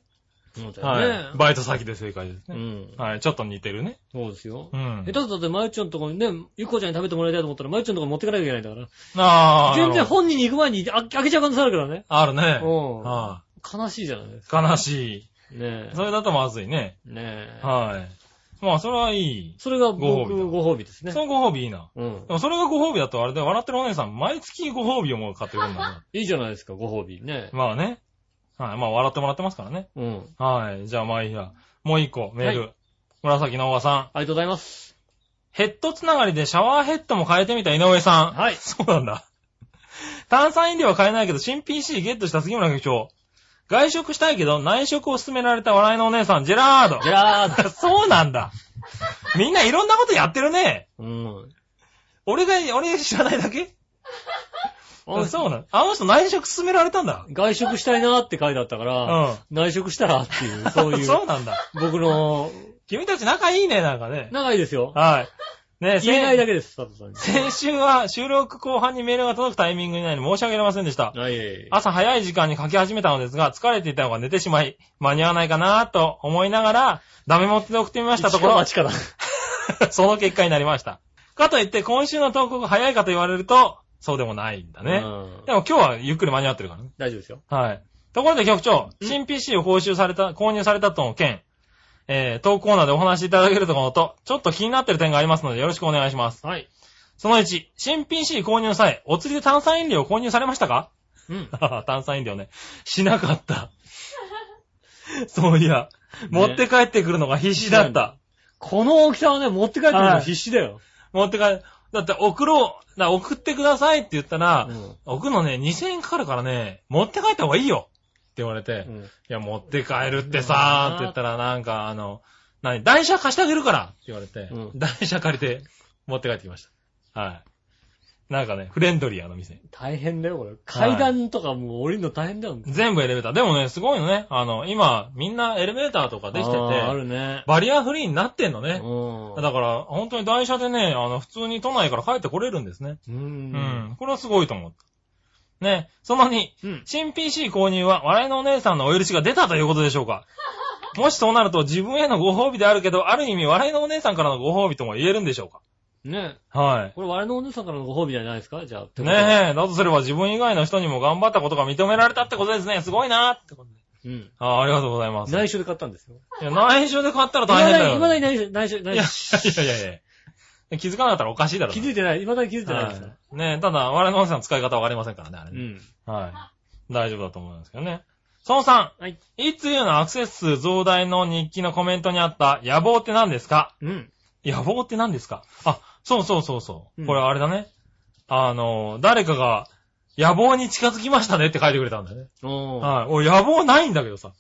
Speaker 2: そうだ
Speaker 3: はい。
Speaker 2: よね。
Speaker 3: バイト先で正解です
Speaker 2: う
Speaker 3: ね。
Speaker 2: ん。
Speaker 3: はい。ちょっと似てるね。
Speaker 2: そうですよ
Speaker 3: う。ん
Speaker 2: 下手。するとだって、まゆちょんとこにね、ゆっこちゃんに食べてもらいたいと思ったら、まゆちょんとこに持ってかなきゃいけないんだから。
Speaker 3: ああ。
Speaker 2: 全
Speaker 3: なる
Speaker 2: 然
Speaker 3: ほど
Speaker 2: 本人に行く前にあ開けちゃう可能性あるからね。
Speaker 3: あるね。
Speaker 2: うん
Speaker 3: は
Speaker 2: 悲しいじゃないです
Speaker 3: い。悲し
Speaker 2: か。ね
Speaker 3: い。それだとまずいね。
Speaker 2: え。ねえ。
Speaker 3: はい。まあそれはいい。
Speaker 2: それが
Speaker 3: ご褒
Speaker 2: 僕
Speaker 3: 美だ
Speaker 2: ご褒美ですね。
Speaker 3: そのご褒美いいな。
Speaker 2: うん
Speaker 3: で。もそれがご褒美だとあれで笑ってるお姉さん、毎月ご褒美をもう買ってくるんだね。
Speaker 2: いいじゃないですか、ご褒美ね。 [laughs]
Speaker 3: まあね。はい。まあ笑ってもらってますからね。
Speaker 2: うん。
Speaker 3: はい。じゃあまあいいや。もう一個、メール。
Speaker 2: は
Speaker 3: 紫のおばさん。
Speaker 2: ありがとうございます。
Speaker 3: ヘッドつながりでシャワーヘッドも変えてみた井上さん。
Speaker 2: はい
Speaker 3: [laughs] そうなんだ。炭酸飲料は買えないけど、新 PC ゲットした杉村局長。外食したいけど、内食を勧められた笑いのお姉さん、ジェラード。
Speaker 2: じゃあ、
Speaker 3: [laughs] そうなんだ。みんないろんなことやってるね。
Speaker 2: うん。
Speaker 3: 俺が、俺知らないだけ
Speaker 2: あ
Speaker 3: そうなんあの人内食勧められたんだ。
Speaker 2: 外食したいなって書いてあったか
Speaker 3: う
Speaker 2: ら、
Speaker 3: ん。
Speaker 2: 内食したらっていう、そうい、
Speaker 3: [laughs] そううなんだ。
Speaker 2: 僕の、
Speaker 3: 君たち仲いいね、なんかね。
Speaker 2: 長いですよ。
Speaker 3: はい。ね
Speaker 2: 言えないだ
Speaker 3: け。
Speaker 2: けです、佐藤さんに。
Speaker 3: 先週は収録後半にメールが届くタイミングになり申し訳ありませんでした。
Speaker 2: はいえいえ。
Speaker 3: 朝早い時間に書き始めたのですが、疲れていたのが寝てしまい、間に合わないかなと思いながら、ダメ元で送ってみましたところ
Speaker 2: 一、か八か
Speaker 3: [laughs] その結果になりました。かといって、今週の投稿が早いかと言われると、そうでもないんだ
Speaker 2: だ
Speaker 3: ね。
Speaker 2: うん
Speaker 3: でも今日はゆっくり間に合ってるからね。
Speaker 2: 大丈夫ですよ。
Speaker 3: はい。ところで局長、
Speaker 2: うん
Speaker 3: 新 PC を購入された、購入されたとの件、えー、当コーナーでお話しいただけるところと、ちょっと気になってる点がありますのでよろしくお願いします。
Speaker 2: はい。
Speaker 3: その1、新 PC 購入の際、お釣りで炭酸飲料を購入されましたか
Speaker 2: うん。
Speaker 3: [laughs] 炭酸飲料ね。しなかった。そういや、持って帰ってくるのが必死だった。
Speaker 2: この大きさはね、持って帰ってくる
Speaker 3: は
Speaker 2: の
Speaker 3: い
Speaker 2: 必死だよ。
Speaker 3: 持って帰、だって送ろう、だ送ってくださいって言ったら、
Speaker 2: うん
Speaker 3: 送るのね、2000円かかるからね、持って帰った方がいいよって言われて、
Speaker 2: うん
Speaker 3: いや、持って帰るってさーって言ったら、なんか、あの、何、台車貸してあげるからって言われて、
Speaker 2: うん
Speaker 3: 台車借りて持って帰ってきました。はい。なんかね、フレンドリーあの店。
Speaker 2: 大変だよ、これ。階段とかもう降りるの大変だよ。
Speaker 3: 全部エレベーター。でもね、すごいのね。あの、今、みんなエレベーターとかできて
Speaker 2: あーあ
Speaker 3: て、
Speaker 2: るね。
Speaker 3: バリアフリーになってんのね。
Speaker 2: う
Speaker 3: だから、本当に台車でね、あの、普通に都内から帰ってこれるんです
Speaker 2: ん。
Speaker 3: ね。
Speaker 2: う。
Speaker 3: うんん。これはすごいと思った。ね、その2、
Speaker 2: うん。
Speaker 3: 新 PC 購入は笑いのお姉さんのお許しが出たということでしょう
Speaker 2: [laughs]
Speaker 3: かもしそうなると自分へのご褒美であるけど、ある意味笑いのお姉さんからのご褒美とも言えるんでしょうか
Speaker 2: ね
Speaker 3: は
Speaker 2: これ、我のお姉さんからのご褒美じゃないですかじゃあ。って
Speaker 3: い。
Speaker 2: ことは
Speaker 3: ねえ、だとすれば自分以外の人にも頑張ったことが認められたってことですね。すごいなーってことで。
Speaker 2: うん。
Speaker 3: あーありがとうございます。
Speaker 2: 内緒で買ったんですよ。
Speaker 3: いや、内緒で買ったら
Speaker 2: いま
Speaker 3: 大変
Speaker 2: だ
Speaker 3: だよ。
Speaker 2: に、いまだに内緒、内緒、
Speaker 3: い
Speaker 2: 内
Speaker 3: や
Speaker 2: 緒。
Speaker 3: いやいやいや。気づかなかったらおかしいだろう
Speaker 2: 気
Speaker 3: な。
Speaker 2: づいてない。いまだに気づいてないですよ。
Speaker 3: はいねえ、ただ、我々のおじさんの使い方わかりませんからね、あれ
Speaker 2: う
Speaker 3: ね。
Speaker 2: ん。
Speaker 3: はい。大丈夫だと思うんですけどね。その3。
Speaker 2: はい。
Speaker 3: いつゆのアクセス数増大の日記のコメントにあった、野望って何ですか
Speaker 2: うん。
Speaker 3: 野望って何ですかあ、そうそうそうそう。
Speaker 2: うん
Speaker 3: これあれだね。あの、誰かが、野望に近づきましたねって書いてくれたんだよね。
Speaker 2: おー
Speaker 3: はい。俺、野望ないんだけどさ。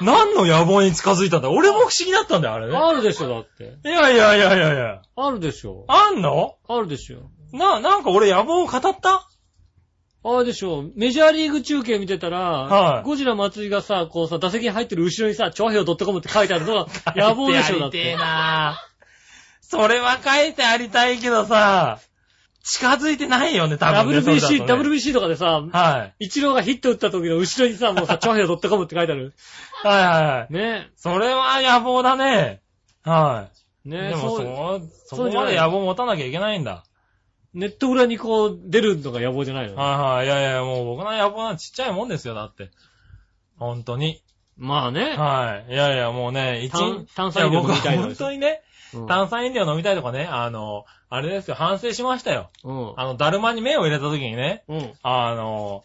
Speaker 3: 何の野望に近づいたんだ俺も不思議だったんだよ、あれね。
Speaker 2: あるでしょ、だって。
Speaker 3: いやいやいやいやいや。
Speaker 2: あるでしょ。
Speaker 3: あんの
Speaker 2: あるでしょ。
Speaker 3: な、なんか俺野望を語った
Speaker 2: あれでしょ。メジャーリーグ中継見てたら、
Speaker 3: はい
Speaker 2: ゴジラ松井がさ、こうさ、打席に入ってる後ろにさ、長平 .com って書いてあるの
Speaker 3: [laughs]
Speaker 2: は、野望でしょ、だ
Speaker 3: だ
Speaker 2: っ
Speaker 3: ってえ
Speaker 2: て。
Speaker 3: なそれは書いてありたいけどさ、近づいてないよね、多分ね。それ
Speaker 2: WBC、
Speaker 3: だとね
Speaker 2: WBC とかでさ、
Speaker 3: はい。
Speaker 2: 一郎がヒット打った時の後ろにさ、もうさ、長平 .com って書いてある。
Speaker 3: はいはいはい。
Speaker 2: ね
Speaker 3: それは野望だね。は
Speaker 2: え。
Speaker 3: い。
Speaker 2: ねえ、
Speaker 3: でも
Speaker 2: そ。
Speaker 3: そうう、そ
Speaker 2: そう
Speaker 3: こ
Speaker 2: じゃ
Speaker 3: ま
Speaker 2: ない
Speaker 3: で野望持たなきゃいけないんだ。
Speaker 2: ネット裏にこう、出るのが野望じゃないの、
Speaker 3: はいはい。いやいや、もう僕の野望なんてちっちゃいもんですよ、だって。本当に。
Speaker 2: まあね。
Speaker 3: はい。いやいや、もうね、一
Speaker 2: 炭
Speaker 3: 日。
Speaker 2: 炭酸飲料飲みたい
Speaker 3: や僕は
Speaker 2: ので
Speaker 3: 本
Speaker 2: しょ
Speaker 3: 当にね、
Speaker 2: うん
Speaker 3: 炭酸飲料飲みたいとかね、あの、あれですよ、反省しましたよ。
Speaker 2: うん。
Speaker 3: あの、だるまに目を入れた時にね、
Speaker 2: うん。
Speaker 3: あの、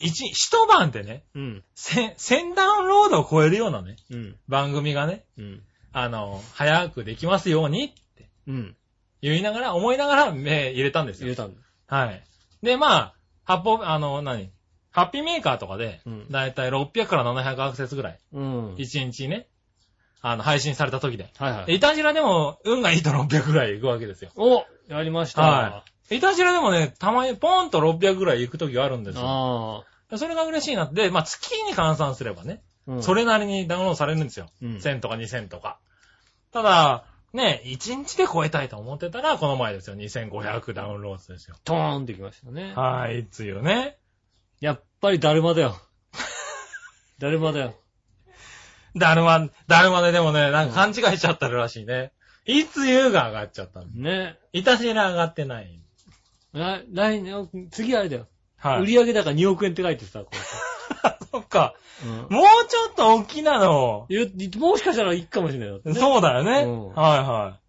Speaker 3: 一、一晩でね、
Speaker 2: うん。
Speaker 3: 千、千ダウンロードを超えるようなね、
Speaker 2: うん。
Speaker 3: 番組がね、
Speaker 2: うん。
Speaker 3: あの、早くできますようにって
Speaker 2: うん。
Speaker 3: 言いながら、思いながら目入れたんです
Speaker 2: 言
Speaker 3: よ
Speaker 2: え。たんだ。
Speaker 3: はい。で、まあ、発泡、あの、何ハッピーメーカーとかで
Speaker 2: うん、
Speaker 3: だいたい600から700アクセスぐらい、
Speaker 2: うん。
Speaker 3: 1日ね、あの、配信された時で。
Speaker 2: はいはい。
Speaker 3: イタジラでも、運がいいと600ぐらい行くわけですよ。
Speaker 2: おやりました。
Speaker 3: はイタジラでもね、たまにポンと600ぐらい行く時があるんですよ。
Speaker 2: ああ。
Speaker 3: それが嬉しいなって、まあ、月に換算すればね、
Speaker 2: うん
Speaker 3: それなりにダウンロードされるんですよ。
Speaker 2: うん
Speaker 3: 1000とか2000とか。ただ、ね、1日で超えたいと思ってたら、この前ですよ。2500ダウンロードですよ。
Speaker 2: トーンってきましたね。
Speaker 3: はい、つよね。
Speaker 2: やっぱりだるまだよ。 [laughs] だるまだよ。
Speaker 3: だるま、だるまででもね、なんか勘違いしちゃったらしいね。いつゆが上がっちゃったの。
Speaker 2: ね。
Speaker 3: いたしら上がってない。
Speaker 2: 来来年、次あれだよ。
Speaker 3: は
Speaker 2: 売
Speaker 3: い。
Speaker 2: り上げ高2億円って書いてさ、こ
Speaker 3: そっか。
Speaker 2: ううん
Speaker 3: もうちょっと大きなの。
Speaker 2: ゆもしかしたらいいかもしれないよ。
Speaker 3: そうだよね。
Speaker 2: うん
Speaker 3: はいはい。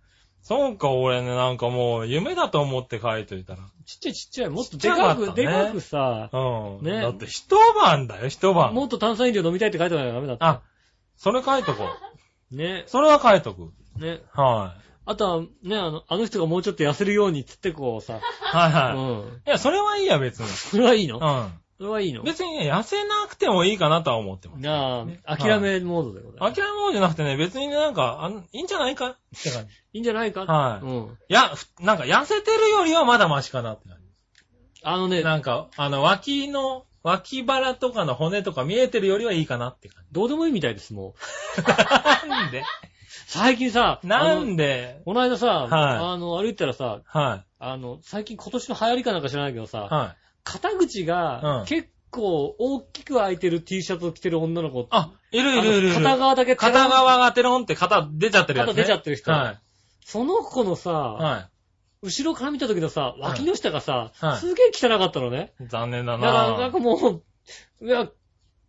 Speaker 3: そうか、俺ね、なんかもう夢だと思って書いといたら。
Speaker 2: ちっちゃいちっちゃい。もっと
Speaker 3: ち
Speaker 2: で
Speaker 3: っちゃか
Speaker 2: か
Speaker 3: ったね
Speaker 2: く、でかくさ、
Speaker 3: うん。
Speaker 2: ね
Speaker 3: だって一晩だよ、一晩。
Speaker 2: もっと炭酸飲料飲みたいって書いてないとダメだって。
Speaker 3: あ、それ書いとこう。
Speaker 2: ね。
Speaker 3: それは書いとく。
Speaker 2: ね。
Speaker 3: は
Speaker 2: あとは、ね、あの、あの人がもうちょっと痩せるようにっつってこうさ。
Speaker 3: い。はいは
Speaker 2: う
Speaker 3: い。い
Speaker 2: ん。
Speaker 3: や、それはいいや、別に。
Speaker 2: それはいいの
Speaker 3: う
Speaker 2: それはいいの
Speaker 3: ん。別にね、痩せなくてもいいかなとは思ってます。
Speaker 2: なあ、
Speaker 3: い
Speaker 2: 諦めモードでございま
Speaker 3: 諦
Speaker 2: す。
Speaker 3: めもんじゃなくてね、別にね、なんか、あんいいんじゃないかって感じ。
Speaker 2: いいんじゃないか
Speaker 3: は
Speaker 2: う
Speaker 3: い
Speaker 2: ん。
Speaker 3: いや、ふなんか痩せてるよりはまだマシかなって感じ。
Speaker 2: あのね、
Speaker 3: なんか、あの、脇の、脇腹とかの骨とか見えてるよりはいいかなって感
Speaker 2: どうでもいいみたいです、もう。
Speaker 3: じ。なんで
Speaker 2: 最近さ、
Speaker 3: [laughs] なん
Speaker 2: で
Speaker 3: で
Speaker 2: この間さ、
Speaker 3: はい
Speaker 2: あの、歩いてたらさ、
Speaker 3: は
Speaker 2: あの、最近今年の流行りかなんか知らないけど
Speaker 3: い。
Speaker 2: さ、
Speaker 3: はい。
Speaker 2: 肩口
Speaker 3: う
Speaker 2: が
Speaker 3: ん
Speaker 2: 結構大きく開いてる T シャツを着てる女の子。
Speaker 3: あ、いるい
Speaker 2: あの
Speaker 3: るいるいる。
Speaker 2: 片側だけ、
Speaker 3: 片。側がテロンって肩出ちゃってるやつ、ね。
Speaker 2: 肩出ちゃってる人
Speaker 3: は
Speaker 2: その子のさ、
Speaker 3: い。は
Speaker 2: 後ろから見た時のさ、脇の下がさ、
Speaker 3: はい
Speaker 2: すげえ汚かったのね。
Speaker 3: い。残念だ
Speaker 2: だから、
Speaker 3: な
Speaker 2: なん
Speaker 3: ぁ。
Speaker 2: かもう、いや、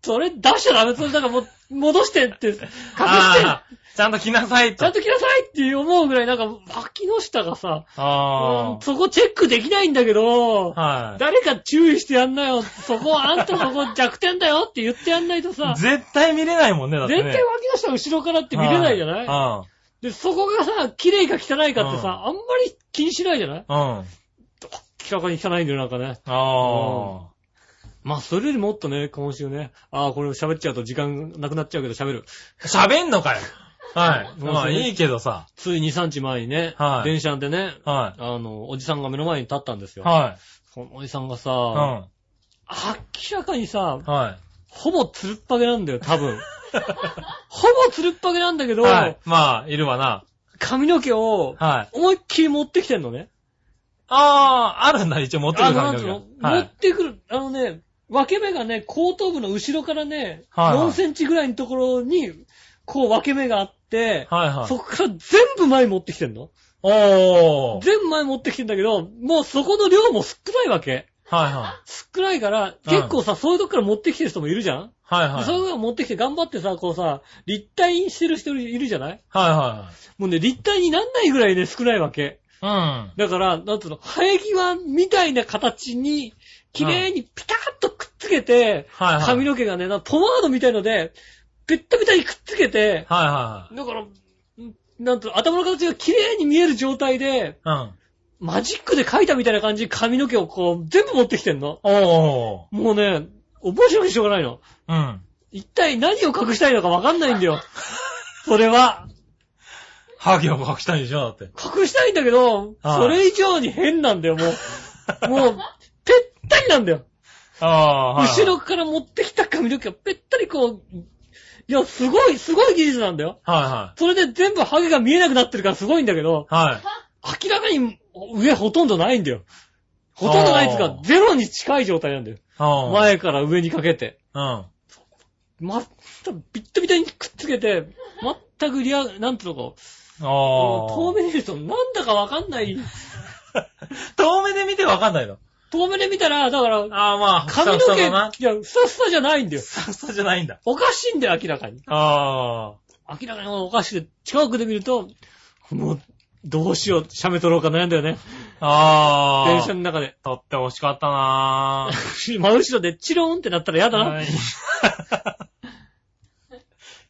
Speaker 2: それ出しちゃダメ、それだからも
Speaker 3: [laughs]
Speaker 2: う、戻してって、隠して、
Speaker 3: あーちゃんと着なさい
Speaker 2: ちゃん
Speaker 3: と。
Speaker 2: と着なさいって思うぐらい、なんか、脇の下がさ、う
Speaker 3: あ
Speaker 2: んそこチェックできないんだけど
Speaker 3: あ。、はい。
Speaker 2: 誰か注意してやんなよ。そこ、あんたそこ弱点だよって言ってやんないとさ、
Speaker 3: 絶対見れないもんね、だってね。
Speaker 2: 絶対脇の下後ろからって見れないじゃない
Speaker 3: は
Speaker 2: で、そこがさ、綺麗か汚いかってさ、あんまり気にしないじゃない
Speaker 3: うん。うん。
Speaker 2: 明らかに汚いんだよ、なんかね。
Speaker 3: あ
Speaker 2: まあ、それよりもっとね、今週ね。ああ、これ喋っちゃうと時間なくなっちゃうけど喋る。
Speaker 3: あ。喋んのかよ。はい。
Speaker 2: そうですね
Speaker 3: まあいいけどさ。
Speaker 2: つい2、3日前にね、
Speaker 3: はい
Speaker 2: 電車でね、
Speaker 3: は
Speaker 2: あの、おじさんが目の前に立ったんです
Speaker 3: い。
Speaker 2: よ。
Speaker 3: は
Speaker 2: そのおじさんがさ、
Speaker 3: い。う
Speaker 2: 明らかにさ、
Speaker 3: ん。はい。
Speaker 2: ほぼつるっぱげなんだよ、多
Speaker 3: [laughs]
Speaker 2: 分。ほぼつるっぱげなんだけど、
Speaker 3: はい。まあ、いるわな。
Speaker 2: 髪の毛を
Speaker 3: はい。
Speaker 2: 思いっきり持ってきてんのね。
Speaker 3: ああー、あるんだ、一応持ってく
Speaker 2: あ
Speaker 3: る
Speaker 2: の、な
Speaker 3: 感
Speaker 2: ん
Speaker 3: じ
Speaker 2: ていうの
Speaker 3: は
Speaker 2: 持っ
Speaker 3: い。
Speaker 2: てくる、あのね、分け目がね、後頭部の後ろからね、
Speaker 3: はいはい
Speaker 2: 4センチぐらいのところに、こう分け目があって、
Speaker 3: はいはい。
Speaker 2: そこから全部前持ってきてんの
Speaker 3: おー。
Speaker 2: 全部前持ってきてんだけど、もうそこの量も少ないわけ。
Speaker 3: はいはい。
Speaker 2: 少ないから、結構さ、そういうとこから持ってきてる人もいるじゃん、
Speaker 3: はい
Speaker 2: で
Speaker 3: はい。
Speaker 2: そういう
Speaker 3: は
Speaker 2: とこか
Speaker 3: い
Speaker 2: ら持ってきて頑張ってさ、こうさ、立体にしてる人いるじゃない
Speaker 3: は
Speaker 2: もうね、立体になんないぐらいね、少ないわけ。
Speaker 3: いはい。うん。
Speaker 2: だから、なんつうの、生え際みたいな形に、綺麗にピタッとくっつけて、
Speaker 3: はいはい。
Speaker 2: 髪の毛がね、なんかポマードみたいので、ぺったぺたにくっつけて、
Speaker 3: はいは
Speaker 2: だから、んなんと頭の形が綺麗に見える状態で、
Speaker 3: いはい。うん。
Speaker 2: マジックで描いたみたいな感じで髪の毛をこう、全部持ってきてんの。
Speaker 3: おー。
Speaker 2: もうね、面白いしょうがないの。
Speaker 3: うん。
Speaker 2: 一体何を隠したいのかわかんないんだよ。それは。
Speaker 3: ハゲを隠したいんでしょだって。
Speaker 2: 隠したいんだけど、
Speaker 3: はい
Speaker 2: それ以上に変なんだよ、も
Speaker 3: [laughs]
Speaker 2: う。もう、ぺったりなんだよ。
Speaker 3: ああ、はい。
Speaker 2: 後ろ。から持ってきた髪の毛がぺったりこう、いや、すごい、すごい技術なんだよ。
Speaker 3: はいは
Speaker 2: それで全部ハゲが見えなくなってるからすごいんだけど、
Speaker 3: い。はい。
Speaker 2: 明らかに上ほとんどないんだよ。ほとんどないっていうか
Speaker 3: あ、ー
Speaker 2: ゼロに近い状態なんだよ。
Speaker 3: あー。
Speaker 2: 前から上にかけて。
Speaker 3: うん。
Speaker 2: ま、ビッタビタにくっつけて、全くリア、なんていうのか、
Speaker 3: ああ。
Speaker 2: 遠目で見るとなんだかわかんない。
Speaker 3: 遠目で見てわかんないの。
Speaker 2: 遠目で見たら、だから、
Speaker 3: ああ、まあ、
Speaker 2: 髪の
Speaker 3: ふさふ
Speaker 2: 毛、
Speaker 3: さだな。
Speaker 2: いや、ふさふさじゃないんだよ
Speaker 3: ふ。さふさじゃないんだ。
Speaker 2: おかしいんだよ、明らかに。
Speaker 3: あ
Speaker 2: 明らかにおかしくて、近くで見ると、もう、どうしよう、シャメ取ろうか悩んだよね。
Speaker 3: あ。ああ。
Speaker 2: 電車の中で。 [laughs]
Speaker 3: 撮って欲しかったなぁ。
Speaker 2: 真後ろでチローンってなったら嫌だ
Speaker 3: は
Speaker 2: な。
Speaker 3: い [laughs]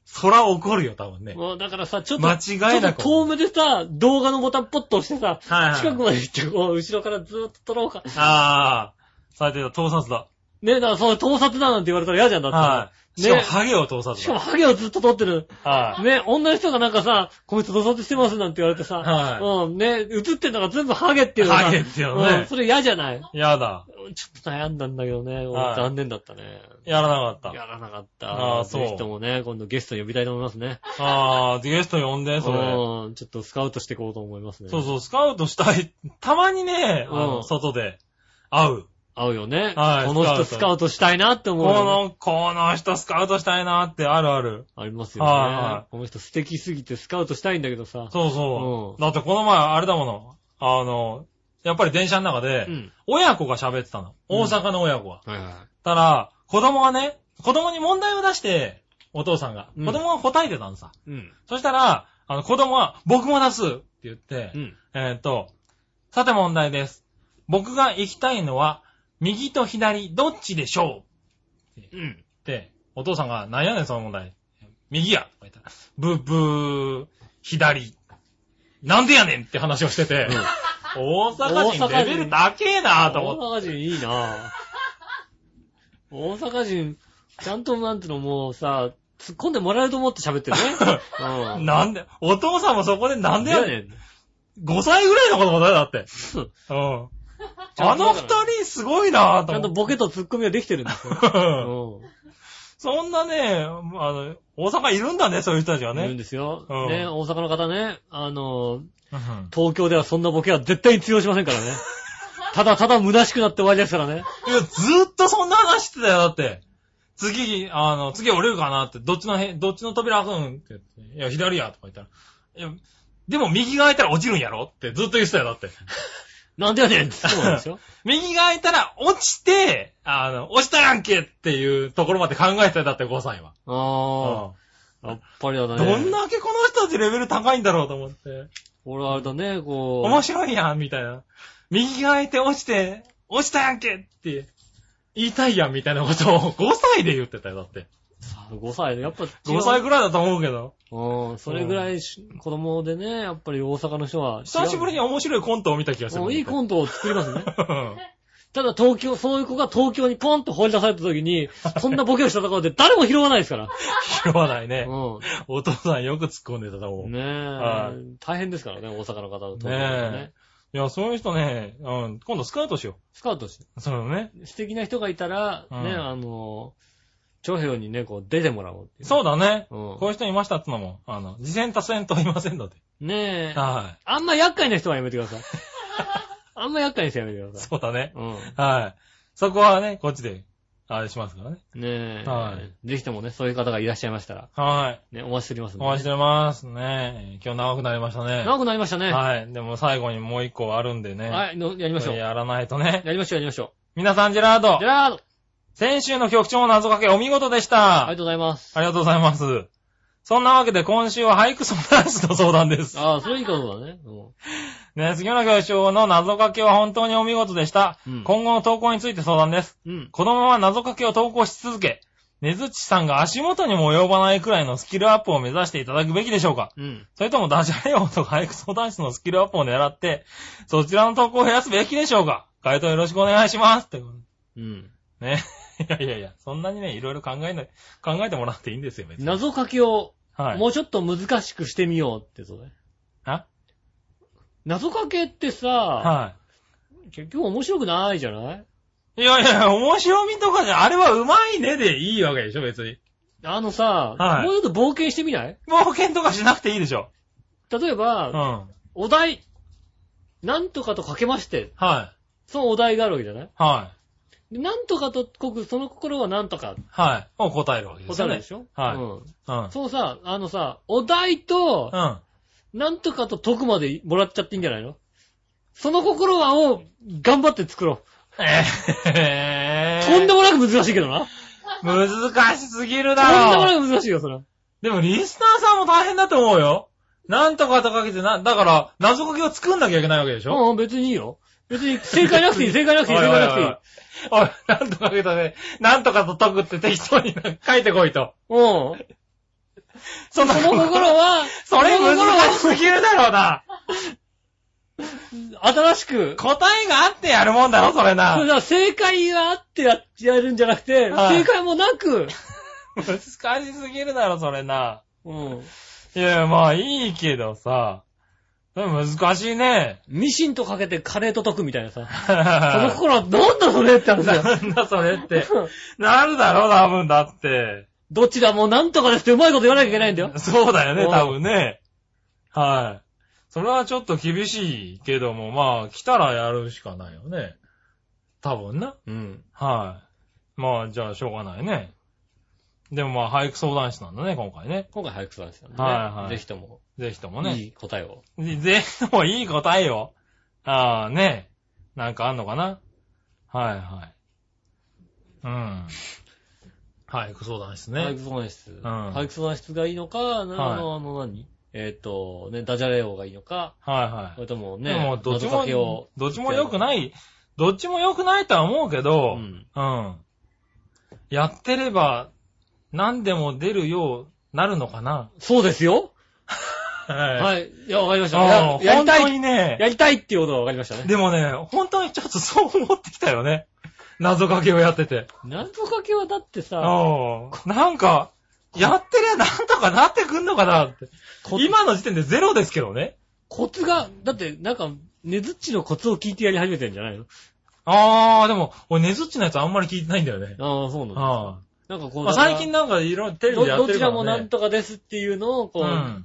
Speaker 3: そら怒るよ、多分ね。
Speaker 2: もうだからさ、ちょっと、
Speaker 3: 間違いなく
Speaker 2: ちょっと遠目でさ、動画のボタンポッと押してさ、
Speaker 3: はいはい
Speaker 2: 近くまで行って、こう、後ろからずーっと撮ろうか。
Speaker 3: ああ。最低だ、盗撮だ。
Speaker 2: ねえ、だからその盗撮だなんて言われたら嫌じゃんだって。
Speaker 3: はしかもハゲを通さず
Speaker 2: しかもハゲをずっと取ってる。
Speaker 3: はい。
Speaker 2: ね、女の人がなんかさ、こいつ土足してますなんて言われてさ、
Speaker 3: はい
Speaker 2: うん、ね、映ってんのが全部ハゲっていうのが
Speaker 3: ハゲっていうのね
Speaker 2: うんそれ嫌じゃない
Speaker 3: やだ。
Speaker 2: ちょっと悩んだんだけどね、
Speaker 3: はい
Speaker 2: 残念だったね。
Speaker 3: やらなかっ
Speaker 2: やらなかった。
Speaker 3: ああそう
Speaker 2: ぜひともね、今度ゲスト呼びたいと思いますね。
Speaker 3: た。ああ、ゲスト呼んで、それ。
Speaker 2: うん、ちょっとスカウトしていこうと思いますね。
Speaker 3: そうそう、スカウトしたい。たまにね、あ
Speaker 2: うん
Speaker 3: の、外で会う。
Speaker 2: 合うよね。
Speaker 3: はい
Speaker 2: この人ス
Speaker 3: ス
Speaker 2: カ
Speaker 3: カ
Speaker 2: ウトしたいなって思
Speaker 3: こ
Speaker 2: うよね。
Speaker 3: の、この人スカウトしたいなってあるある。
Speaker 2: ありますよね、
Speaker 3: はいはい
Speaker 2: この人素敵すぎてスカウトしたいんだけどさ。
Speaker 3: そうそうう。
Speaker 2: ん
Speaker 3: だってこの前、あれだもの。あの、やっぱり電車の中で、
Speaker 2: うん。
Speaker 3: 親子が喋ってたの。大阪の親子が。
Speaker 2: はいは
Speaker 3: たら、子供がね、子供に問題を出して、お父さんが。
Speaker 2: うん
Speaker 3: 子供が答えてたのさ。
Speaker 2: い。うん。
Speaker 3: そしたら、あの、子供は、僕も出すって言って、
Speaker 2: うん。
Speaker 3: えっ、と、さて問題です。僕が行きたいのは、右と左、どっちでしょ
Speaker 2: うん。
Speaker 3: うって、お父さんが、なんやねん、その問題。右やとか言ったら、ブーブー、左。なんでやねんって話をしてて、大阪人レベル高えなと思って。
Speaker 2: 大阪人いいなぁ。大阪人、ちゃんとなんていうのもうさ、突っ込んでもらえると思って喋ってる
Speaker 3: [laughs]
Speaker 2: ね。うん。
Speaker 3: なんで、お父さんもそこでなんでやねん。
Speaker 2: ん。
Speaker 3: 5歳ぐらいの子供だよ、だって。
Speaker 2: そう
Speaker 3: うん。あの二人すごいなぁ
Speaker 2: ち
Speaker 3: と
Speaker 2: ゃんと
Speaker 3: 思
Speaker 2: ボケとツッコミができてるんですよ。
Speaker 3: って。
Speaker 2: う
Speaker 3: [laughs] そんなね、あの、大阪いるんだね、そういう人たちは
Speaker 2: ん。いるん
Speaker 3: ね。
Speaker 2: ですよ。
Speaker 3: うん
Speaker 2: ね、大阪の方ね、あの、
Speaker 3: うん
Speaker 2: 東京ではそんなボケは絶対に通用しませんから
Speaker 3: [laughs]
Speaker 2: ね。ただただ虚しくなって終わりですからね。
Speaker 3: いや、ずーっとそんな話してたよ、だって。次、あの、次折れるかなって、どっちのへ、どっちの扉開くんって言っていや、左や、とか言ったら。いや、でも右が開いたら落ちるんやろってずっと言ってたよ、だって。
Speaker 2: なんでやねんってそうなん
Speaker 3: [laughs]
Speaker 2: ですよ。
Speaker 3: 右が開いたら落ちて、あの、落ちたやんけっていうところまで考えてたよ、だって5歳は。
Speaker 2: ああ、やっぱりだ
Speaker 3: う
Speaker 2: ね。
Speaker 3: んどんだけこの人たちレベル高いんだろうと思って。
Speaker 2: 俺はあれだね、こう。
Speaker 3: 面白いやん、みたいな。右が開いて落ちて、落ちたやんけって言いたいやん、みたいなことを5歳で言ってたよ、だって。
Speaker 2: 5歳で、やっぱ違う
Speaker 3: 5歳ぐらいだと思うけど。
Speaker 2: うん、それぐらいし子供でね、やっぱり大阪の人は違う。
Speaker 3: 久しぶりに面白いコントを見た気がする。
Speaker 2: もういいコ
Speaker 3: [laughs] ン
Speaker 2: ントを作りますね。 [laughs]
Speaker 3: ト。
Speaker 2: ただ東京、そういう子が東京にポンと放り出された時
Speaker 3: [laughs]
Speaker 2: に、そんなボケをしたところで誰も拾わないですから。
Speaker 3: 拾わないね。
Speaker 2: う
Speaker 3: お父さんよく突っ込んでたと思う。
Speaker 2: ん。ね
Speaker 3: は
Speaker 2: え。大変ですからね、大阪の方と東京の方
Speaker 3: ね
Speaker 2: ね
Speaker 3: え。。いや、そういう人ね、うん、今度スカウトしよ
Speaker 2: スカウトして。
Speaker 3: う。そうね。
Speaker 2: 素敵な人がいたら、
Speaker 3: うん
Speaker 2: ね、あの、長平にね、こう出てもらおうっていう。
Speaker 3: そうだね。
Speaker 2: うん
Speaker 3: こういう人いましたってのも、あの、自戦多戦といませんので。
Speaker 2: ねえ。
Speaker 3: は
Speaker 2: あんま厄介な人はやめてください。 [laughs] あんま厄介にしてやめてく
Speaker 3: い。
Speaker 2: ださい。
Speaker 3: そうだね。
Speaker 2: うん。
Speaker 3: はい。そこはね、こっちで、あれしますからね。
Speaker 2: ねえ。
Speaker 3: は
Speaker 2: ぜひともね、そういう方がいらっしゃいましたら、
Speaker 3: はい。
Speaker 2: ね、お待ちしておりますんで
Speaker 3: お
Speaker 2: ね
Speaker 3: 待ちしてますね。今日長くなりましたね。
Speaker 2: 長くなりましたね。は
Speaker 3: はい。でも最後にもう一個あるんでね。
Speaker 2: い。のやりましょう。や
Speaker 3: やらないとね。
Speaker 2: りましょう、やりましょ
Speaker 3: 皆さん、ジェラー
Speaker 2: う。
Speaker 3: ド
Speaker 2: じ。ゃあ、あり
Speaker 3: 先週の局長の謎かけお見事でした。
Speaker 2: がとうございます。
Speaker 3: ありがとうございます。そんなわけで今週は俳句相談室の相談です。
Speaker 2: ああ、それいいことだね。うん
Speaker 3: ね、杉村教長の謎かけは本当にお見事でした。
Speaker 2: うん
Speaker 3: 今後の投稿について相談です。
Speaker 2: うん。
Speaker 3: このまま謎かけを投稿し続け、ねずちさんが足元にも及ばないくらいのスキルアップを目指していただくべきでしょうか
Speaker 2: うん。
Speaker 3: それともダジャレ王とか俳句相談室のスキルアップを狙って、そちらの投稿を減らすべきでしょうか回答よろしくお願いします。ってこと
Speaker 2: うん。
Speaker 3: ね。 [laughs] いやいやいや、そんなにね、いろいろ考えない、考えてもらっていいんですよ、別に。
Speaker 2: 謎かけを、
Speaker 3: はい。
Speaker 2: もうちょっと難しくしてみようってそうだね。
Speaker 3: あ
Speaker 2: 謎かけってさ、
Speaker 3: は
Speaker 2: 結局面白くないじゃない
Speaker 3: い。いやいや、面白みとかじゃ、あれはうまいねでいいわけでしょ、別に。
Speaker 2: あのさ、
Speaker 3: はい
Speaker 2: もうちょっと冒険してみない
Speaker 3: 冒険とかしなくていいでしょ。
Speaker 2: 例え
Speaker 3: う
Speaker 2: ば、
Speaker 3: ん。はい。
Speaker 2: お題、なんとかとかけまして、
Speaker 3: はい。
Speaker 2: そのお題があるわけじゃない
Speaker 3: は
Speaker 2: でなんとかとこく、その心はなんとか、
Speaker 3: い。を答えるわけです
Speaker 2: 答え
Speaker 3: よ
Speaker 2: るで
Speaker 3: ね。
Speaker 2: しょ
Speaker 3: はい
Speaker 2: うん
Speaker 3: うん。
Speaker 2: そうさ、あのさ、お題と
Speaker 3: う、ん。
Speaker 2: なんとかと解くまでもらっちゃっていいんじゃないのその心はを頑張って作ろ
Speaker 3: え
Speaker 2: う。
Speaker 3: ー。
Speaker 2: とんでもなく難しいけどな。
Speaker 3: 難しすぎるだ
Speaker 2: とんでも
Speaker 3: ろ。
Speaker 2: なく難しいよ、それは。
Speaker 3: でもリスナーさんも大変だと思うよ。なんとかとかけてな、だから、謎かけを作んなきゃいけないわけでしょ
Speaker 2: うんうん、別にいいよ。別に正解なくていい、
Speaker 3: [laughs]
Speaker 2: 正解なくていい、
Speaker 3: おい
Speaker 2: 正
Speaker 3: お
Speaker 2: 解な
Speaker 3: い
Speaker 2: くていい。
Speaker 3: おいおい、なんとかけたね。なんとかと解くって適当に書いてこいと。
Speaker 2: うん。
Speaker 3: その
Speaker 2: その心は、
Speaker 3: [laughs] それ
Speaker 2: その心
Speaker 3: 難しすぎるだろうな。
Speaker 2: は新しく、
Speaker 3: 答えがあってやるもんだろ、それ
Speaker 2: それ
Speaker 3: な。
Speaker 2: だ、正解があってややるんじゃなくて、
Speaker 3: はい
Speaker 2: 正解もなく、
Speaker 3: 難しすぎるだろ、それな。
Speaker 2: うん。
Speaker 3: いや、まあいいけどさ。でも難しいね。
Speaker 2: ミシンとかけてカレーと解くみたいなさ。
Speaker 3: [laughs] そ
Speaker 2: その頃は、なんだそれって話だ
Speaker 3: [laughs]
Speaker 2: よ。
Speaker 3: なんだそれって。なるだろ、多分だって。
Speaker 2: どっちだもうなんとかですってうまいこと言わなきゃいけないん [laughs] だよ。
Speaker 3: そうだよね、
Speaker 2: うん
Speaker 3: 多分ね。はい。それはちょっと厳しいけども、まあ、来たらやるしかないよね。多分な。
Speaker 2: うん。
Speaker 3: はい。まあ、じゃあ、しょうがないね。でもまあ、俳句相談室なんだね、今回ね。
Speaker 2: 今回早くそうなんですよね。
Speaker 3: はいはい
Speaker 2: ぜひとも、
Speaker 3: ぜひともね。
Speaker 2: いい答えを。
Speaker 3: ぜひともいい答えよ。ああ、ね。なんかあんのかなはいはい。うん。俳句相談室
Speaker 2: 俳
Speaker 3: ね。
Speaker 2: 句相談室。
Speaker 3: ん
Speaker 2: 俳句相談室がいいのか、なあの、あの何えっと、ね、ダジャレ王がいいのか、
Speaker 3: はいはい
Speaker 2: そ。れとも
Speaker 3: でも
Speaker 2: ね、
Speaker 3: どっち
Speaker 2: 謎かけを
Speaker 3: も、どっちも良くない、どっちも良くないとは思うけ
Speaker 2: う
Speaker 3: ど、
Speaker 2: ん
Speaker 3: うんやってれば、何でも出るようなるのかな。
Speaker 2: そうですよ
Speaker 3: は
Speaker 2: はい。いや、わかりま
Speaker 3: い
Speaker 2: した。ややり
Speaker 3: 本当
Speaker 2: たい
Speaker 3: にね、
Speaker 2: やりたいっていうことがわかりましたね。
Speaker 3: でもね、本当にちょっとそう思ってきたよね。謎かけをやってて。
Speaker 2: 謎かけはだってさ、
Speaker 3: うんなんか、やってりゃなんとかなってくんのかなって。
Speaker 2: コツ
Speaker 3: 今の時点でゼロですけどね。
Speaker 2: コツが、だってなんか、ねずっちのコツを聞いてやり始めてんじゃないの
Speaker 3: あー、でも、俺、ネズッチのやつあんまり聞いてないんだよね。
Speaker 2: ああ、そうなんだ。
Speaker 3: あ
Speaker 2: なんかこ
Speaker 3: ー
Speaker 2: う、
Speaker 3: まあ
Speaker 2: だから
Speaker 3: 最近なんかいろいろテレビ
Speaker 2: ど
Speaker 3: でやっ
Speaker 2: ど
Speaker 3: てる
Speaker 2: ち
Speaker 3: からら、ね。
Speaker 2: もなんとかですっていうのを、こう、
Speaker 3: う
Speaker 2: ね
Speaker 3: ん。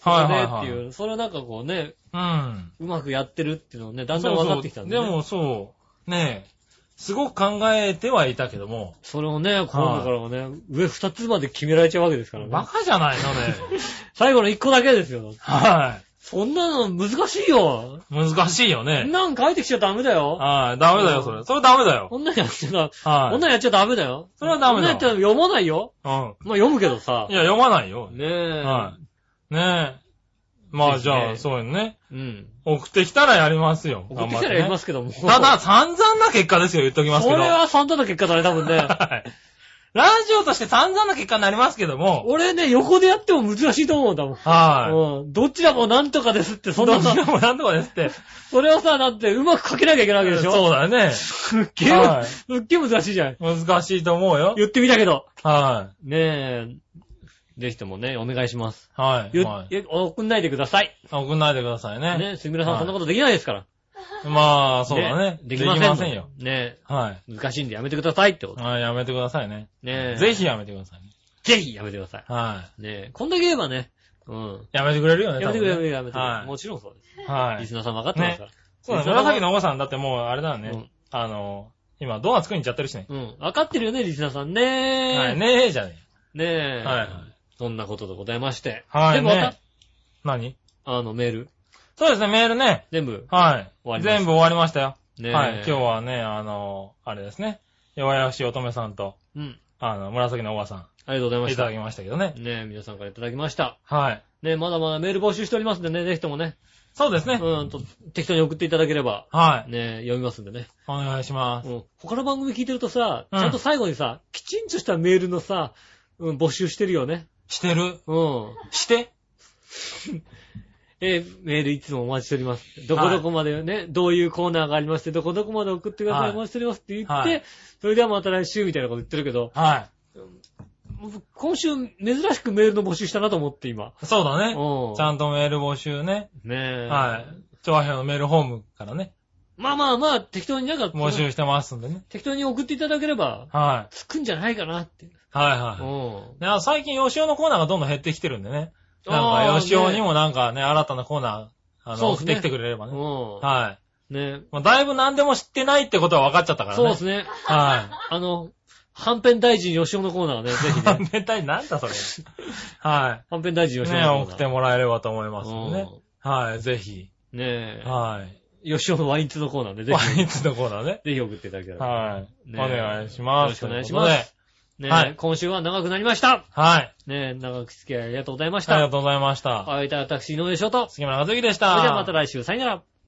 Speaker 3: はいはい
Speaker 2: っ
Speaker 3: は
Speaker 2: て
Speaker 3: い。
Speaker 2: いう、それをなんかこうね、
Speaker 3: うん。
Speaker 2: うまくやってるっていうのをね、だんだん分かってきたんで、
Speaker 3: そ
Speaker 2: ね。
Speaker 3: うそうでもそう、ねえ、すごく考えてはいたけども、
Speaker 2: それをね、今度からもね、上二つまで決められちゃうわけですから
Speaker 3: バ
Speaker 2: ね。
Speaker 3: カじゃないのね。
Speaker 2: 最後の一個だけですよ。
Speaker 3: は
Speaker 2: そんなの難しいよ。
Speaker 3: い。難しいよ
Speaker 2: そん
Speaker 3: ね。
Speaker 2: なん書いてきちゃダメだよ。
Speaker 3: はい。ダメだよ、それ。それダメだよ。
Speaker 2: こんなんやっちゃダ
Speaker 3: は
Speaker 2: こんなんやっちゃダメだよ。
Speaker 3: それはダ
Speaker 2: こ
Speaker 3: メだ
Speaker 2: んなんやっちゃ読まないよ。
Speaker 3: い。
Speaker 2: まあ読むけどさ
Speaker 3: うん。い。や、読まないよ。
Speaker 2: ねえ。
Speaker 3: はい。ねえ。まあ
Speaker 2: ぜひ
Speaker 3: じ
Speaker 2: ね
Speaker 3: ゃあ、そうよね。
Speaker 2: うん。
Speaker 3: 送ってきたらやりますよ。。
Speaker 2: 送ってきたらやりますすけども。
Speaker 3: ただ、散々な結果ですよ、言っときますけ
Speaker 2: そ
Speaker 3: ど。
Speaker 2: れは散々な結果だね、多分
Speaker 3: [laughs]
Speaker 2: ね。
Speaker 3: はい。ラジオとして散々な結果になりますけども。
Speaker 2: 俺ね、横でやっても難しいと思うんだもん。
Speaker 3: はい。
Speaker 2: うん。どちらもなんとかですって、そんな
Speaker 3: ど
Speaker 2: さ
Speaker 3: っち、でもなんとかですって。
Speaker 2: それをさ、だってうまく書けなきゃいけないわけでしょ
Speaker 3: そうだね。
Speaker 2: すっげえ、
Speaker 3: はい
Speaker 2: すっげえ難しいじゃん。
Speaker 3: 難しいと思うよ。
Speaker 2: 言ってみたけど。
Speaker 3: は
Speaker 2: ねえ、ぜひともね、お願いします。
Speaker 3: い。はい。
Speaker 2: ゆ
Speaker 3: はい
Speaker 2: え送んないでください。
Speaker 3: 送んないでくださいね。
Speaker 2: ねえ、すみれさん、
Speaker 3: はい
Speaker 2: そんなことできないですから。
Speaker 3: まあ、そうだね。
Speaker 2: できませんの。
Speaker 3: よ。
Speaker 2: ね
Speaker 3: はい。
Speaker 2: え、難しいんでやめてくださいってこと。
Speaker 3: はい、やめてくださいね。
Speaker 2: ねえ。
Speaker 3: ぜひやめてくださいね。
Speaker 2: ひ。ぜひやめてください。
Speaker 3: は
Speaker 2: ねえ、こんだけ言えばね、うん。
Speaker 3: い。やめてくれるよね、
Speaker 2: やめてくれ、やめてくれ、
Speaker 3: 多
Speaker 2: や
Speaker 3: 分
Speaker 2: めて
Speaker 3: ね
Speaker 2: くれ。
Speaker 3: は
Speaker 2: もちろんそうです。
Speaker 3: い。は
Speaker 2: リス
Speaker 3: い。
Speaker 2: ナーさん分かってますから。
Speaker 3: そう
Speaker 2: リスナ
Speaker 3: だね。
Speaker 2: ーさん
Speaker 3: 紫のおばさんだってもう、あれだよ
Speaker 2: う
Speaker 3: ね
Speaker 2: ん。
Speaker 3: あの、今、ドーナツ食いに行っちゃってるしね。
Speaker 2: うん。分かってるよね、リスナーさん
Speaker 3: はい。
Speaker 2: ね。
Speaker 3: ねえ、じゃね
Speaker 2: ねえ。
Speaker 3: はいはい
Speaker 2: そんなことでございまして。
Speaker 3: え。はい。
Speaker 2: 全部終わっ
Speaker 3: ね何
Speaker 2: たあの、メール。
Speaker 3: そうですね、メールね。
Speaker 2: 全部。
Speaker 3: は
Speaker 2: 終わ
Speaker 3: い。
Speaker 2: りました
Speaker 3: 全部終わりましたよ。
Speaker 2: ねえ。
Speaker 3: はい。今日はね、あの、あれですね。弱々しい乙女さんと、
Speaker 2: うん。
Speaker 3: あの、紫のおばさん。
Speaker 2: ありがとうございま
Speaker 3: い
Speaker 2: したた。
Speaker 3: だきましたけどね。
Speaker 2: ねえ、皆さんからいただきました。
Speaker 3: はい。
Speaker 2: ねえ、まだまだメール募集しておりますんでね、ぜひともね、
Speaker 3: そうですね。
Speaker 2: うんと、適当に送っていただければ、
Speaker 3: はい。
Speaker 2: ねえ、読みますんでね。
Speaker 3: お願いします
Speaker 2: う。ん。他の番組聞いてるとさ、
Speaker 3: うん
Speaker 2: ちゃんと最後にさ、きちんとしたメールのさ、うん、募集してるよね。
Speaker 3: してる
Speaker 2: うん。
Speaker 3: して
Speaker 2: えーメールいつもお待ちしております。どこどこまでね、どういうコーナーがありまして、どこどこまで送ってください、
Speaker 3: はい
Speaker 2: お待ちしておりますって言って、
Speaker 3: はい
Speaker 2: それではまた来週みたいなこと言ってるけど、
Speaker 3: は
Speaker 2: 僕今週珍しくメールの募集したなと思って今。
Speaker 3: い。そうだ
Speaker 2: う
Speaker 3: ね。
Speaker 2: ん。
Speaker 3: ちゃんとメール募集ね。
Speaker 2: ねえ。
Speaker 3: はい。調和表のメールホームからね、
Speaker 2: まあまあまあ、適当になんか、
Speaker 3: 募集してますんでね。
Speaker 2: 適当に送っていただければ、
Speaker 3: は
Speaker 2: つくんじゃないかなって。
Speaker 3: い。はいうは
Speaker 2: ん
Speaker 3: い。。であ最近、よしおのコーナーがどんどん減ってきてるんでね。な
Speaker 2: あ
Speaker 3: ん
Speaker 2: ー
Speaker 3: か、よしおに
Speaker 2: ね
Speaker 3: もなんかね、新たなコーナー、あ
Speaker 2: そ
Speaker 3: の、
Speaker 2: うで
Speaker 3: 送
Speaker 2: す
Speaker 3: っ
Speaker 2: ね
Speaker 3: てきてくれれば
Speaker 2: う
Speaker 3: ね。
Speaker 2: ん。
Speaker 3: はい。
Speaker 2: ね
Speaker 3: まあだいぶ何でも知ってないってことは分かっちゃったからね。
Speaker 2: そうですね。
Speaker 3: は
Speaker 2: あの、はんぺん大臣吉尾のコーナー
Speaker 3: [laughs]
Speaker 2: はね、ぜ [laughs]
Speaker 3: い。
Speaker 2: ひ
Speaker 3: 反
Speaker 2: ね。
Speaker 3: 面体なんだそれ。 [laughs] は
Speaker 2: はんぺん大臣
Speaker 3: い。
Speaker 2: 吉尾の
Speaker 3: ね、
Speaker 2: コーナー。
Speaker 3: 送ってもらえればと思いますんでね。はい、ぜひ。
Speaker 2: うんね
Speaker 3: はい。
Speaker 2: え。吉尾のワインツのコーナーで、ぜ
Speaker 3: ワ
Speaker 2: ひ、
Speaker 3: インツのコーナーね。
Speaker 2: ぜひ送っていただければ。
Speaker 3: はい。お
Speaker 2: ね
Speaker 3: 願いします。
Speaker 2: よろしくお願いします。ねえ、
Speaker 3: はい
Speaker 2: 今週は長くなりました。
Speaker 3: ということで。はい。
Speaker 2: ねえ、長く付き合いありがとうございまし
Speaker 3: ありが
Speaker 2: た。
Speaker 3: とうございました。
Speaker 2: お会いいたい私、井上翔と。
Speaker 3: 杉村和之でし
Speaker 2: そ
Speaker 3: た。
Speaker 2: れではまた来週、さよなら。